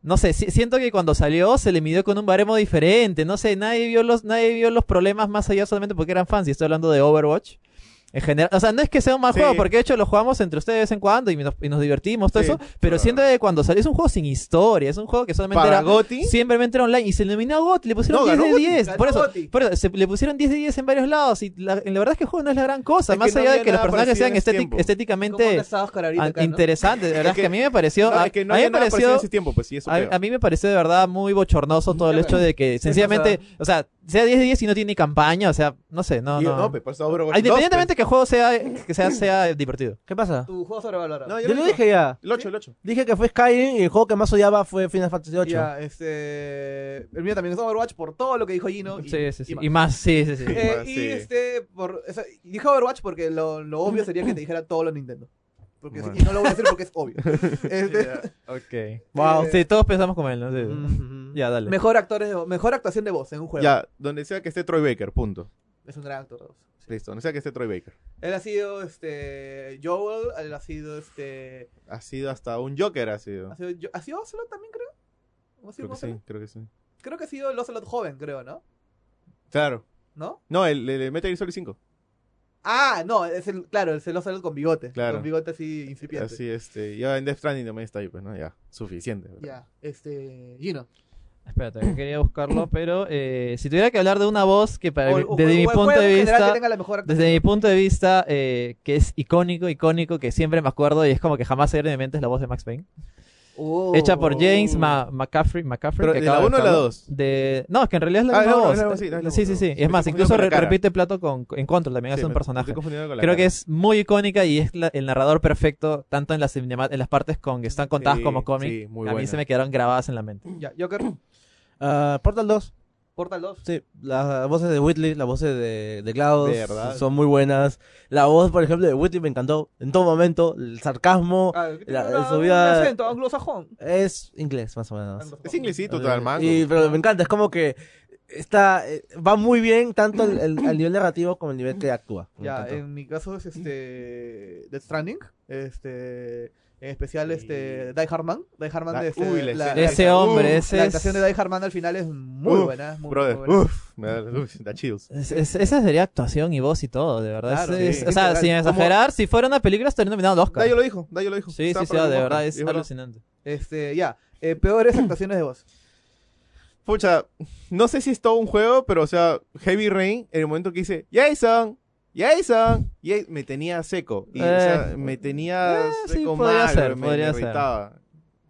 S3: No sé, si- siento que cuando salió se le midió con un baremo diferente. No sé, nadie vio los, nadie vio los problemas más allá solamente porque eran fans. Y estoy hablando de Overwatch. En general, o sea, no es que sea un mal
S5: Sí.
S3: juego, porque de hecho lo jugamos entre ustedes de vez en cuando y nos, y nos divertimos, todo
S5: Sí,
S3: eso. Pero
S5: claro.
S3: siento que cuando salió es un juego sin historia, es un juego que solamente
S5: Para
S3: era.
S5: Gotti.
S3: Simplemente era online y se le nominó a GOT, le pusieron
S5: No,
S3: 10
S5: ganó
S3: de
S5: GOTY,
S3: 10.
S2: ganó
S3: Por eso,
S2: GOTY.
S3: por eso, se- le pusieron 10 de 10 en varios lados y la, la verdad es que el juego no es la gran cosa.
S5: Es
S3: más
S5: que no
S3: allá de
S5: había
S3: que los
S5: nada
S3: personajes
S5: parecido
S3: sean
S5: en ese
S3: estéti-
S5: tiempo.
S2: ¿Cómo
S3: estéticamente
S2: andas a Oscar ahorita
S3: an-
S2: acá, no?
S3: interesante. De verdad es que,
S5: que-
S3: a mí me pareció.
S5: No,
S3: a,
S5: es que no
S3: a mí
S5: había
S3: me
S5: nada parecido en
S3: pareció.
S5: ese tiempo, pues sí, eso
S3: A,
S5: creo.
S3: a mí me pareció de verdad muy bochornoso todo el hecho de que sencillamente, o sea, sea 10 de 10 y no tiene ni campaña, o sea, no sé, no,
S5: Y-
S3: no.
S5: no, pues, por eso Overwatch
S3: Ah,
S5: dos,
S3: Independientemente que el juego sea, que sea, sea divertido.
S4: ¿Qué pasa?
S2: Tu juego
S5: pues.
S2: sobrevalorado.
S5: No, yo,
S4: Yo
S5: lo
S4: lo
S5: dije.
S4: dije ya.
S5: El 8, el 8.
S4: Dije que fue Skyrim y el juego que más odiaba fue Final Fantasy 8.
S2: Ya, este, el mío también es Overwatch por todo lo que dijo Gino. y-
S3: Sí, sí, sí.
S2: y más.
S3: Y más, sí, sí, sí.
S5: Sí.
S2: Eh,
S5: más,
S2: y
S5: sí.
S2: este, por, o sea, dije Overwatch porque lo, lo obvio sería que te dijera todo lo Nintendo. Porque,
S5: Bueno.
S2: Y no lo voy a decir porque es obvio. Este,
S3: Ok.
S2: Wow.
S3: Wow. Sí, todos pensamos como él, ¿no? Sí.
S2: Mm,
S3: Ya, dale.
S2: Mejor actores de vo- mejor actuación de voz en un juego.
S5: Ya, donde sea que esté Troy Baker, punto.
S2: Es un gran actor. de voz.
S5: Listo, donde sea que esté Troy Baker.
S2: Él ha sido este Joel, él ha sido este
S5: Ha sido hasta un Joker, ha sido.
S2: ha sido, Jo- ¿ha sido Ocelot también creo. ¿O ha sido
S5: Creo que
S2: Ocelot?
S5: sí, creo que sí.
S2: Creo que ha sido el Ocelot joven, creo, ¿no?
S5: Claro.
S2: ¿No?
S5: No, el, el, el Metal Gear Solid 5.
S2: Ah, no, es el claro, es el Ocelot con bigote,
S5: Claro.
S2: con bigote así incipiente.
S5: Así, este. Ya en Death Stranding también está ahí, pues, ¿no? Ya, suficiente. ¿verdad?
S2: Ya, este Gino.
S3: Espérate, que quería buscarlo, pero eh, si tuviera que hablar de una voz que para,
S2: O- o-
S3: desde
S2: o
S3: mi
S2: el
S3: punto
S2: juego
S3: de
S2: en general que
S3: vista,
S2: tenga la mejor actuación.
S3: desde mi punto de vista, eh, que es icónico, icónico, que siempre me acuerdo y es como que jamás se pierde de mi mente es la voz de Max Payne.
S2: Oh.
S3: Hecha por James Ma- McCaffrey, McCaffrey.
S5: Pero,
S3: que
S5: ¿de
S3: acaba
S5: la uno o la
S3: buscarlo.
S5: dos?
S3: De... No, es que en realidad es la
S5: Ah,
S3: misma
S5: no, no,
S3: voz.
S5: es la voz, sí, es la misma
S3: sí, sí,
S5: voz.
S3: sí.
S5: Me
S3: Es más,
S5: confundí
S3: incluso
S5: con la
S3: re-
S5: cara.
S3: repite plato con, en control, también hace
S5: Sí,
S3: un
S5: me-
S3: personaje.
S5: me estoy confundiendo con la
S3: Creo que
S5: cara.
S3: es muy icónica y es la- el narrador perfecto, tanto en las, cinema- en las partes con que están contadas
S5: Sí,
S3: como cómic.
S5: sí, muy
S3: a mí
S5: buena.
S3: se me quedaron grabadas en la mente.
S2: Uh. Ya, Joker,
S4: Ah, Portal 2.
S2: Portal 2.
S4: Sí, las voces de Whitley, las voces de, de Klaus
S5: De verdad.
S4: son muy buenas. La voz, por ejemplo, de Whitley me encantó en todo momento. El sarcasmo
S2: Ah, que tiene
S4: La-
S2: una-
S4: su vida-
S2: un acento anglosajón.
S4: es inglés, más o menos.
S2: Anglosajón.
S5: Es inglesito,
S4: Ok.
S5: tal mango.
S4: Y, pero me encanta, es como que está eh, va muy bien tanto al- al al nivel narrativo como el nivel que actúa. Me
S2: Ya,
S4: encantó.
S2: en mi caso es este Death Stranding, este en especial este Die Hardman, Die Hardman
S5: La-
S2: de este,
S5: uy, la escena. Uh.
S3: Ese
S5: Uf,
S3: hombre, ese
S2: la
S3: es-
S2: actuación de Die Hardman al final es muy
S5: Uf,
S2: buena, es muy,
S5: Brother,
S2: muy buena.
S5: uff, me da, uf, da chills.
S3: Es- es- esa sería actuación y voz y todo, de verdad.
S2: Claro,
S3: Es-
S5: sí.
S3: es- o sea,
S2: Literal.
S3: sin exagerar, si fuera una película estaría nominado al Oscar.
S5: Dayo lo dijo, Dayo lo dijo.
S3: Sí,
S5: Estaba
S3: sí, sí,
S5: por
S3: de
S5: el Oscar,
S3: verdad, es
S5: verdad.
S3: alucinante.
S2: Este, ya, eh, peores actuaciones de voz.
S5: pucha, no sé si es todo un juego, pero o sea, Heavy Rain, en el momento que dice, Jason, Jason, Jason", me tenía seco. Y, o sea,
S3: Eh.
S5: me tenía
S3: Eh, sí,
S5: seco
S3: podría
S5: mal,
S3: ser,
S5: me,
S3: podría
S5: me
S3: ser.
S5: irritaba.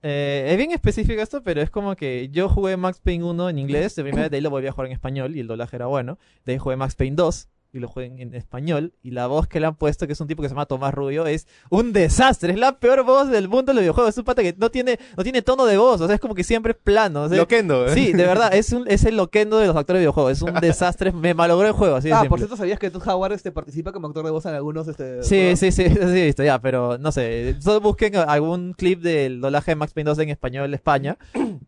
S3: Eh, es bien específico esto, pero es como que yo jugué Max Payne 1 en inglés, de primera de ahí lo volví a jugar en español y el doblaje era bueno. De ahí jugué Max Payne 2 y lo jugué en, en español y la voz que le han puesto, que es un tipo que se llama Tomás Rubio, es un desastre. Es la peor voz del mundo de los videojuegos. Es un pata que no tiene, no tiene tono de voz, o sea, es como que siempre es plano. o sea,
S5: Loquendo, ¿eh?
S3: sí, de verdad, es, un, es el loquendo de los actores de videojuegos. Es un desastre, me malogró el juego, así de
S2: Ah,
S3: simple.
S2: por cierto, ¿sabías que Todd Howard este, participa como actor de voz en algunos este,
S3: Sí,
S2: juegos?
S3: sí, sí, sí, he visto ya, pero no sé. Solo busquen algún clip del doblaje de Max Payne 2 en español de España.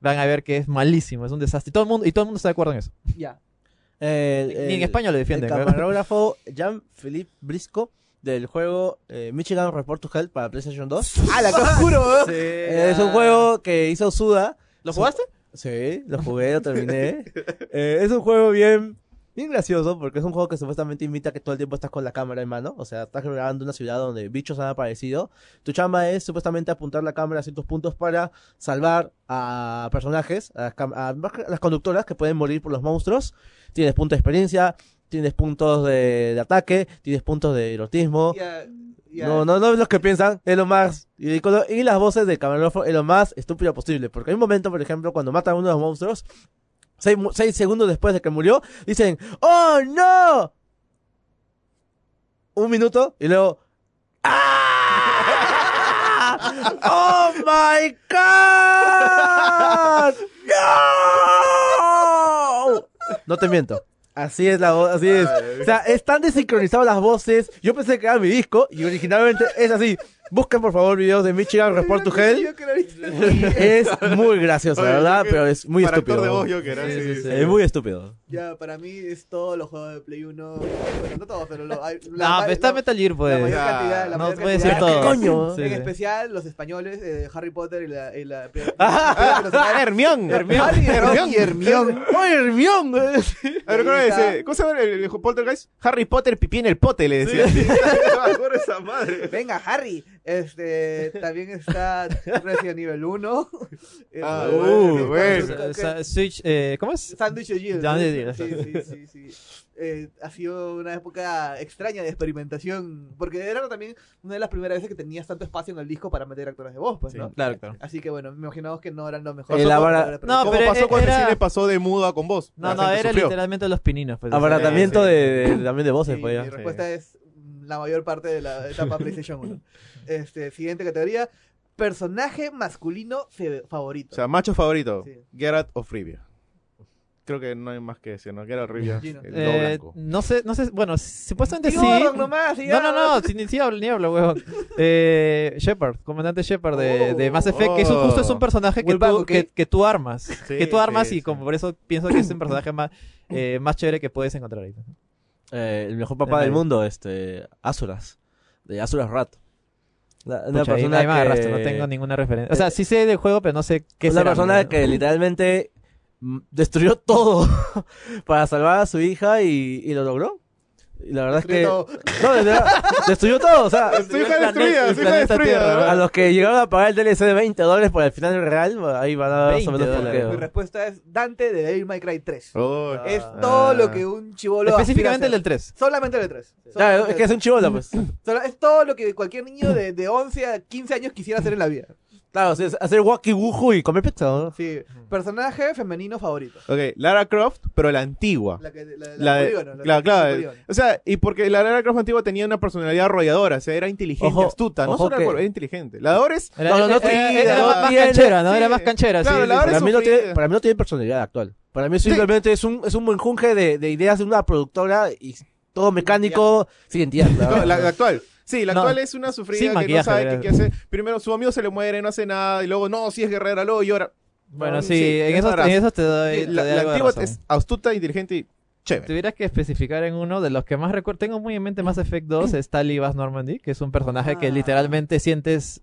S3: Van a ver que es malísimo, es un desastre. Y todo el mundo, y todo el mundo está de acuerdo en eso.
S2: Ya.
S4: El-
S3: Ni en
S4: Eh, el-
S3: España lo defienden.
S4: El
S3: creo.
S4: camarógrafo Jean-Philippe Brisco del juego eh, Michigan Report to Hell para PlayStation 2.
S2: ¡Ah, la cosa oscuro!
S4: Eh, es un juego que hizo Suda.
S3: ¿Lo jugaste?
S4: Sí, lo jugué, lo terminé. Eh, es un juego bien, bien gracioso porque es un juego que supuestamente invita a que todo el tiempo estás con la cámara en mano. O sea, estás grabando una ciudad donde bichos han aparecido. Tu chamba es supuestamente apuntar la cámara a ciertos puntos para salvar a personajes, a las, cam- a más que- a las conductoras que pueden morir por los monstruos. Tienes puntos de experiencia, tienes puntos de, de ataque, tienes puntos de erotismo.
S2: Ya, ya.
S4: No, no, no es lo que piensan, es lo más ridículo. Y las voces del camarógrafo es lo más estúpido posible. Porque hay un momento, por ejemplo, cuando matan a uno de los monstruos, seis, mu- seis segundos después de que murió, dicen, ¡Oh, no! Un minuto y luego, ¡Ah! ¡Oh, my God! ¡No! No te miento. Así es la voz, así es. O sea, están desincronizadas las voces. Yo pensé que era mi disco y originalmente es así. Busquen por favor videos de Michigan Report to Hell. Es muy gracioso, la
S5: Oye,
S4: verdad,
S5: Joker,
S4: pero es muy
S5: para actor
S4: estúpido.
S5: de voz, Joker, ¿eh? Sí, sí.
S4: Es muy estúpido.
S2: Ya, para mí es todos los juegos de Play 1. Bueno, no todos, pero lo, hay- la
S3: No,
S2: ma-
S3: pero está
S2: lo-
S3: Metal Gear,
S2: la mayor
S3: pues.
S5: Ya,
S2: cantidad, la
S3: no
S2: mayor
S3: puede
S2: cantidad.
S3: ser todo.
S4: coño?
S3: Sí,
S2: En
S3: sí.
S2: especial los españoles, eh, Harry Potter y la... Y la
S5: Ah, Hermión. Hermión.
S2: Harry, Ron y Hermión.
S4: ¡Oh, Hermión!
S5: A ver, ¿cómo le
S2: Está-
S5: dice? ¿Cómo se llama el, el poltergeist? Harry Potter pipí en el pote, le decía. Me acuerdo esa madre.
S2: Venga, Harry. Este, también está Resident Nivel 1.
S5: Ah,
S2: Este,
S5: bueno,
S2: eh, con
S5: bueno.
S2: su-
S3: O sea, Switch, eh, ¿cómo es?
S2: Sandwich of Years,
S3: Ya,
S2: ¿no?
S3: ya, ya.
S2: Sí, sí, sí, sí. Eh, ha sido una época extraña de experimentación, porque era también una de las primeras veces que tenías tanto espacio en el disco para meter actores de voz, pues, ¿no?
S3: Claro, claro.
S2: Así que bueno, me imaginamos que no eran los mejores.
S4: Eh, la vara-
S3: No,
S5: ¿Cómo
S3: pero
S5: pasó
S3: e-
S5: cuando el
S3: era-
S5: cine pasó de mudo a con voz?
S3: No,
S5: La
S3: no,
S5: gente
S3: era
S5: sufrió.
S3: literal-amente los pininos. Pues,
S4: Abaratamiento
S3: Sí,
S4: de,
S3: sí.
S4: de- también de voces, pues
S2: Mi
S4: ya.
S2: respuesta es mm, la mayor parte de la etapa PlayStation 1. Este, siguiente categoría, personaje masculino fe- favorito.
S5: O sea, macho favorito,
S2: Sí.
S5: Geralt o Frivia. Creo que no hay más que decir, ¿no? Geralt Rivia,
S2: Gino.
S5: el lobo
S3: Eh,
S5: blanco.
S3: no sé, no sé, bueno, supuestamente sí.
S2: Digo, Gordon nomás, y
S3: No,
S2: ya.
S3: no, no, sin ni siquiera hablo, ni hablo, huevón. Eh, Shepard, comandante Shepard de, de Mass Effect, que es un- justo
S5: Oh.
S3: es un personaje que,
S2: Will Bang,
S3: tú,
S2: ¿ok?
S3: que, que tú armas. que tú armas
S5: sí,
S3: y como
S5: sí.
S3: por eso pienso que es un personaje más, eh, más chévere que puedes encontrar ahorita.
S4: Eh, el mejor papá
S3: Eh,
S4: del mundo, este, Asuras. De Asuras Rat. La- Una
S3: Pucha, ahí-
S4: persona
S3: ahí me agarraste,
S4: que-
S3: no tengo ninguna referencia. O sea, sí sé del juego, pero no sé qué
S4: una
S3: será,
S4: persona
S3: ¿no?
S4: que literalmente mm, destruyó todo para salvar a su hija y, y lo logró. Y la verdad es que.
S2: Escrito,
S4: No, de verdad, destruyó todo. O sea,
S5: Su hija destruida, su hija
S4: a
S5: destruida.
S4: los que llegaron a pagar el DLC de 20 dólares por el final real, ahí van a ver más o
S3: 20
S4: menos por
S3: dólares.
S4: qué.
S2: Mi respuesta es Dante de Devil May Cry 3.
S5: Oh,
S2: Es
S5: ah.
S2: todo lo que un chivolo
S3: Específicamente el
S2: aspira a
S3: del 3.
S2: ser. Solamente el de 3.
S4: Claro, es que es un chivola, pues.
S2: es todo lo que cualquier niño de, de 11 a 15 años quisiera hacer en la vida.
S4: Claro, o sea, es hacer Wacky Wuju y comer pizza, ¿no?
S2: Sí. Personaje femenino favorito.
S5: Ok, Lara Croft, pero la antigua.
S2: La que la,
S5: La de-
S2: polígono, la
S5: claro,
S2: que- la
S5: claro.
S2: polígono.
S5: O sea, y porque la Lara Croft antigua tenía una personalidad arrolladora, o sea, era inteligente,
S4: Ojo,
S5: astuta, no
S4: ojo
S5: solo
S4: que-
S5: era inteligente. La de ahora es
S3: Era,
S4: No, no, no,
S3: era- era-
S5: sí,
S3: era
S5: no,
S3: más
S4: tiene-
S3: canchera, ¿no?
S5: sí.
S3: Era más canchera,
S5: Claro,
S3: sí,
S5: la
S3: sí,
S5: hora
S3: sí.
S4: Para
S5: es-
S4: mí, no
S5: sufrida.
S4: tiene, para mí no tiene personalidad actual. Para mí simplemente es, un, es un menjunje de, de ideas de una productora y todo mecánico sin identidad. la
S5: No,
S4: verdad.
S5: la, la actual. Sí, la
S3: No.
S5: actual es una sufrida
S3: Sin
S5: que no
S3: maquillaje,
S5: sabe qué
S3: ¿verdad?
S5: qué hacer. Primero su amigo se le muere, no hace nada, y luego, no, si es guerrera, luego llora.
S3: Bueno,
S5: No,
S3: sí, en
S5: es
S3: esos
S5: ahora.
S3: en esos te doy.
S5: Sí,
S3: te
S5: La,
S3: doy
S5: la
S3: algo de
S5: antigua
S3: razón.
S5: es astuta, inteligente y chévere.
S3: tuvieras que especificar en uno de los que más recuerdo, tengo muy en mente Mass Effect 2, es Tali Bass Normandy, que es un personaje
S2: Ah.
S3: que literalmente sientes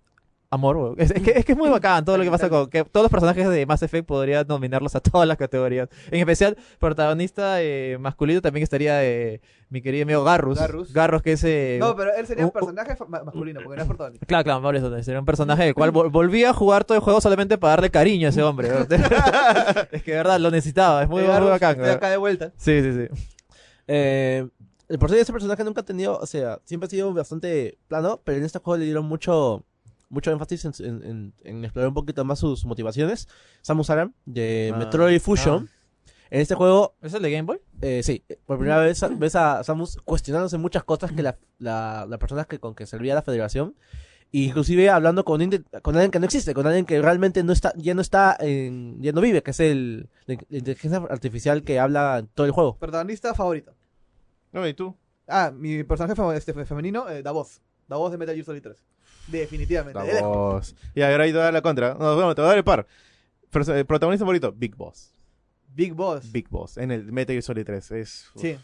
S3: Amor, weón. es, es que, es que es muy bacán todo lo que pasa con que todos los personajes de Mass Effect podría nominarlos a todas las categorías. En especial, protagonista eh, masculino también estaría eh, mi querido amigo Garrus.
S2: Garrus.
S3: que es eh,
S2: No, pero él sería
S3: un-
S2: un personaje fa- ma- masculino, porque no es Eh, protagonista.
S3: Claro, claro, Mauricio Sotelo. Sería un personaje del cual vol- volví a jugar todo el juego solamente para darle cariño a ese hombre. ¿no? es que de verdad lo necesitaba, es muy,
S2: Eh,
S3: muy
S2: Garrus,
S3: bacán.
S2: estoy
S3: ¿no?
S2: acá de vuelta.
S3: Sí, sí, sí.
S4: Eh, el proceso de ese personaje nunca ha tenido, o sea, siempre ha sido bastante plano, pero en este juego le dieron mucho mucho énfasis en, en- en- en explorar un poquito más sus motivaciones. Samus Aran, de
S3: Ah,
S4: Metroid Fusion.
S5: ah.
S4: En este juego,
S3: ¿Es el de Game Boy?
S4: eh, sí, por primera vez ves a Samus cuestionándose muchas cosas que la, la, la persona que, con que servía la federación, e inclusive hablando con, inde- con alguien que no existe, con alguien que realmente no está, ya no está, en- ya no vive, que es el, la in- la inteligencia artificial que habla en todo el juego.
S2: Protagonista favorito.
S5: No, ¿y tú?
S2: Ah, mi personaje fem- este, fe- femenino, eh, Davos. Davos de Metal Gear Solid 3. Definitivamente. De lejos.
S5: Davos. Y ahora ahí te voy a dar la contra. No, bueno, te voy a dar el par. Perso- eh, protagonista favorito, Big Boss.
S2: Big Boss.
S5: Big Boss, en el Metal Gear Solid 3. Es uf,
S2: Sí,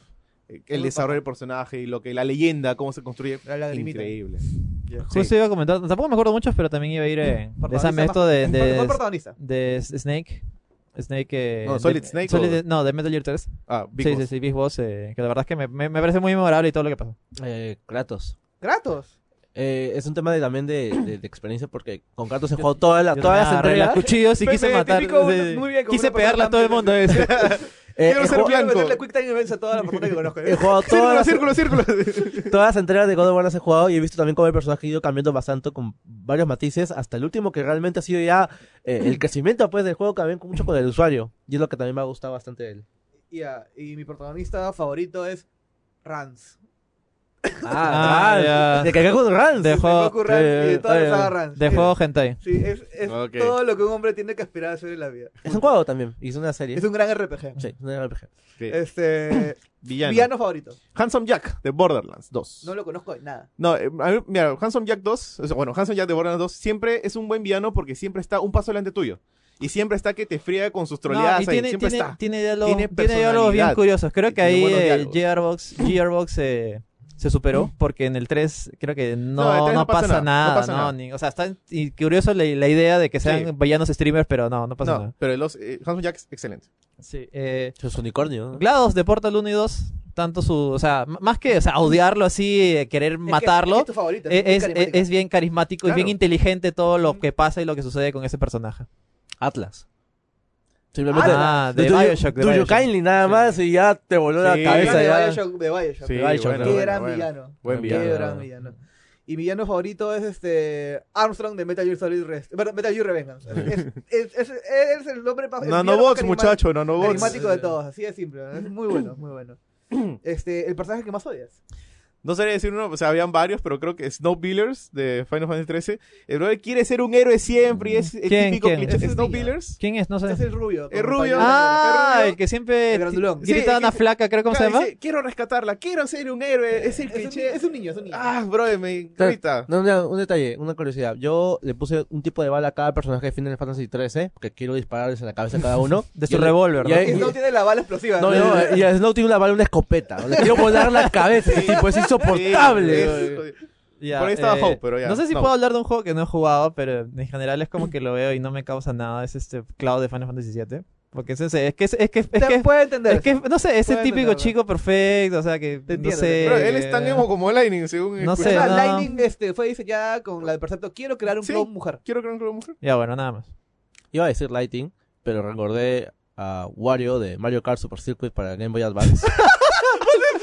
S5: el desarrollo del personaje y lo que la leyenda, cómo se construye.
S2: la lagrimita.
S5: Increíble. Sí.
S3: Justo iba a comentar, tampoco me acuerdo muchos, pero también iba a ir en de
S2: Protagonista
S3: esa esto de,
S2: mas-
S3: de,
S2: ¿Cuál protagonista?
S3: de S- Snake. Snake. eh,
S5: No,
S3: de-
S5: Solid Snake
S3: Solid-
S5: o-
S3: no, de Metal Gear 3.
S5: Ah, Big
S3: sí,
S5: Boss.
S3: sí, sí, Big Boss, eh, que la verdad es que me, me- me parece muy memorable y todo lo que pasó.
S4: Eh, Kratos.
S2: Kratos.
S4: Eh, es un tema de, también de, de- de experiencia porque con Kratos se jugó toda
S2: Ah,
S4: la,
S3: Yo
S4: todas las
S3: me agarré
S4: entregas.
S3: los cuchillos y
S2: Me-
S3: quise
S2: me
S3: matar.
S2: identifico
S3: sí,
S2: un-
S3: sí.
S2: muy bien con
S3: quise
S2: una
S3: pegarle a todo el mundo.
S2: persona
S3: eh.
S4: Eh,
S5: Quiero
S4: he
S5: ser
S4: jugado-
S5: blanco.
S2: meterle Quick Time Events a toda la persona que conozco.
S4: he jugado todas
S5: Círculo,
S4: las,
S5: círculo, círculo.
S4: todas las entregas de God of War las he jugado y he visto también cómo el personaje ha ido cambiando bastante con varios matices hasta el último que realmente ha sido ya eh, el crecimiento pues del juego que también mucho con el usuario y es lo que también me ha gustado bastante de él.
S2: Y, ah, y mi protagonista favorito es Rans.
S3: Ah, ya.
S4: de que con Rans.
S3: De juego.
S2: Goku Rans y de todas las
S3: eh,
S2: sagas Rans.
S3: De
S2: Sí.
S3: juego hentai.
S2: Sí, es, es
S5: Ok.
S2: todo lo que un hombre tiene que aspirar a hacer en la vida.
S4: Es un juego también y es una serie.
S2: Es un gran RPG.
S4: Sí, es un RPG.
S5: Sí,
S3: Eh,
S2: Este.
S5: Villano.
S2: Villano favorito.
S5: Handsome Jack de Borderlands 2.
S2: No lo conozco de nada.
S5: No, eh, a mí- mira, Handsome Jack 2, o sea, bueno, Handsome Jack de Borderlands 2 siempre es un buen villano porque siempre está un paso delante tuyo. Y siempre está que te friega con sus troleadas
S3: No, y
S5: ahí,
S3: tiene,
S5: siempre
S3: tiene,
S5: está.
S3: tiene diálogos,
S5: Tiene
S3: tiene diálogos bien
S5: personalidad.
S3: curiosos. Creo
S5: Y
S3: que
S5: tiene
S3: ahí
S5: buenos
S3: eh,
S5: diálogos.
S3: Gearbox, Gearbox eh, se superó porque en el 3 creo que
S5: No, en el
S3: no, no,
S5: 3 no
S3: pasa,
S5: pasa
S3: nada.
S5: nada, no pasa
S3: no,
S5: nada.
S3: ni- o sea, está y curioso la, la idea de que sean
S5: Sí.
S3: villanos streamers, pero no, no pasa
S5: No,
S3: nada.
S5: pero el dos, eh, Handsome Jack es excelente.
S3: Sí, eh,
S4: Es un unicornio. ¿no?
S3: GLaDOS de Portal 1 y 2, tanto su, o sea, m- más que o sea, odiarlo así, eh, querer
S2: Es que
S3: matarlo,
S2: Es tu favorito.
S3: eh,
S2: muy
S3: es, es,
S2: carismático.
S3: es bien carismático y bien
S5: Claro.
S3: inteligente todo lo que pasa y lo que sucede con ese personaje.
S4: Atlas. Simplemente
S3: Ah, de
S4: Do you-
S3: Bioshock, de
S4: Do You
S3: Bioshock.
S4: Kindly nada más y ya te voló
S5: Sí.
S4: la cabeza.
S2: de
S4: ya.
S2: Bioshock. De Bioshock.
S5: Sí,
S4: Bioshock,
S5: bueno,
S2: Qué
S5: bueno,
S2: gran
S5: bueno.
S2: villano.
S5: Buen
S2: Qué
S5: villano.
S2: gran villano. Y mi villano favorito es este Armstrong de Metal Gear Solid Rest. bueno, Metal Gear Revengeance. Es, es, es, es el nombre más. el
S5: No, no
S2: villano más
S5: bots,
S2: carismático-
S5: muchacho, no, no bots.
S2: Carismático de todos, así de simple. ¿no? Es muy bueno, muy bueno. Este, el personaje que más odias.
S5: No sabría decir uno, o sea, habían varios, pero creo que Snowbillers de Final Fantasy XIII. El brother quiere ser un héroe siempre y es el
S3: ¿Quién,
S5: típico
S3: quién?
S5: cliché.
S2: Ese es
S5: Snowbillers.
S3: ¿Quién es? No sé.
S2: Este Es el rubio. con
S5: El rubio.
S2: pañuelo
S3: Ah,
S5: el
S3: el que siempre
S2: El grandulón.
S3: ti- gritaba
S5: Sí,
S3: una
S5: que-
S3: flaca, creo cómo se
S5: Claro,
S3: llama.
S5: dice, quiero rescatarla, quiero ser un héroe. Es el
S2: negro. Es un,
S5: cliché.
S2: es un niño, es un niño.
S5: Ah, brother, me
S4: Claro,
S5: grita.
S4: No, mira, un detalle, una curiosidad. Yo le puse un tipo de bala a cada personaje de Final Fantasy XIII, porque quiero dispararles en la cabeza a cada uno.
S3: De
S4: Y
S3: su
S4: el-
S3: revólver,
S4: y
S3: ¿no?
S4: ahí-
S2: Y no tiene la bala explosiva.
S4: No, no, eh, y a Snow tiene una bala, una escopeta. ¿no? Le quiero volar la cabeza a ese tipo, es
S5: Sí,
S4: insoportable.
S5: es-
S3: Ya, eh,
S5: Por ahí estaba Hope, pero ya,
S3: No sé si
S5: no.
S3: puedo hablar de un juego que no he jugado, pero en general es como que lo veo y no me causa nada. Es este Cloud de Final Fantasy VII. Porque es ese, es que es, es que es
S2: Te
S3: que
S2: puede entender.
S3: es que no sé, ese
S2: Puedo
S3: típico
S2: entenderlo.
S3: chico perfecto, o sea que
S2: Te
S3: no
S2: entiendo, te
S3: sé.
S2: entiendo.
S5: Pero él es tan emo como Lightning, según.
S3: Eh, No
S2: O
S5: escuché.
S3: sé.
S2: sea,
S3: no.
S2: Lightning este, fue diseñada con la de Percepto. Quiero crear un
S5: Sí.
S2: clon mujer.
S5: Quiero creer que era mujer.
S3: Ya bueno, nada más.
S4: Iba a decir Lighting, pero recordé a Wario de Mario Kart Super Circuit para Game Boy Advance.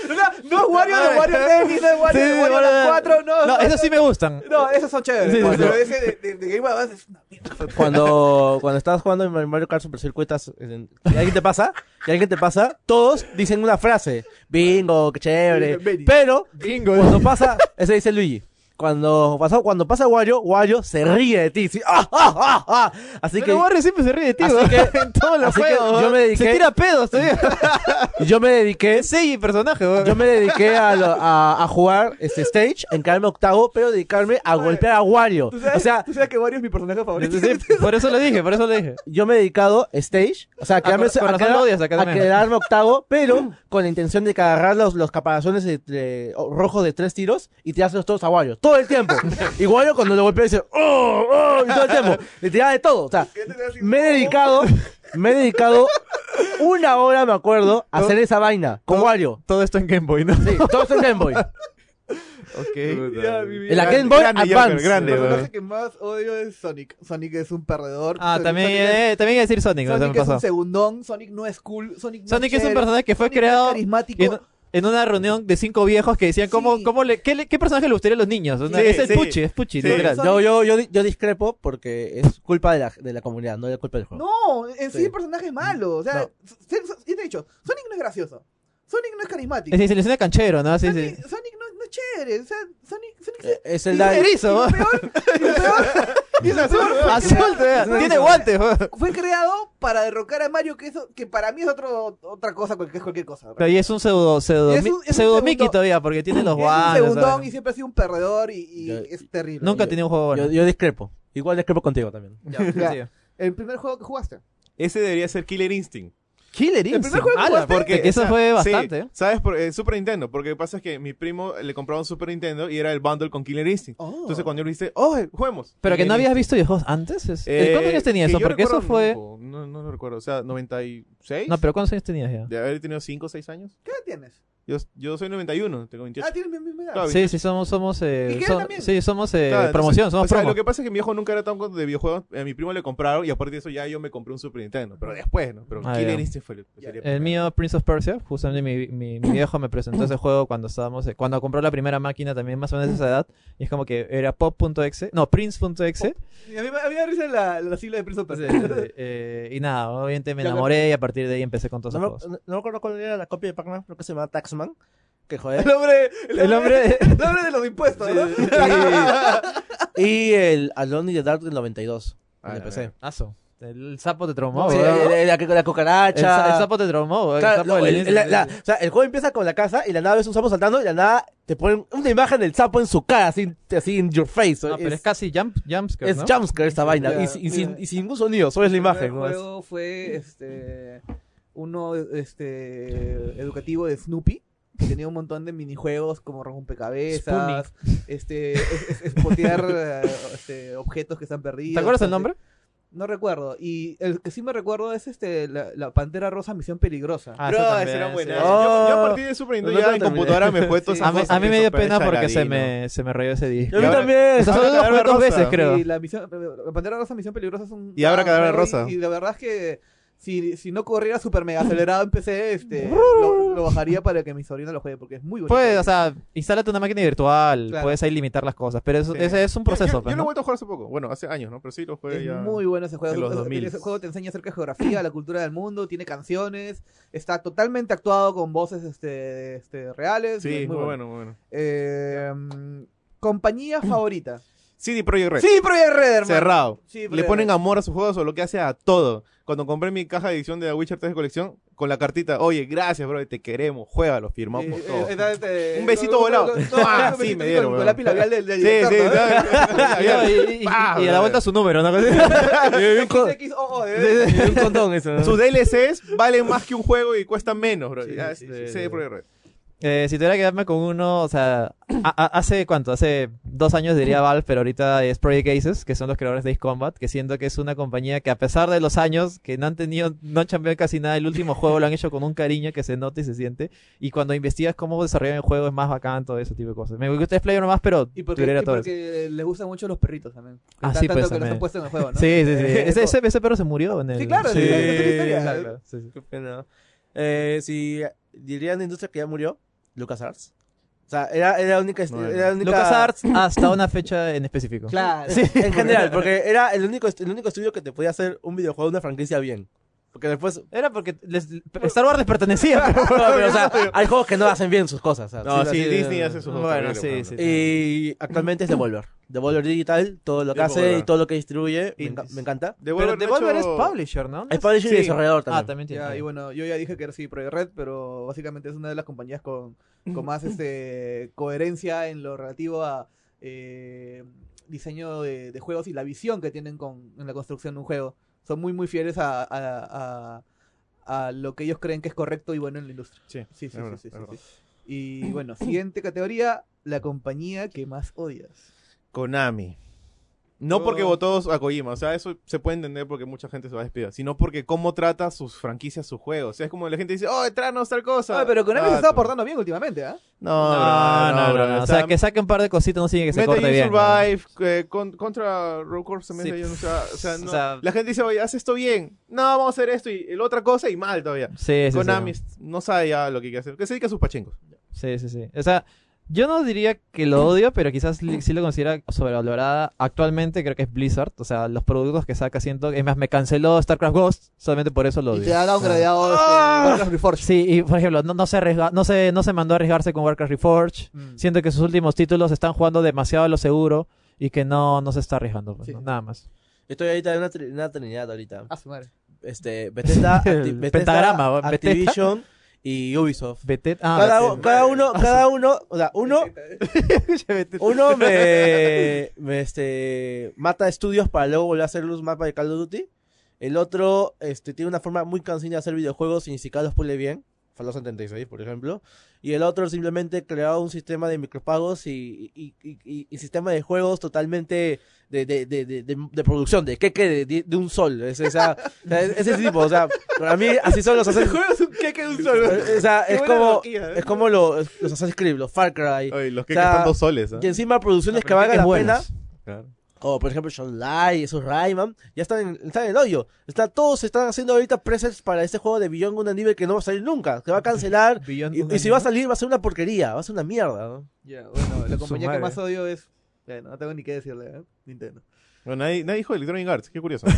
S2: O sea, no es Wario de Wario Tennis, no es Wario
S3: Sí,
S2: de Wario
S3: Wario-
S2: Land 4, no.
S3: No, esos sí me gustan.
S2: No, esos son chéveres. pues,
S3: Sí, sí,
S2: pero
S3: sí.
S2: ese de, de, de Game Boy Advance es una mierda.
S4: Cuando, cuando estabas jugando en Mario Kart Super Circuit, estás en- y alguien te pasa, y alguien te pasa, todos dicen una frase. Bingo, qué chévere.
S2: Benny.
S4: Pero
S5: Gringo.
S4: Cuando pasa, ese dice Luigi. Cuando pasa, cuando pasa Wario, Wario se ríe de ti. sí. ¡Ah, ah, ah, ah! Así
S3: Pero
S4: que
S3: Warrior siempre se ríe de ti,
S4: Así
S3: weón.
S4: que-
S3: en todos los
S4: así que
S3: juegos.
S4: yo
S3: weón.
S4: me dediqué-
S3: Se tira pedos, todavía.
S4: yo me dediqué,
S3: Es Seiji personaje, weón.
S4: yo me dediqué a, lo- a, a jugar este stage, en quedarme octavo, pero dedicarme a golpear a Wario.
S2: ¿Tú sabes,
S4: O sea,
S2: tú sabes que Wario es mi personaje favorito.
S3: Sí, sí, por eso lo dije, por eso lo dije.
S4: yo me he dedicado stage, o sea, a quedarme,
S3: Ah, con- con
S4: a
S3: razón
S4: quedar-
S3: lo odias, acá
S4: a
S3: también. Mm.
S4: quedarme octavo, pero oh, con la intención de que agarrar los, los caparazones de- de- rojos de tres tiros y tirárselos todos a Wario. Todo todo el tiempo. Igual cuando lo golpea dice, ¡oh! ¡oh! Y todo el tiempo. Le tiraba de todo. O sea, me he dedicado, me he dedicado una hora, me acuerdo, a hacer esa vaina con Wario.
S3: Todo esto en Game Boy, ¿no?
S4: Sí, todo eso en Game Boy.
S3: Ok.
S4: En la Game Boy
S5: grande, Joker,
S4: Advance.
S2: El
S5: grande,
S2: personaje
S5: weón.
S2: que más odio es Sonic. Sonic es un perdedor.
S3: Ah,
S2: Sonic-
S3: también,
S2: Sonic es-
S3: eh, también iba a decir Sonic, no se
S2: Sonic
S3: me
S2: es un
S3: pasó.
S2: segundón, Sonic no es cool, Sonic no
S3: Sonic es un
S2: chévere,
S3: personaje que fue
S2: Sonic no es
S3: creado
S2: carismático.
S3: en, en una reunión de cinco viejos que decían, ¿cómo,
S2: Sí.
S3: cómo le, qué, le- qué personaje le gustaría a los niños? Una-
S5: Sí,
S3: es el
S5: sí.
S3: Puchi, es Puchi,
S5: Sí.
S3: literal.
S4: Yo, yo, yo, yo discrepo porque es culpa de la, de la comunidad, no es culpa del juego.
S2: No, en sí,
S4: Sí.
S2: el personaje es malo. O sea,
S4: No.
S2: sí, sí, sí, te he dicho, Sonic no es gracioso. Sonic no es carismático.
S3: Es decir, se le suena canchero, ¿no? Sí, sí.
S2: Sonic, Sonic no, no es chévere. O sea, Sonic, Sonic
S4: Eh, Es
S2: y
S4: el
S2: lo
S4: daño.
S2: peor- y lo peor- y lo peor fue
S3: Azul,
S2: creado-
S3: te-
S4: una
S3: Ah, tiene
S4: risa.
S3: guantes. weón.
S2: Fue creado para derrocar a Mario, que eso, que para mí es otro, otra cosa, cual- que es cualquier cosa.
S3: Pero ahí es un pseudo, pseudo,
S2: Y es un-
S3: mi-
S2: es un
S3: pseudo
S2: segundo-
S3: Mickey todavía, porque tiene los
S2: Es un
S3: guantes.
S2: segundón
S3: ¿sabes?
S2: y siempre ha sido un perdedor y, y
S4: Yo-
S2: es terrible.
S3: Nunca
S4: Yo-
S3: tenía un juego bueno.
S4: Yo, yo discrepo. Igual discrepo contigo también.
S2: Ya.
S3: Sí.
S2: El primer juego que jugaste.
S5: Ese debería ser Killer Instinct.
S3: Killer
S2: primer
S3: Instinct.
S2: juego que
S3: Ala,
S2: jugaste-
S3: porque eso fue
S5: sí,
S3: bastante. ¿eh?
S5: ¿Sabes? Por, eh, Super Nintendo. Porque lo que pasa es que mi primo le compraba un Super Nintendo y era el bundle con Killer Instinct. Entonces cuando yo le dije, oh, juguemos.
S3: Pero que no
S5: Killer
S3: habías visto videojuegos antes. es-
S5: Instinct. Eh,
S3: ¿Cuántos años tenías
S5: que
S3: eso?
S5: yo
S3: Porque eso
S5: recuerdo,
S3: fue.
S5: No, no, no lo recuerdo. O sea, 96.
S3: No, pero ¿cuántos años tenías ya?
S5: De haber tenido 5 o 6 años.
S2: ¿Qué edad tienes?
S5: Yo, yo soy 91, tengo 28.
S2: Ah, tienes mi misma edad.
S5: Claro,
S3: Sí, sí, somos, somos,
S2: ¿Y
S3: eh,
S2: qué
S3: so-
S2: también?
S3: sí, somos eh,
S5: Claro, entonces,
S3: promoción,
S5: o
S3: somos
S5: sea,
S3: promo.
S5: lo que pasa es que mi viejo nunca era tan con- de videojuegos. A mi primo le compraron y aparte de eso ya yo me compré un Super Nintendo. Pero después, ¿no? Pero
S3: Ah,
S5: Killer
S3: ya.
S5: Instinct fue el, sería
S3: El
S5: primero.
S3: mío, Prince of Persia, justamente mi, mi, mi viejo me presentó ese juego cuando estábamos, eh, cuando compró la primera máquina también más o menos de esa edad, y es como que era pop.exe, no, prince.exe,
S2: Y A mí, me- a mí me da risa la, la sigla de Prince of Persia.
S3: eh, y nada, obviamente me
S2: Ya, pero-
S3: enamoré y a partir de ahí empecé con todos
S4: No
S3: los
S4: me,
S3: juegos.
S4: no me acuerdo cuál era la copia de Pac-Man, creo que se llama Taxman. Que joder.
S2: El hombre,
S3: El hombre,
S2: el hombre de los impuestos, ¿no?
S4: y el Alone in the Dark del 92.
S5: Ah,
S4: en el PC.
S3: aso, el sapo te traumó,
S4: Sí,
S3: weón.
S4: el- el- la, la
S3: el, sa-
S4: cucaracha.
S3: el sapo te traumó, weón. El
S4: Claro,
S3: sapo
S4: no,
S3: del
S4: el-
S3: Instinct,
S4: la- la- o sea, el juego empieza con la casa y la nave es un sapo saltando y la nada te ponen una imagen del sapo en su cara, así, así in your face.
S3: No, pero es,
S4: es,
S3: casi jump, jumpscare,
S4: es
S3: ¿no?
S4: jumpscare esta vaina
S2: Ya,
S4: y, sin- y sin,
S2: ya.
S4: y sin ningún sonido, solo es la imagen.
S2: El
S4: ¿no?
S2: primer juego fue este uno este educativo de Snoopy que tenía un montón de minijuegos como rompecabezas, este es- es- espotear eh, este, objetos que están perdidos.
S3: ¿Te acuerdas el
S2: este,
S3: nombre?
S2: No recuerdo. Y el que sí me recuerdo es este la, la Pantera Rosa Misión Peligrosa.
S3: Ah,
S5: Bro,
S3: eso
S5: ese
S3: también,
S5: era
S3: sí.
S5: buenazo.
S4: Oh.
S5: Yo, yo a partir de Super Nintendo
S4: No, no
S5: ya
S4: lo
S5: en
S4: terminé.
S5: computadora me he puesto esas
S3: A mí,
S5: cosas
S3: a mí
S5: que
S3: me dio
S5: son
S3: pena porque se
S5: Saladino.
S3: me, se me rayó ese día.
S4: Yo a mí
S5: Ya,
S4: también.
S3: Eso
S5: Abra
S3: solo lo jugué
S5: Cadabra
S3: dos
S5: Rosa.
S3: veces, creo.
S2: Y la, misión, la Pantera Rosa Misión Peligrosa es un
S5: Y Abra
S2: gran
S5: Cadabra
S2: juego
S5: Rosa.
S2: Y, y la verdad es que si, si no corriera super mega acelerado en PC, este, lo, lo bajaría para que mi sobrino lo juegue porque es muy bonito.
S5: Pues,
S3: Puedes, o sea, instálate una máquina virtual,
S2: Claro.
S3: puedes ahí limitar las cosas, pero eso,
S5: Sí.
S3: ese es un
S5: Yo-
S3: proceso.
S5: Yo, yo
S3: pues,
S5: lo he
S3: ¿no?
S5: vuelto a jugar hace poco. Bueno, hace años, ¿no? Pero sí lo jugué
S2: es
S5: ya.
S2: muy bueno ese
S5: de
S2: juego.
S5: los
S2: Ese-
S5: 2000.
S2: Ese juego te enseña acerca de geografía, la cultura del mundo, tiene canciones, está totalmente actuado con voces este, este, reales.
S5: Sí,
S2: es
S5: muy, bueno, muy bueno.
S2: Eh, mm, compañía favorita.
S5: CD Projekt Red.
S2: Sí, Project Red, hermano.
S5: Cerrado.
S2: Sí,
S5: Le
S2: Project
S5: ponen
S2: Red.
S5: amor a sus juegos o lo que hace a todo. Cuando compré mi caja de edición de The Witcher 3 de colección, con la cartita, oye, gracias, bro, te queremos, juégalo, firmamos
S2: Eh,
S5: todo.
S2: eh, está, este,
S5: Un besito
S2: con- con-
S5: volado.
S2: con- con-
S5: Ah,
S2: con-
S5: sí, me
S2: con-
S5: dieron,
S2: con
S5: weón.
S2: lápiz labial del- del
S5: Sí,
S2: director,
S5: sí,
S2: ¿no?
S5: ya, ya.
S3: Y, y-
S5: Pa,
S3: y a la
S5: bro.
S3: vuelta su número, ¿no?
S4: Y un con-
S2: XOO, eh.
S4: y un condón eso. ¿no?
S5: Sus DLCs valen más que un juego y cuestan menos, bro.
S3: Sí,
S5: Ya,
S3: sí,
S5: este,
S3: sí,
S5: CD
S3: sí.
S5: Projekt Red.
S3: Eh, si tuviera que quedarme con uno, o sea, a- a- hace cuánto, hace dos años diría Valve, pero ahorita es Project Aces, que son los creadores de Ace Combat, que siento que es una compañía que a pesar de los años, que no han tenido, no han cambiado casi nada, el último juego lo han hecho con un cariño que se nota y se siente, y cuando investigas cómo desarrollan el juego es más bacán, todo ese tipo de cosas. Me gusta Player nomás, pero
S2: Y porque,
S3: tuviera
S2: y
S3: todo eso.
S2: porque les gustan mucho los perritos también.
S3: Ah,
S2: Tan-
S3: sí,
S2: tanto
S3: pues,
S2: que los
S3: también.
S2: han puesto en el juego, ¿no?
S3: Sí, sí, sí. Ese, ese, ese perro se murió en el...
S2: Sí, claro,
S4: Sí.
S2: sí, es otra historia.
S4: Claro,
S3: claro, sí, sí.
S4: Qué pena. Eh, si dirían la industria que ya murió, LucasArts. O sea, era, era la única.
S5: No,
S4: era la única-
S3: LucasArts hasta una fecha en específico.
S2: Claro.
S4: Sí, en general, porque era el único, est- el único estudio que te podía hacer un videojuego de una franquicia bien. Porque después.
S3: Era porque les- Star Wars les pertenecía. pero-
S4: No, pero, o sea, hay juegos que no hacen bien sus cosas. o sea,
S5: No,
S4: sí,
S5: sí,
S4: así de-
S5: Disney hace sus juegos.
S3: Bueno,
S5: horribles,
S3: sí,
S5: weón.
S3: sí.
S4: Y actualmente es Devolver. Devolver Digital, todo lo que hace
S5: Devolver.
S4: y todo lo que distribuye, me,
S3: Indies.
S4: enca- me encanta.
S3: Pero
S5: Devolver no ha
S3: Devolver es
S5: hecho-
S3: publisher, ¿no?
S4: Es publisher
S5: Sí.
S4: y desarrollador
S3: Ah,
S4: también.
S3: también tiene.
S2: Ya, y bueno, yo ya dije que era sí Project Red, pero básicamente es una de las compañías con, con más este, coherencia en lo relativo a eh, diseño de, de juegos y la visión que tienen con, en la construcción de un juego. Son muy, muy fieles a, a, a- a lo que ellos creen que es correcto y bueno en la industria.
S5: Sí,
S2: sí, sí,
S5: es verdad,
S2: sí, sí,
S5: es
S2: sí. Y bueno, siguiente categoría, la compañía que más odias?
S5: Konami. No porque
S2: Oh.
S5: votó a Kojima, o sea, eso se puede entender porque mucha gente se va a despedir, sino porque cómo trata sus franquicias, sus juegos. O sea, es como la gente dice, oh, Tranos, tal cosa.
S2: Ah, pero Konami
S5: Ah,
S2: se está
S5: tú.
S2: portando bien últimamente, ¿ah?
S5: No, bro,
S3: no, no, no,
S5: bro,
S3: O sea, que saque un par de cositas no significa que se
S5: Metal
S3: corte
S5: Gear
S3: bien. ¿no?
S5: Survive, eh, con- contra Rogue Corps también.
S3: Sí.
S5: ellos, o sea, o sea,
S3: O
S5: no-
S3: sea-
S5: la gente dice, oye, haz esto bien. No, vamos a hacer esto y el otra cosa y mal todavía.
S3: Sí, sí, sí.
S5: Konami no sabe ya lo que quiere hacer. Que se dedica a sus pachencos.
S3: Sí, sí, sí. O sea, yo no diría que lo odio, pero quizás li- sí lo considera sobrevalorada. Actualmente creo que es Blizzard. O sea, los productos que saca siento... Es más, me canceló StarCraft Ghost. Solamente por eso lo
S2: Y te
S3: odio.
S2: ha downgradeado este, Warcraft Reforged.
S3: Sí, y por ejemplo, no, no, se arriesga- no, se, no se mandó a arriesgarse con Warcraft Reforged.
S2: Mm.
S3: Siento que sus últimos títulos están jugando demasiado a lo seguro y que no, no se está arriesgando. pues,
S2: Sí.
S3: ¿no? Nada más.
S4: Estoy ahorita en una, tri- una trinidad ahorita.
S2: Ah, su madre.
S4: Este, Bethesda, Acti-
S3: El
S4: Bethesda,
S3: pentagrama, ¿va? Bethesda.
S4: Activision y Ubisoft.
S3: Vete- ah,
S4: cada,
S3: vete-
S4: u- cada uno, cada uno, o sea, uno, uno me, me, este, mata estudios para luego volver a hacer los mapas de Call of Duty. El otro este, tiene una forma muy cansina de hacer videojuegos y ni siquiera los pule bien. Fallout 76, por ejemplo. Y el otro simplemente creado un sistema de micropagos y, y, y- y- y sistema de juegos totalmente de, de, de, de, de- de producción, de queque de, de- de un sol. Es, esa- o sea, es- ese tipo, o sea, para mí así son los
S5: El
S4: Assassin's
S5: juego es un queque de un solo.
S4: o sea,
S5: Qué
S4: es
S5: buena
S4: como,
S5: analogía, ¿eh?
S4: es como los, los Assassin's Creed, los Far Cry.
S5: Oye, los
S4: O
S5: queques
S4: sea,
S5: están dos soles. ¿ah?
S4: Y encima producciones que
S3: Pero
S4: valgan
S3: es
S4: la
S3: buenas.
S4: pena, como por ejemplo Shanghai, esos Rayman, ya están en, están en el hoyo. Está, todos están haciendo ahorita presets para este juego de Beyond Good and Evil que no va a salir nunca, que va a cancelar.
S3: Beyond Good
S4: y, y
S3: and
S4: si va a
S3: Evil.
S4: salir, va a ser una porquería, va a ser una mierda. ¿no?
S2: Ya, bueno, la
S3: Su
S2: compañía que
S3: madre.
S2: más odio es. Bueno, no tengo ni qué decirle, ¿eh? Nintendo.
S5: Bueno, nadie, nadie dijo Electronic Arts, qué curioso.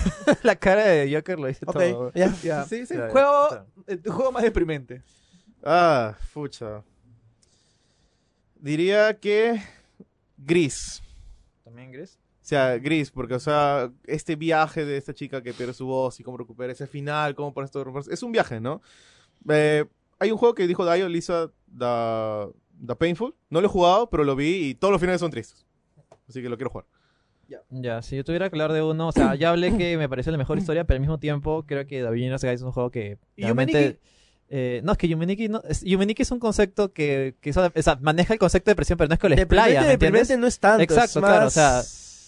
S3: La cara de Joker lo dice
S4: Ok,
S3: todo.
S4: ya.
S2: Ya.
S5: Sí, sí.
S2: El juego, el juego más deprimente.
S5: Ah, fucha. Diría que gris.
S3: ¿También gris?
S5: O sea, gris, porque, o sea, este viaje de esta chica que pierde su voz y cómo recupera ese final, cómo pones todo. Es un viaje, ¿no? Eh, hay un juego que dijo Dayo, Lisa, da da Painful. No lo he jugado, pero lo vi y todos los finales son tristes. Así que lo quiero jugar.
S3: Ya, si yo tuviera que hablar de uno, o sea, ya hablé que me pareció la mejor historia, pero al mismo tiempo creo que The Beginner's Guide es un juego que
S2: ¿Y
S3: realmente... eh, no, es que Yumeniki, no, es, Yumeniki es un concepto que, que solo- o sea, maneja el concepto de depresión, pero no es que lo explaya, ¿me
S4: deprimente
S3: entiendes?
S4: no es tanto.
S3: Exacto,
S4: es más-
S3: claro, o sea,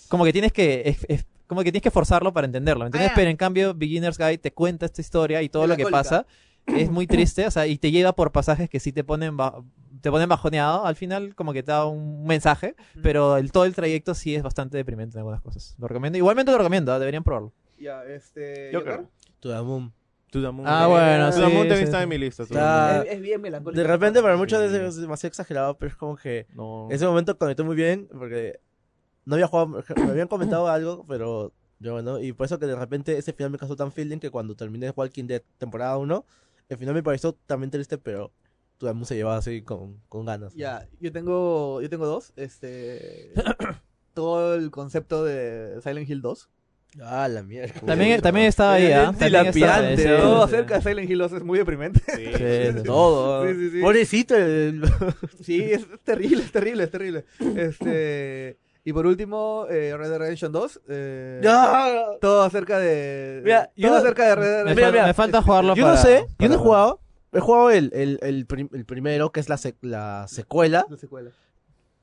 S3: Como que tienes que... es- es- como que tienes que forzarlo para entenderlo, ¿me entiendes?
S2: Ah.
S3: Pero en cambio, Beginner's Guide te cuenta esta historia y todo
S2: De
S3: lo
S2: la
S3: que
S2: cólica.
S3: pasa. Es muy triste, o sea, y te lleva por pasajes que sí te ponen, ba- te ponen bajoneado. Al final, como que te da un mensaje, pero el, todo el trayecto sí es bastante deprimente en algunas cosas. Lo recomiendo. Igualmente lo recomiendo, ¿ah? deberían probarlo.
S2: Ya, este.
S5: Joker.
S2: Joker.
S4: To the moon.
S5: To the Moon.
S3: Ah,
S5: Eh,
S3: bueno,
S5: To the
S3: sí,
S5: Moon también
S3: sí, Eh,
S5: está
S3: sí.
S5: en mi lista. To the
S4: Está-
S5: Moon.
S4: Ah,
S2: es, es bien melancólico.
S4: De repente para muchos
S5: Sí.
S4: es demasiado exagerado, pero es como que...
S5: No.
S3: eh,
S4: Ese momento conectó muy bien porque no había jugado, me habían comentado algo, pero yo no. Y por eso que de repente ese final me causó tan feeling que cuando terminé Walking Dead temporada 1, el final me pareció también triste, pero todo el mundo se llevaba así con, con ganas.
S2: Ya, yo tengo, yo tengo dos. Este. todo el concepto de Silent Hill 2.
S4: Ah, la mierda.
S3: También, también estaba ahí, ¿ah?
S2: Es
S3: También estaba ahí,
S2: dilapidante,
S3: sí,
S2: Todo
S3: sí,
S2: acerca de Silent Hill 2 es muy deprimente.
S5: Sí.
S3: sí, sí, sí.
S4: todo.
S2: Sí, sí, sí.
S4: Pobrecito. el-
S2: sí, es terrible, es terrible, es terrible. Este. Y por último, eh, Red Dead Redemption 2. eh,
S4: No.
S2: Todo acerca de.
S4: Mira,
S2: todo
S4: yo-
S2: acerca de Red Dead
S3: Me,
S2: Redemption.
S3: fal- me falta jugarlo
S4: Yo no
S3: para-
S4: sé, yo no he
S3: para-
S4: jugado. He jugado el, el, el, prim- el primero, que es la, sec- la secuela.
S2: La secuela.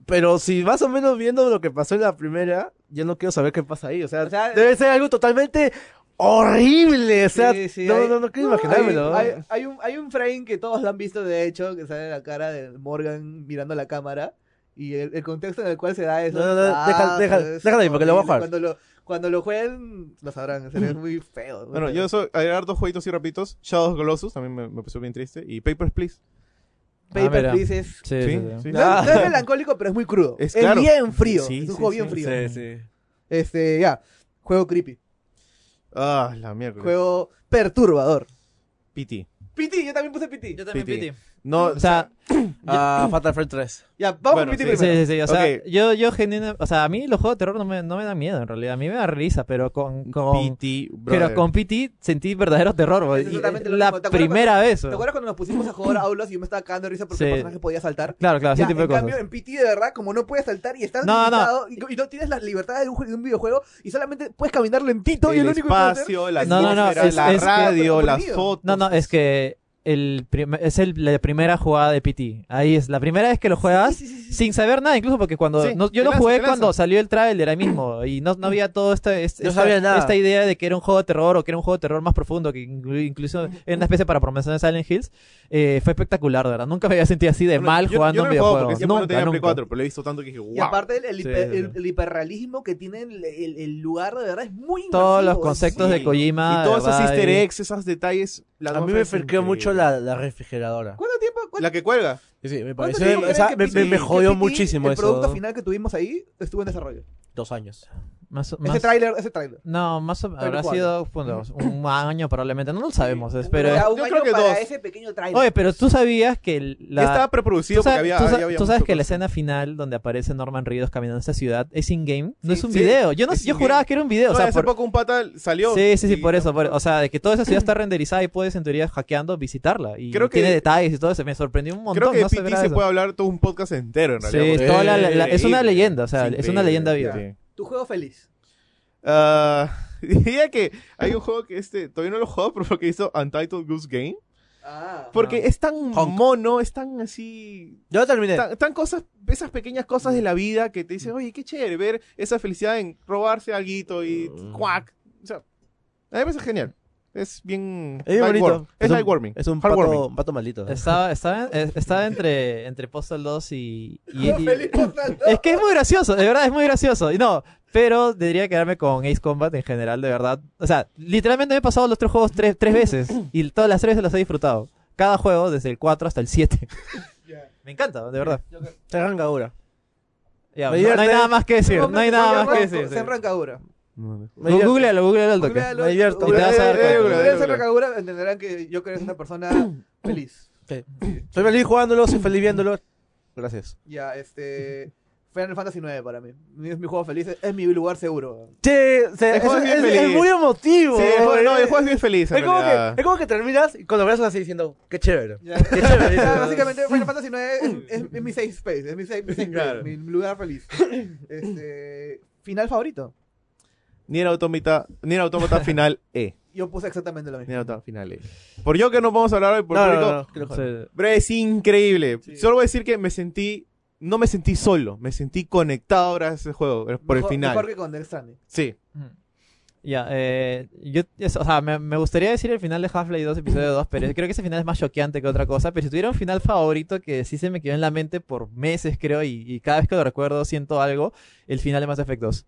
S4: Pero si más o menos viendo lo que pasó en la primera, yo no quiero saber qué pasa ahí. O sea,
S2: O sea,
S4: debe ser algo totalmente horrible. O sea,
S2: Sí, sí,
S4: no,
S2: hay-
S4: no, no quiero
S2: Hay,
S4: imaginármelo.
S2: hay- hay un, hay un frame que todos lo han visto, de hecho, que sale la cara de Morgan mirando la cámara. Y el, el contexto en el cual se da eso.
S4: No, no, no, deja- deja-
S2: pues, es
S4: déjalo ahí, porque lo voy a jugar. Mm.
S2: horrible. Cuando lo, cuando lo jueguen, lo sabrán. se ve muy feo.
S5: Bueno, yo soy agregar dos jueguitos y rapitos. Shadow of the Colossus también me, me pareció bien triste. Y Papers, Please.
S3: Ah,
S2: Paper
S3: mira.
S2: Please es.
S3: Sí, sí,
S5: Sí,
S3: sí. Ah,
S5: sí.
S2: No,
S4: Ah.
S2: es- no es melancólico, pero es muy crudo. Es,
S5: Es claro.
S2: bien frío.
S5: Sí,
S2: es un
S5: sí,
S2: juego
S5: sí.
S2: bien frío.
S4: sí.
S2: Este, ya. Juego creepy.
S5: Ah, la mierda.
S2: Juego perturbador.
S5: PT.
S2: Piti, yo también puse Piti.
S3: Yo
S5: también, Piti.
S3: No, o sea,
S4: Ah, Fatal Frame 3.
S2: Ya, vamos
S5: Bueno,
S2: con Piti
S3: Sí,
S5: sí,
S2: primero.
S3: sí, sí, O sea,
S5: Ok.
S3: yo, yo genuina- O sea, a mí los juegos de terror no me, no me dan miedo en realidad. A mí me da risa, pero con. con
S5: PT, brother.
S3: pero con PT sentí verdadero terror, güey.
S2: Es
S3: Y
S2: exactamente lo
S3: La
S2: mismo. ¿Te acuerdas
S3: primera vez.
S2: ¿Te
S3: güey.
S2: acuerdas cuando nos pusimos a jugar a Aulas y yo me estaba cagando de risa porque el
S3: Sí.
S2: personaje podía saltar?
S3: Claro, claro,
S2: Ya,
S3: ese tipo de
S2: en
S3: cosas.
S2: cambio, en PT, de verdad, como no puedes saltar y estás
S3: No, no.
S2: limitado y, y no tienes las libertades de un, jue- de un videojuego y solamente puedes caminar lentito y
S5: el
S2: lo único que puedes hacer...
S5: espacio, la
S3: No, no, no,
S5: atmósfera,
S3: es-
S5: la
S3: es-
S5: radio,
S2: pero
S5: las
S2: comprimido.
S5: fotos.
S3: No, no, es que el prim- es el- la primera jugada de PT. Ahí es, la primera vez que lo juegas,
S2: Sí, sí, sí, sí,
S3: sin saber nada, incluso porque cuando
S5: Sí,
S3: no- yo
S5: te
S3: lo
S5: lanza,
S3: jugué
S5: te lanza.
S3: cuando salió el tráiler ahí mismo y no, no había todo esta, es-
S4: No
S3: esta,
S4: sabía nada.
S3: esta idea de que era un juego de terror o que era un juego de terror más profundo, que inclu- incluso era una especie para promesa de Silent Hills. Eh, fue espectacular, de verdad. Nunca me había sentido así de
S5: Bueno,
S3: mal
S5: yo-
S3: jugando
S5: yo no
S3: un
S5: lo he jugado
S3: videojuego.
S5: Porque siempre no
S3: Nunca,
S5: tenía Play
S3: nunca.
S5: 4, pero lo he visto tanto que dije, wow.
S2: Y aparte el, el
S3: Sí,
S2: hiper-
S3: sí,
S2: el-
S3: sí.
S2: el hiperrealismo que tiene el, el- el lugar de verdad es muy
S3: Todos los
S2: inmersivo, es-
S3: conceptos de
S5: sí.
S3: Kojima.
S5: y todos
S3: de
S5: esos
S3: verdad,
S5: easter
S3: y-
S5: eggs, esos detalles. la
S4: A mí
S5: atmósfera
S4: me
S5: es
S4: ferqueó
S5: increíble.
S4: mucho la, la refrigeradora.
S2: ¿Cuánto tiempo? cuánto-
S5: La que cuelga.
S4: Sí,
S2: cuánto
S4: me pareció.
S2: tiempo
S4: o sea,
S2: creen que
S4: me,
S2: PT
S4: me- me jodió
S2: el
S4: muchísimo
S2: El
S4: eso.
S2: producto final que tuvimos ahí estuvo en desarrollo.
S4: Dos años.
S3: Más,
S2: Ese
S3: más-
S2: tráiler, ese tráiler.
S3: no, más o- habrá
S2: cuatro.
S3: sido bueno, un año probablemente. No lo sabemos, espero.
S2: Era un
S5: Yo
S2: año
S5: creo que
S2: para
S5: dos.
S2: ese pequeño tráiler.
S3: Oye, pero tú sabías que el- la...
S5: Ya estaba
S3: Tú,
S5: preproducido
S3: sa-
S5: porque había.
S3: tú sa-
S5: había- había
S3: tú sabes
S5: mucho
S3: que la
S5: cosa.
S3: escena final donde aparece Norman Reedus caminando en esta ciudad es in-game, no
S5: Sí,
S3: es un
S5: sí,
S3: video. Yo no
S5: es
S3: yo
S5: in-game.
S3: juraba que era un video.
S5: No,
S3: o sea,
S5: hace
S3: por-
S5: poco un pata salió.
S3: Sí, sí, sí,
S5: y-
S3: por eso. por- o sea, de que toda esa ciudad está renderizada y puedes, en teoría, hackeando, visitarla. Y
S5: Creo que-
S3: tiene detalles y todo eso. Me sorprendió un montón.
S5: Creo que de
S3: no se
S5: PT
S3: verá
S5: se
S3: eso.
S5: puede hablar todo un podcast entero, en
S3: Sí,
S5: realidad. porque
S3: es toda la- la-
S5: increíble.
S3: es una leyenda, o sea,
S5: Sí,
S3: es una leyenda viva.
S5: sí.
S2: Tu juego feliz.
S5: Ah, diría que hay un juego que este todavía no lo he jugado, pero que hizo Untitled Goose Game.
S2: Ah.
S5: Porque
S2: Ah.
S5: es tan
S4: Honk.
S5: mono, es tan así.
S4: Yo lo terminé.
S5: Tan, tan cosas, esas pequeñas cosas de la vida que te dicen, oye, qué chévere ver esa felicidad en robarse algo y
S4: Mm.
S5: cuac. O sea, a mí me parece genial. Es bien.
S4: Es bien
S5: lightwarm.
S4: bonito.
S5: Es
S4: un-
S5: lightwarming.
S4: Es un
S5: Heartwarming.
S4: pato, un pato maldito.
S3: Estaba, estaba, eh, estaba entre, entre Postal 2 y. y- y-
S2: Feliz Postal
S3: es que es muy gracioso, de verdad, es muy gracioso. Y no, pero debería quedarme con Ace Combat en general, de verdad. O sea, literalmente me he pasado los tres juegos tres, tres veces y todas las tres las he disfrutado. Cada juego, desde el 4 hasta el 7. Me encanta, de verdad.
S4: Se arranca ahora.
S3: Ya,
S4: Me
S3: no, no hay
S4: divierte.
S3: nada más que decir, no hay nada más que decir.
S2: Se Rancagura.
S4: Me
S3: Gu-
S4: divierte.
S3: Googlealo, googlealo al toque.
S2: Googlealo.
S4: Me divierto.
S3: Y te vas a dar
S5: Eh,
S3: cuenta.
S5: eh, eh,
S2: Ustedes en Rancagura entenderán que yo creo que es una persona feliz.
S4: Soy feliz jugándolo, soy feliz viéndolo. Gracias.
S2: Ya, este. Final Fantasy IX para mí. Es mi juego feliz, es mi lugar seguro.
S4: Che, o sea,
S5: El juego
S4: eso
S5: es bien
S4: es,
S5: feliz.
S4: es muy emotivo.
S5: Sí, el juego- no, el
S4: es,
S5: juego es bien feliz. en
S4: como que,
S5: realidad.
S4: es como que terminas y con los brazos así diciendo, qué chévere. "Ah,
S2: Ya, Ya, básicamente Final Fantasy IX es, es- es mi safe space, es mi safe, mi safe
S5: Claro.
S2: place, mi lugar feliz. Este, final favorito.
S5: Nier Automata, Nier Automata Final E.
S2: Yo puse exactamente lo mismo.
S5: Nier Automata Final E. Por yo que no vamos a hablar hoy, por
S4: No, no,
S5: público.
S4: no, no, que lo jodan.
S3: Sí.
S5: Pero es increíble.
S2: Sí.
S5: Solo voy a decir que me sentí. No me sentí solo, me sentí conectado gracias a ese juego, eh, por
S2: Mejor-
S5: el final.
S2: Mejor que con Death Stranding.
S5: Sí.
S3: Ya, eh, yo, es- o sea, me, me gustaría decir el final de Half-Life 2, episodio 2, pero creo que ese final es más choqueante que otra cosa. Pero si tuviera un final favorito que sí se me quedó en la mente por meses, creo, y, y cada vez que lo recuerdo siento algo, el final de Mass Effect 2.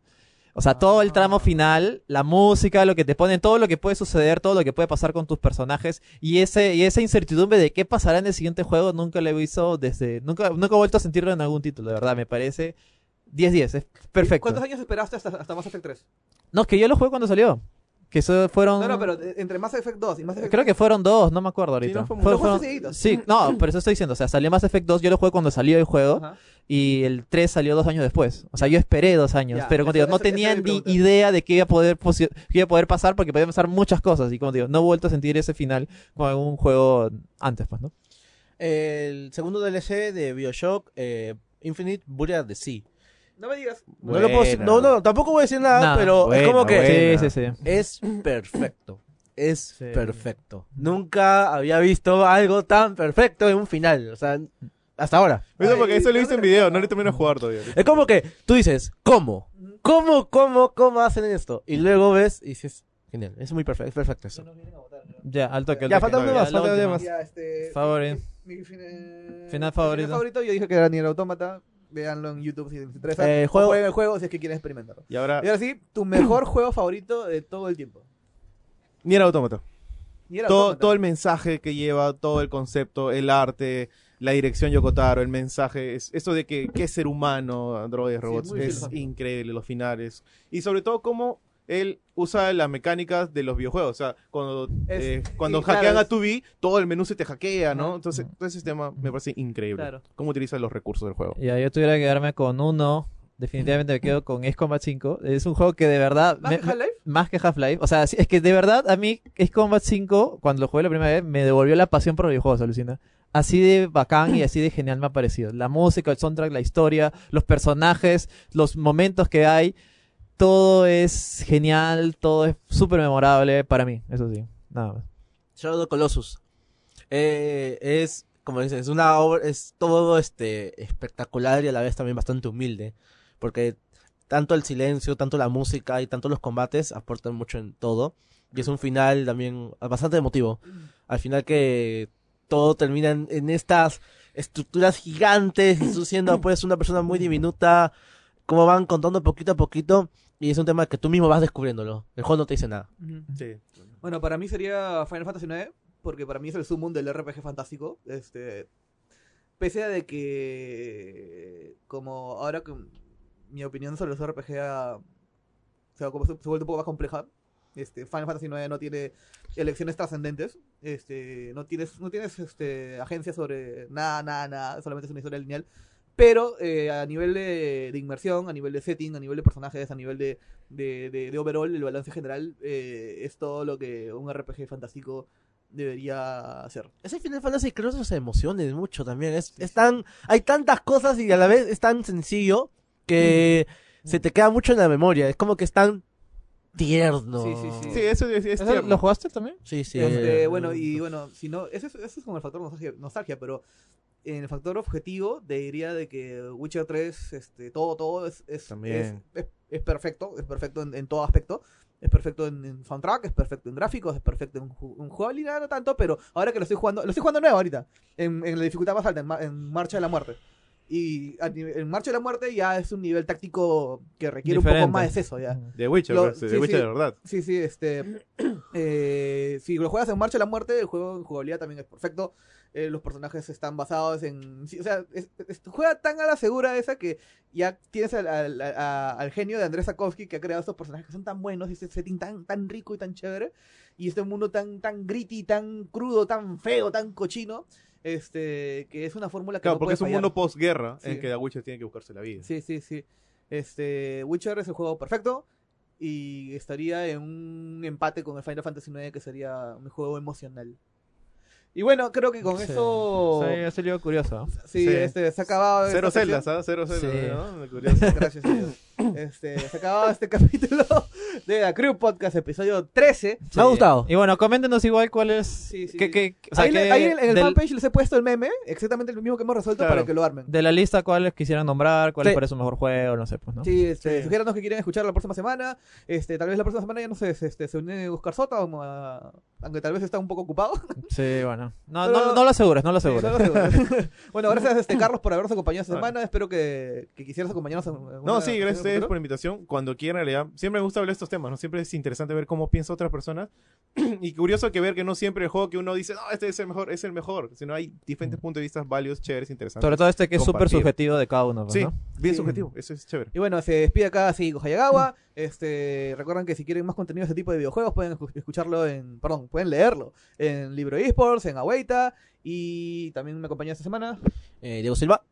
S3: O sea, todo el tramo final, la música, lo que te ponen, todo lo que puede suceder, todo lo que puede pasar con tus personajes y ese y esa incertidumbre de qué pasará en el siguiente juego nunca lo he visto desde nunca nunca he vuelto a sentirlo en algún título, de verdad, me parece 10-10, es perfecto.
S2: ¿Cuántos años esperaste hasta, hasta Mass Effect 3?
S3: No, es que yo lo jugué cuando salió. Que eso fueron.
S2: No, no, pero eh, entre Mass Effect 2 y Mass Effect
S3: Creo que fueron dos, no me acuerdo
S5: Sí,
S3: ahorita.
S5: no fue
S3: Fueron-
S2: mucho.
S3: fueron-
S2: Lo jugaste
S3: sí, no, pero eso estoy diciendo. O sea, salió Mass Effect 2, yo lo jugué cuando salió el juego.
S2: Ajá.
S3: Y el 3 salió dos años después. O sea, yo esperé dos años.
S2: Ya,
S3: pero como te
S2: esa-
S3: digo, no
S2: esa-
S3: tenía
S2: esa es mi
S3: ni
S2: pregunta.
S3: idea de qué iba, a poder posi- qué iba a poder pasar porque podían pasar muchas cosas. Y como te digo, no he vuelto a sentir ese final con algún juego antes, pues, ¿no?
S4: El segundo DLC de Bioshock, eh, Infinite Buria de Sea.
S2: No me digas.
S4: No, lo puedo decir- no, no, tampoco voy a decir nada,
S3: Nada.
S4: pero es
S5: Bueno,
S4: como que
S5: Buena.
S3: Sí, sí, sí.
S4: es perfecto. Es
S3: Sí.
S4: perfecto. Nunca había visto algo tan perfecto en un final. O sea, hasta ahora.
S5: Eso
S2: Ay,
S5: porque eso lo
S2: no
S5: hice
S2: te
S5: en
S2: lo-
S5: video, no le termino de jugar todavía.
S4: Es como que tú dices, ¿cómo? ¿Cómo, cómo, cómo hacen esto? Y luego ves y dices, genial, es muy perfecto, es perfecto eso.
S3: Ya, al toque, al
S4: Ya,
S3: toque.
S4: falta uno
S5: Ya,
S4: más,
S3: la
S4: falta uno
S3: última.
S4: más.
S2: Ya, este.
S3: Favorito.
S2: Mi, fin- eh,
S3: Final favorito.
S2: Final favorito, yo dije que era Nier Automata. Veanlo en YouTube si les interesa.
S4: Eh,
S2: O
S4: juego-
S2: jueguen el juego si es que quieren experimentarlo.
S5: Y ahora,
S2: Y ahora sí, tu mejor juego favorito de todo el tiempo.
S5: Nier Automata.
S2: Nier
S5: Todo,
S2: Automata.
S5: todo el mensaje que lleva, todo el concepto, el arte, la dirección Yokotaro, el mensaje, es, eso de que qué es ser humano, androides, robots,
S2: muy
S5: es
S2: filosófico.
S5: increíble, los finales. Y sobre todo cómo él usa las mecánicas de los videojuegos. O sea, cuando,
S2: Es-
S5: eh, cuando
S2: y claro,
S5: hackean
S2: es-
S5: a 2B, todo el menú se te hackea, ¿no? Entonces,
S3: Ujú.
S5: todo ese tema me parece increíble.
S2: Claro.
S5: Cómo utiliza los recursos del juego.
S3: Ya, yo tuviera que quedarme con uno. Definitivamente me quedo con Ace Combat 5. Es un juego que de verdad.
S2: ¿Más
S3: me-
S2: que Half-Life?
S3: más que Half-Life. O sea, sí, es que de verdad a mí Ace Combat 5, cuando lo jugué la primera vez, me devolvió la pasión por los videojuegos, alucina. Así de bacán y así de genial me ha parecido. La música, el soundtrack, la historia, los personajes, los momentos que hay. Todo es genial, todo es súper memorable para mí, eso sí. Nada más.
S4: Shadow of the Colossus. Eh, es como dices, es una obra, es todo este espectacular y a la vez también bastante humilde, porque tanto el silencio, tanto la música y tanto los combates aportan mucho en todo. Y es un final también bastante emotivo. Al final que todo termina en, en estas estructuras gigantes, y tú siendo pues una persona muy diminuta, como van contando poquito a poquito. Y es un tema que tú mismo vas descubriéndolo. El juego no te dice nada.
S5: Sí.
S2: Bueno, para mí sería Final Fantasy IX, porque para mí es el sumum del RPG fantástico. Este, pese a de que, como ahora que mi opinión sobre los RPG ha- o sea, como se, se vuelve un poco más compleja, este, Final Fantasy IX no tiene elecciones trascendentes, este, no tienes, no tienes este, agencia sobre nada, nada, nada, solamente es una historia lineal. Pero eh, a nivel de, de inmersión, a nivel de setting, a nivel de personajes, a nivel de, de, de, de overall, el balance general, eh, es todo lo que un RPG fantástico debería hacer.
S4: Ese Final Fantasy creo que se emociona mucho también. Es, es tan- hay tantas cosas y a la vez es tan sencillo que
S2: Mm.
S4: se te queda mucho en la memoria. Es como que es tan tierno.
S2: Sí, sí, sí.
S5: Sí, eso es, es
S3: ¿Eso
S5: tierno.
S3: ¿Lo jugaste también?
S4: Sí, sí.
S2: Este, bueno, y bueno, si no, ese, es- ese es como el factor nostalgia, nostalgia, pero en el factor objetivo te diría de que Witcher 3, este, todo, todo es, es,
S4: También.
S2: es, es- es perfecto, es perfecto en, en todo aspecto. Es perfecto en, en soundtrack, es perfecto en gráficos, es perfecto en, ju- en jugabilidad, no tanto, pero ahora que lo estoy jugando, lo estoy jugando nuevo ahorita, en, en la dificultad más alta, en, ma- en Marcha de la Muerte. Y a nive- en Marcha de la Muerte ya es un nivel táctico que requiere un
S3: Diferente.
S2: poco más de
S3: Oh,
S2: eso, ya.
S5: The Witcher,
S2: Lo-
S5: pues,
S2: sí,
S5: The Witcher
S2: sí.
S5: de verdad.
S2: Sí, sí, este. eh, si lo juegas en Marcha de la Muerte, el juego en jugabilidad también es perfecto. Eh, los personajes están basados en. sí, o sea, es- es- juega tan a la segura esa que ya tienes al, al- a- al genio de Andrés Sapkowski que ha creado estos personajes que son tan buenos y este setting tan, tan rico y tan chévere. Y este mundo tan, tan gritty, tan crudo, tan feo, tan cochino. Este, que es una fórmula que
S5: Claro,
S2: no
S5: porque
S2: puede
S5: es un
S2: fallar.
S5: mundo posguerra
S2: Sí.
S5: en que The Witcher tiene que buscarse la vida.
S2: Sí, sí, sí. Este, Witcher es el juego perfecto y estaría en un empate con el Final Fantasy IX que sería mi juego emocional. Y bueno, creo que con
S4: Sí.
S2: eso
S3: Sí, ha salido curioso.
S2: sí,
S5: Sí.
S2: este se ha acabado
S5: Cero
S2: esta
S5: celdas,
S2: sección.
S5: ¿ah? Cero celdas,
S3: Sí.
S5: ¿no? Curioso.
S2: Gracias, señor. Este, se ha acabado este capítulo de la Crew Podcast episodio 13.
S4: Me ha gustado.
S3: Y bueno, coméntenos igual cuál es.
S2: Sí, sí,
S3: qué-
S2: sí.
S3: qué- o sea,
S2: ahí, le-
S3: qué
S2: ahí en en el
S3: del-
S2: fanpage les he puesto el meme, exactamente el mismo que hemos resuelto
S5: Claro.
S2: para que lo armen.
S3: De la lista, cuáles quisieran nombrar, cuál
S4: Sí.
S3: es para su mejor juego, no sé, pues, ¿no?
S2: Sí, este,
S5: Sí.
S2: sugiéranos que quieren escuchar la próxima semana. Este, tal vez la próxima semana ya no sé, se- este, se une Oscar Sota, o ma- aunque tal vez está un poco ocupado.
S3: Sí, bueno. No,
S2: Pero-
S3: no, no lo aseguras, no lo aseguras.
S2: No lo aseguro. bueno, gracias este Carlos por habernos acompañado esta
S5: Vale.
S2: semana. Espero que, que quisieras acompañarnos. en- en
S5: No,
S2: una-
S5: sí,
S2: en
S5: gracias a
S2: un
S5: ustedes por
S2: futuro.
S5: la invitación. Cuando quieran, en realidad, siempre me gusta hablar de estos temas, ¿no? Siempre es interesante ver cómo piensa otras personas. y curioso que ver que no siempre el juego que uno dice, no, este es el mejor, es el mejor, sino hay diferentes puntos de vista válidos, chéveres, interesantes.
S3: Mm. Sobre todo este que es súper
S5: Compartir.
S3: subjetivo de cada uno, pues,
S5: Sí,
S3: ¿no?
S5: bien
S2: Sí.
S5: subjetivo, eso es chévere.
S2: Y bueno, se despide acá Sigo Hayagawa. Este, recuerden que si quieren más contenido de este tipo de videojuegos pueden escu- escucharlo en, perdón, pueden leerlo en Libro Esports, en Aweita y también me acompañó esta semana.
S4: Eh, Diego Silva.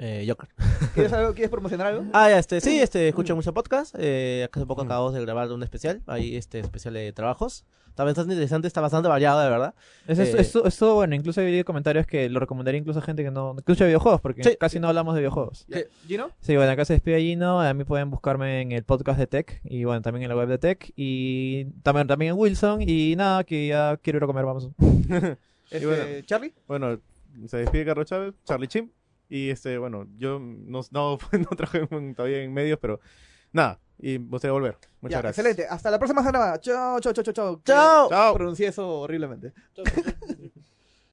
S4: Eh, Joker.
S2: ¿Quieres algo? ¿Quieres promocionar algo?
S4: Ah, ya, este, sí, este, escucho mucho podcast. Eh, hace poco acabamos de grabar un especial. Ahí, este, especial de trabajos. Está bastante interesante, está bastante variado, de verdad.
S3: Es, es-
S4: Eh,
S3: es- es todo bueno. Incluso he leído comentarios que lo recomendaría incluso a gente que no que escucha videojuegos, porque
S4: Sí.
S3: casi no hablamos de videojuegos.
S2: ¿Qué? Gino.
S3: Sí, bueno, acá se despide Gino. A mí pueden buscarme en el podcast de Tech y bueno, también en la web de Tech y también, también en Wilson. Y nada, que ya quiero ir a comer, vamos.
S2: Este,
S5: bueno.
S2: Charlie.
S5: Bueno, se despide Carlos Chávez, Charlie Chim. Y este, bueno, yo no, no, no trabajé en- todavía en medios, pero nada, y gustaría volver. Muchas
S2: Ya,
S5: gracias.
S2: Excelente. Hasta la próxima semana. Chao, chao, chao, chao.
S4: Chao.
S2: Pronuncié eso horriblemente.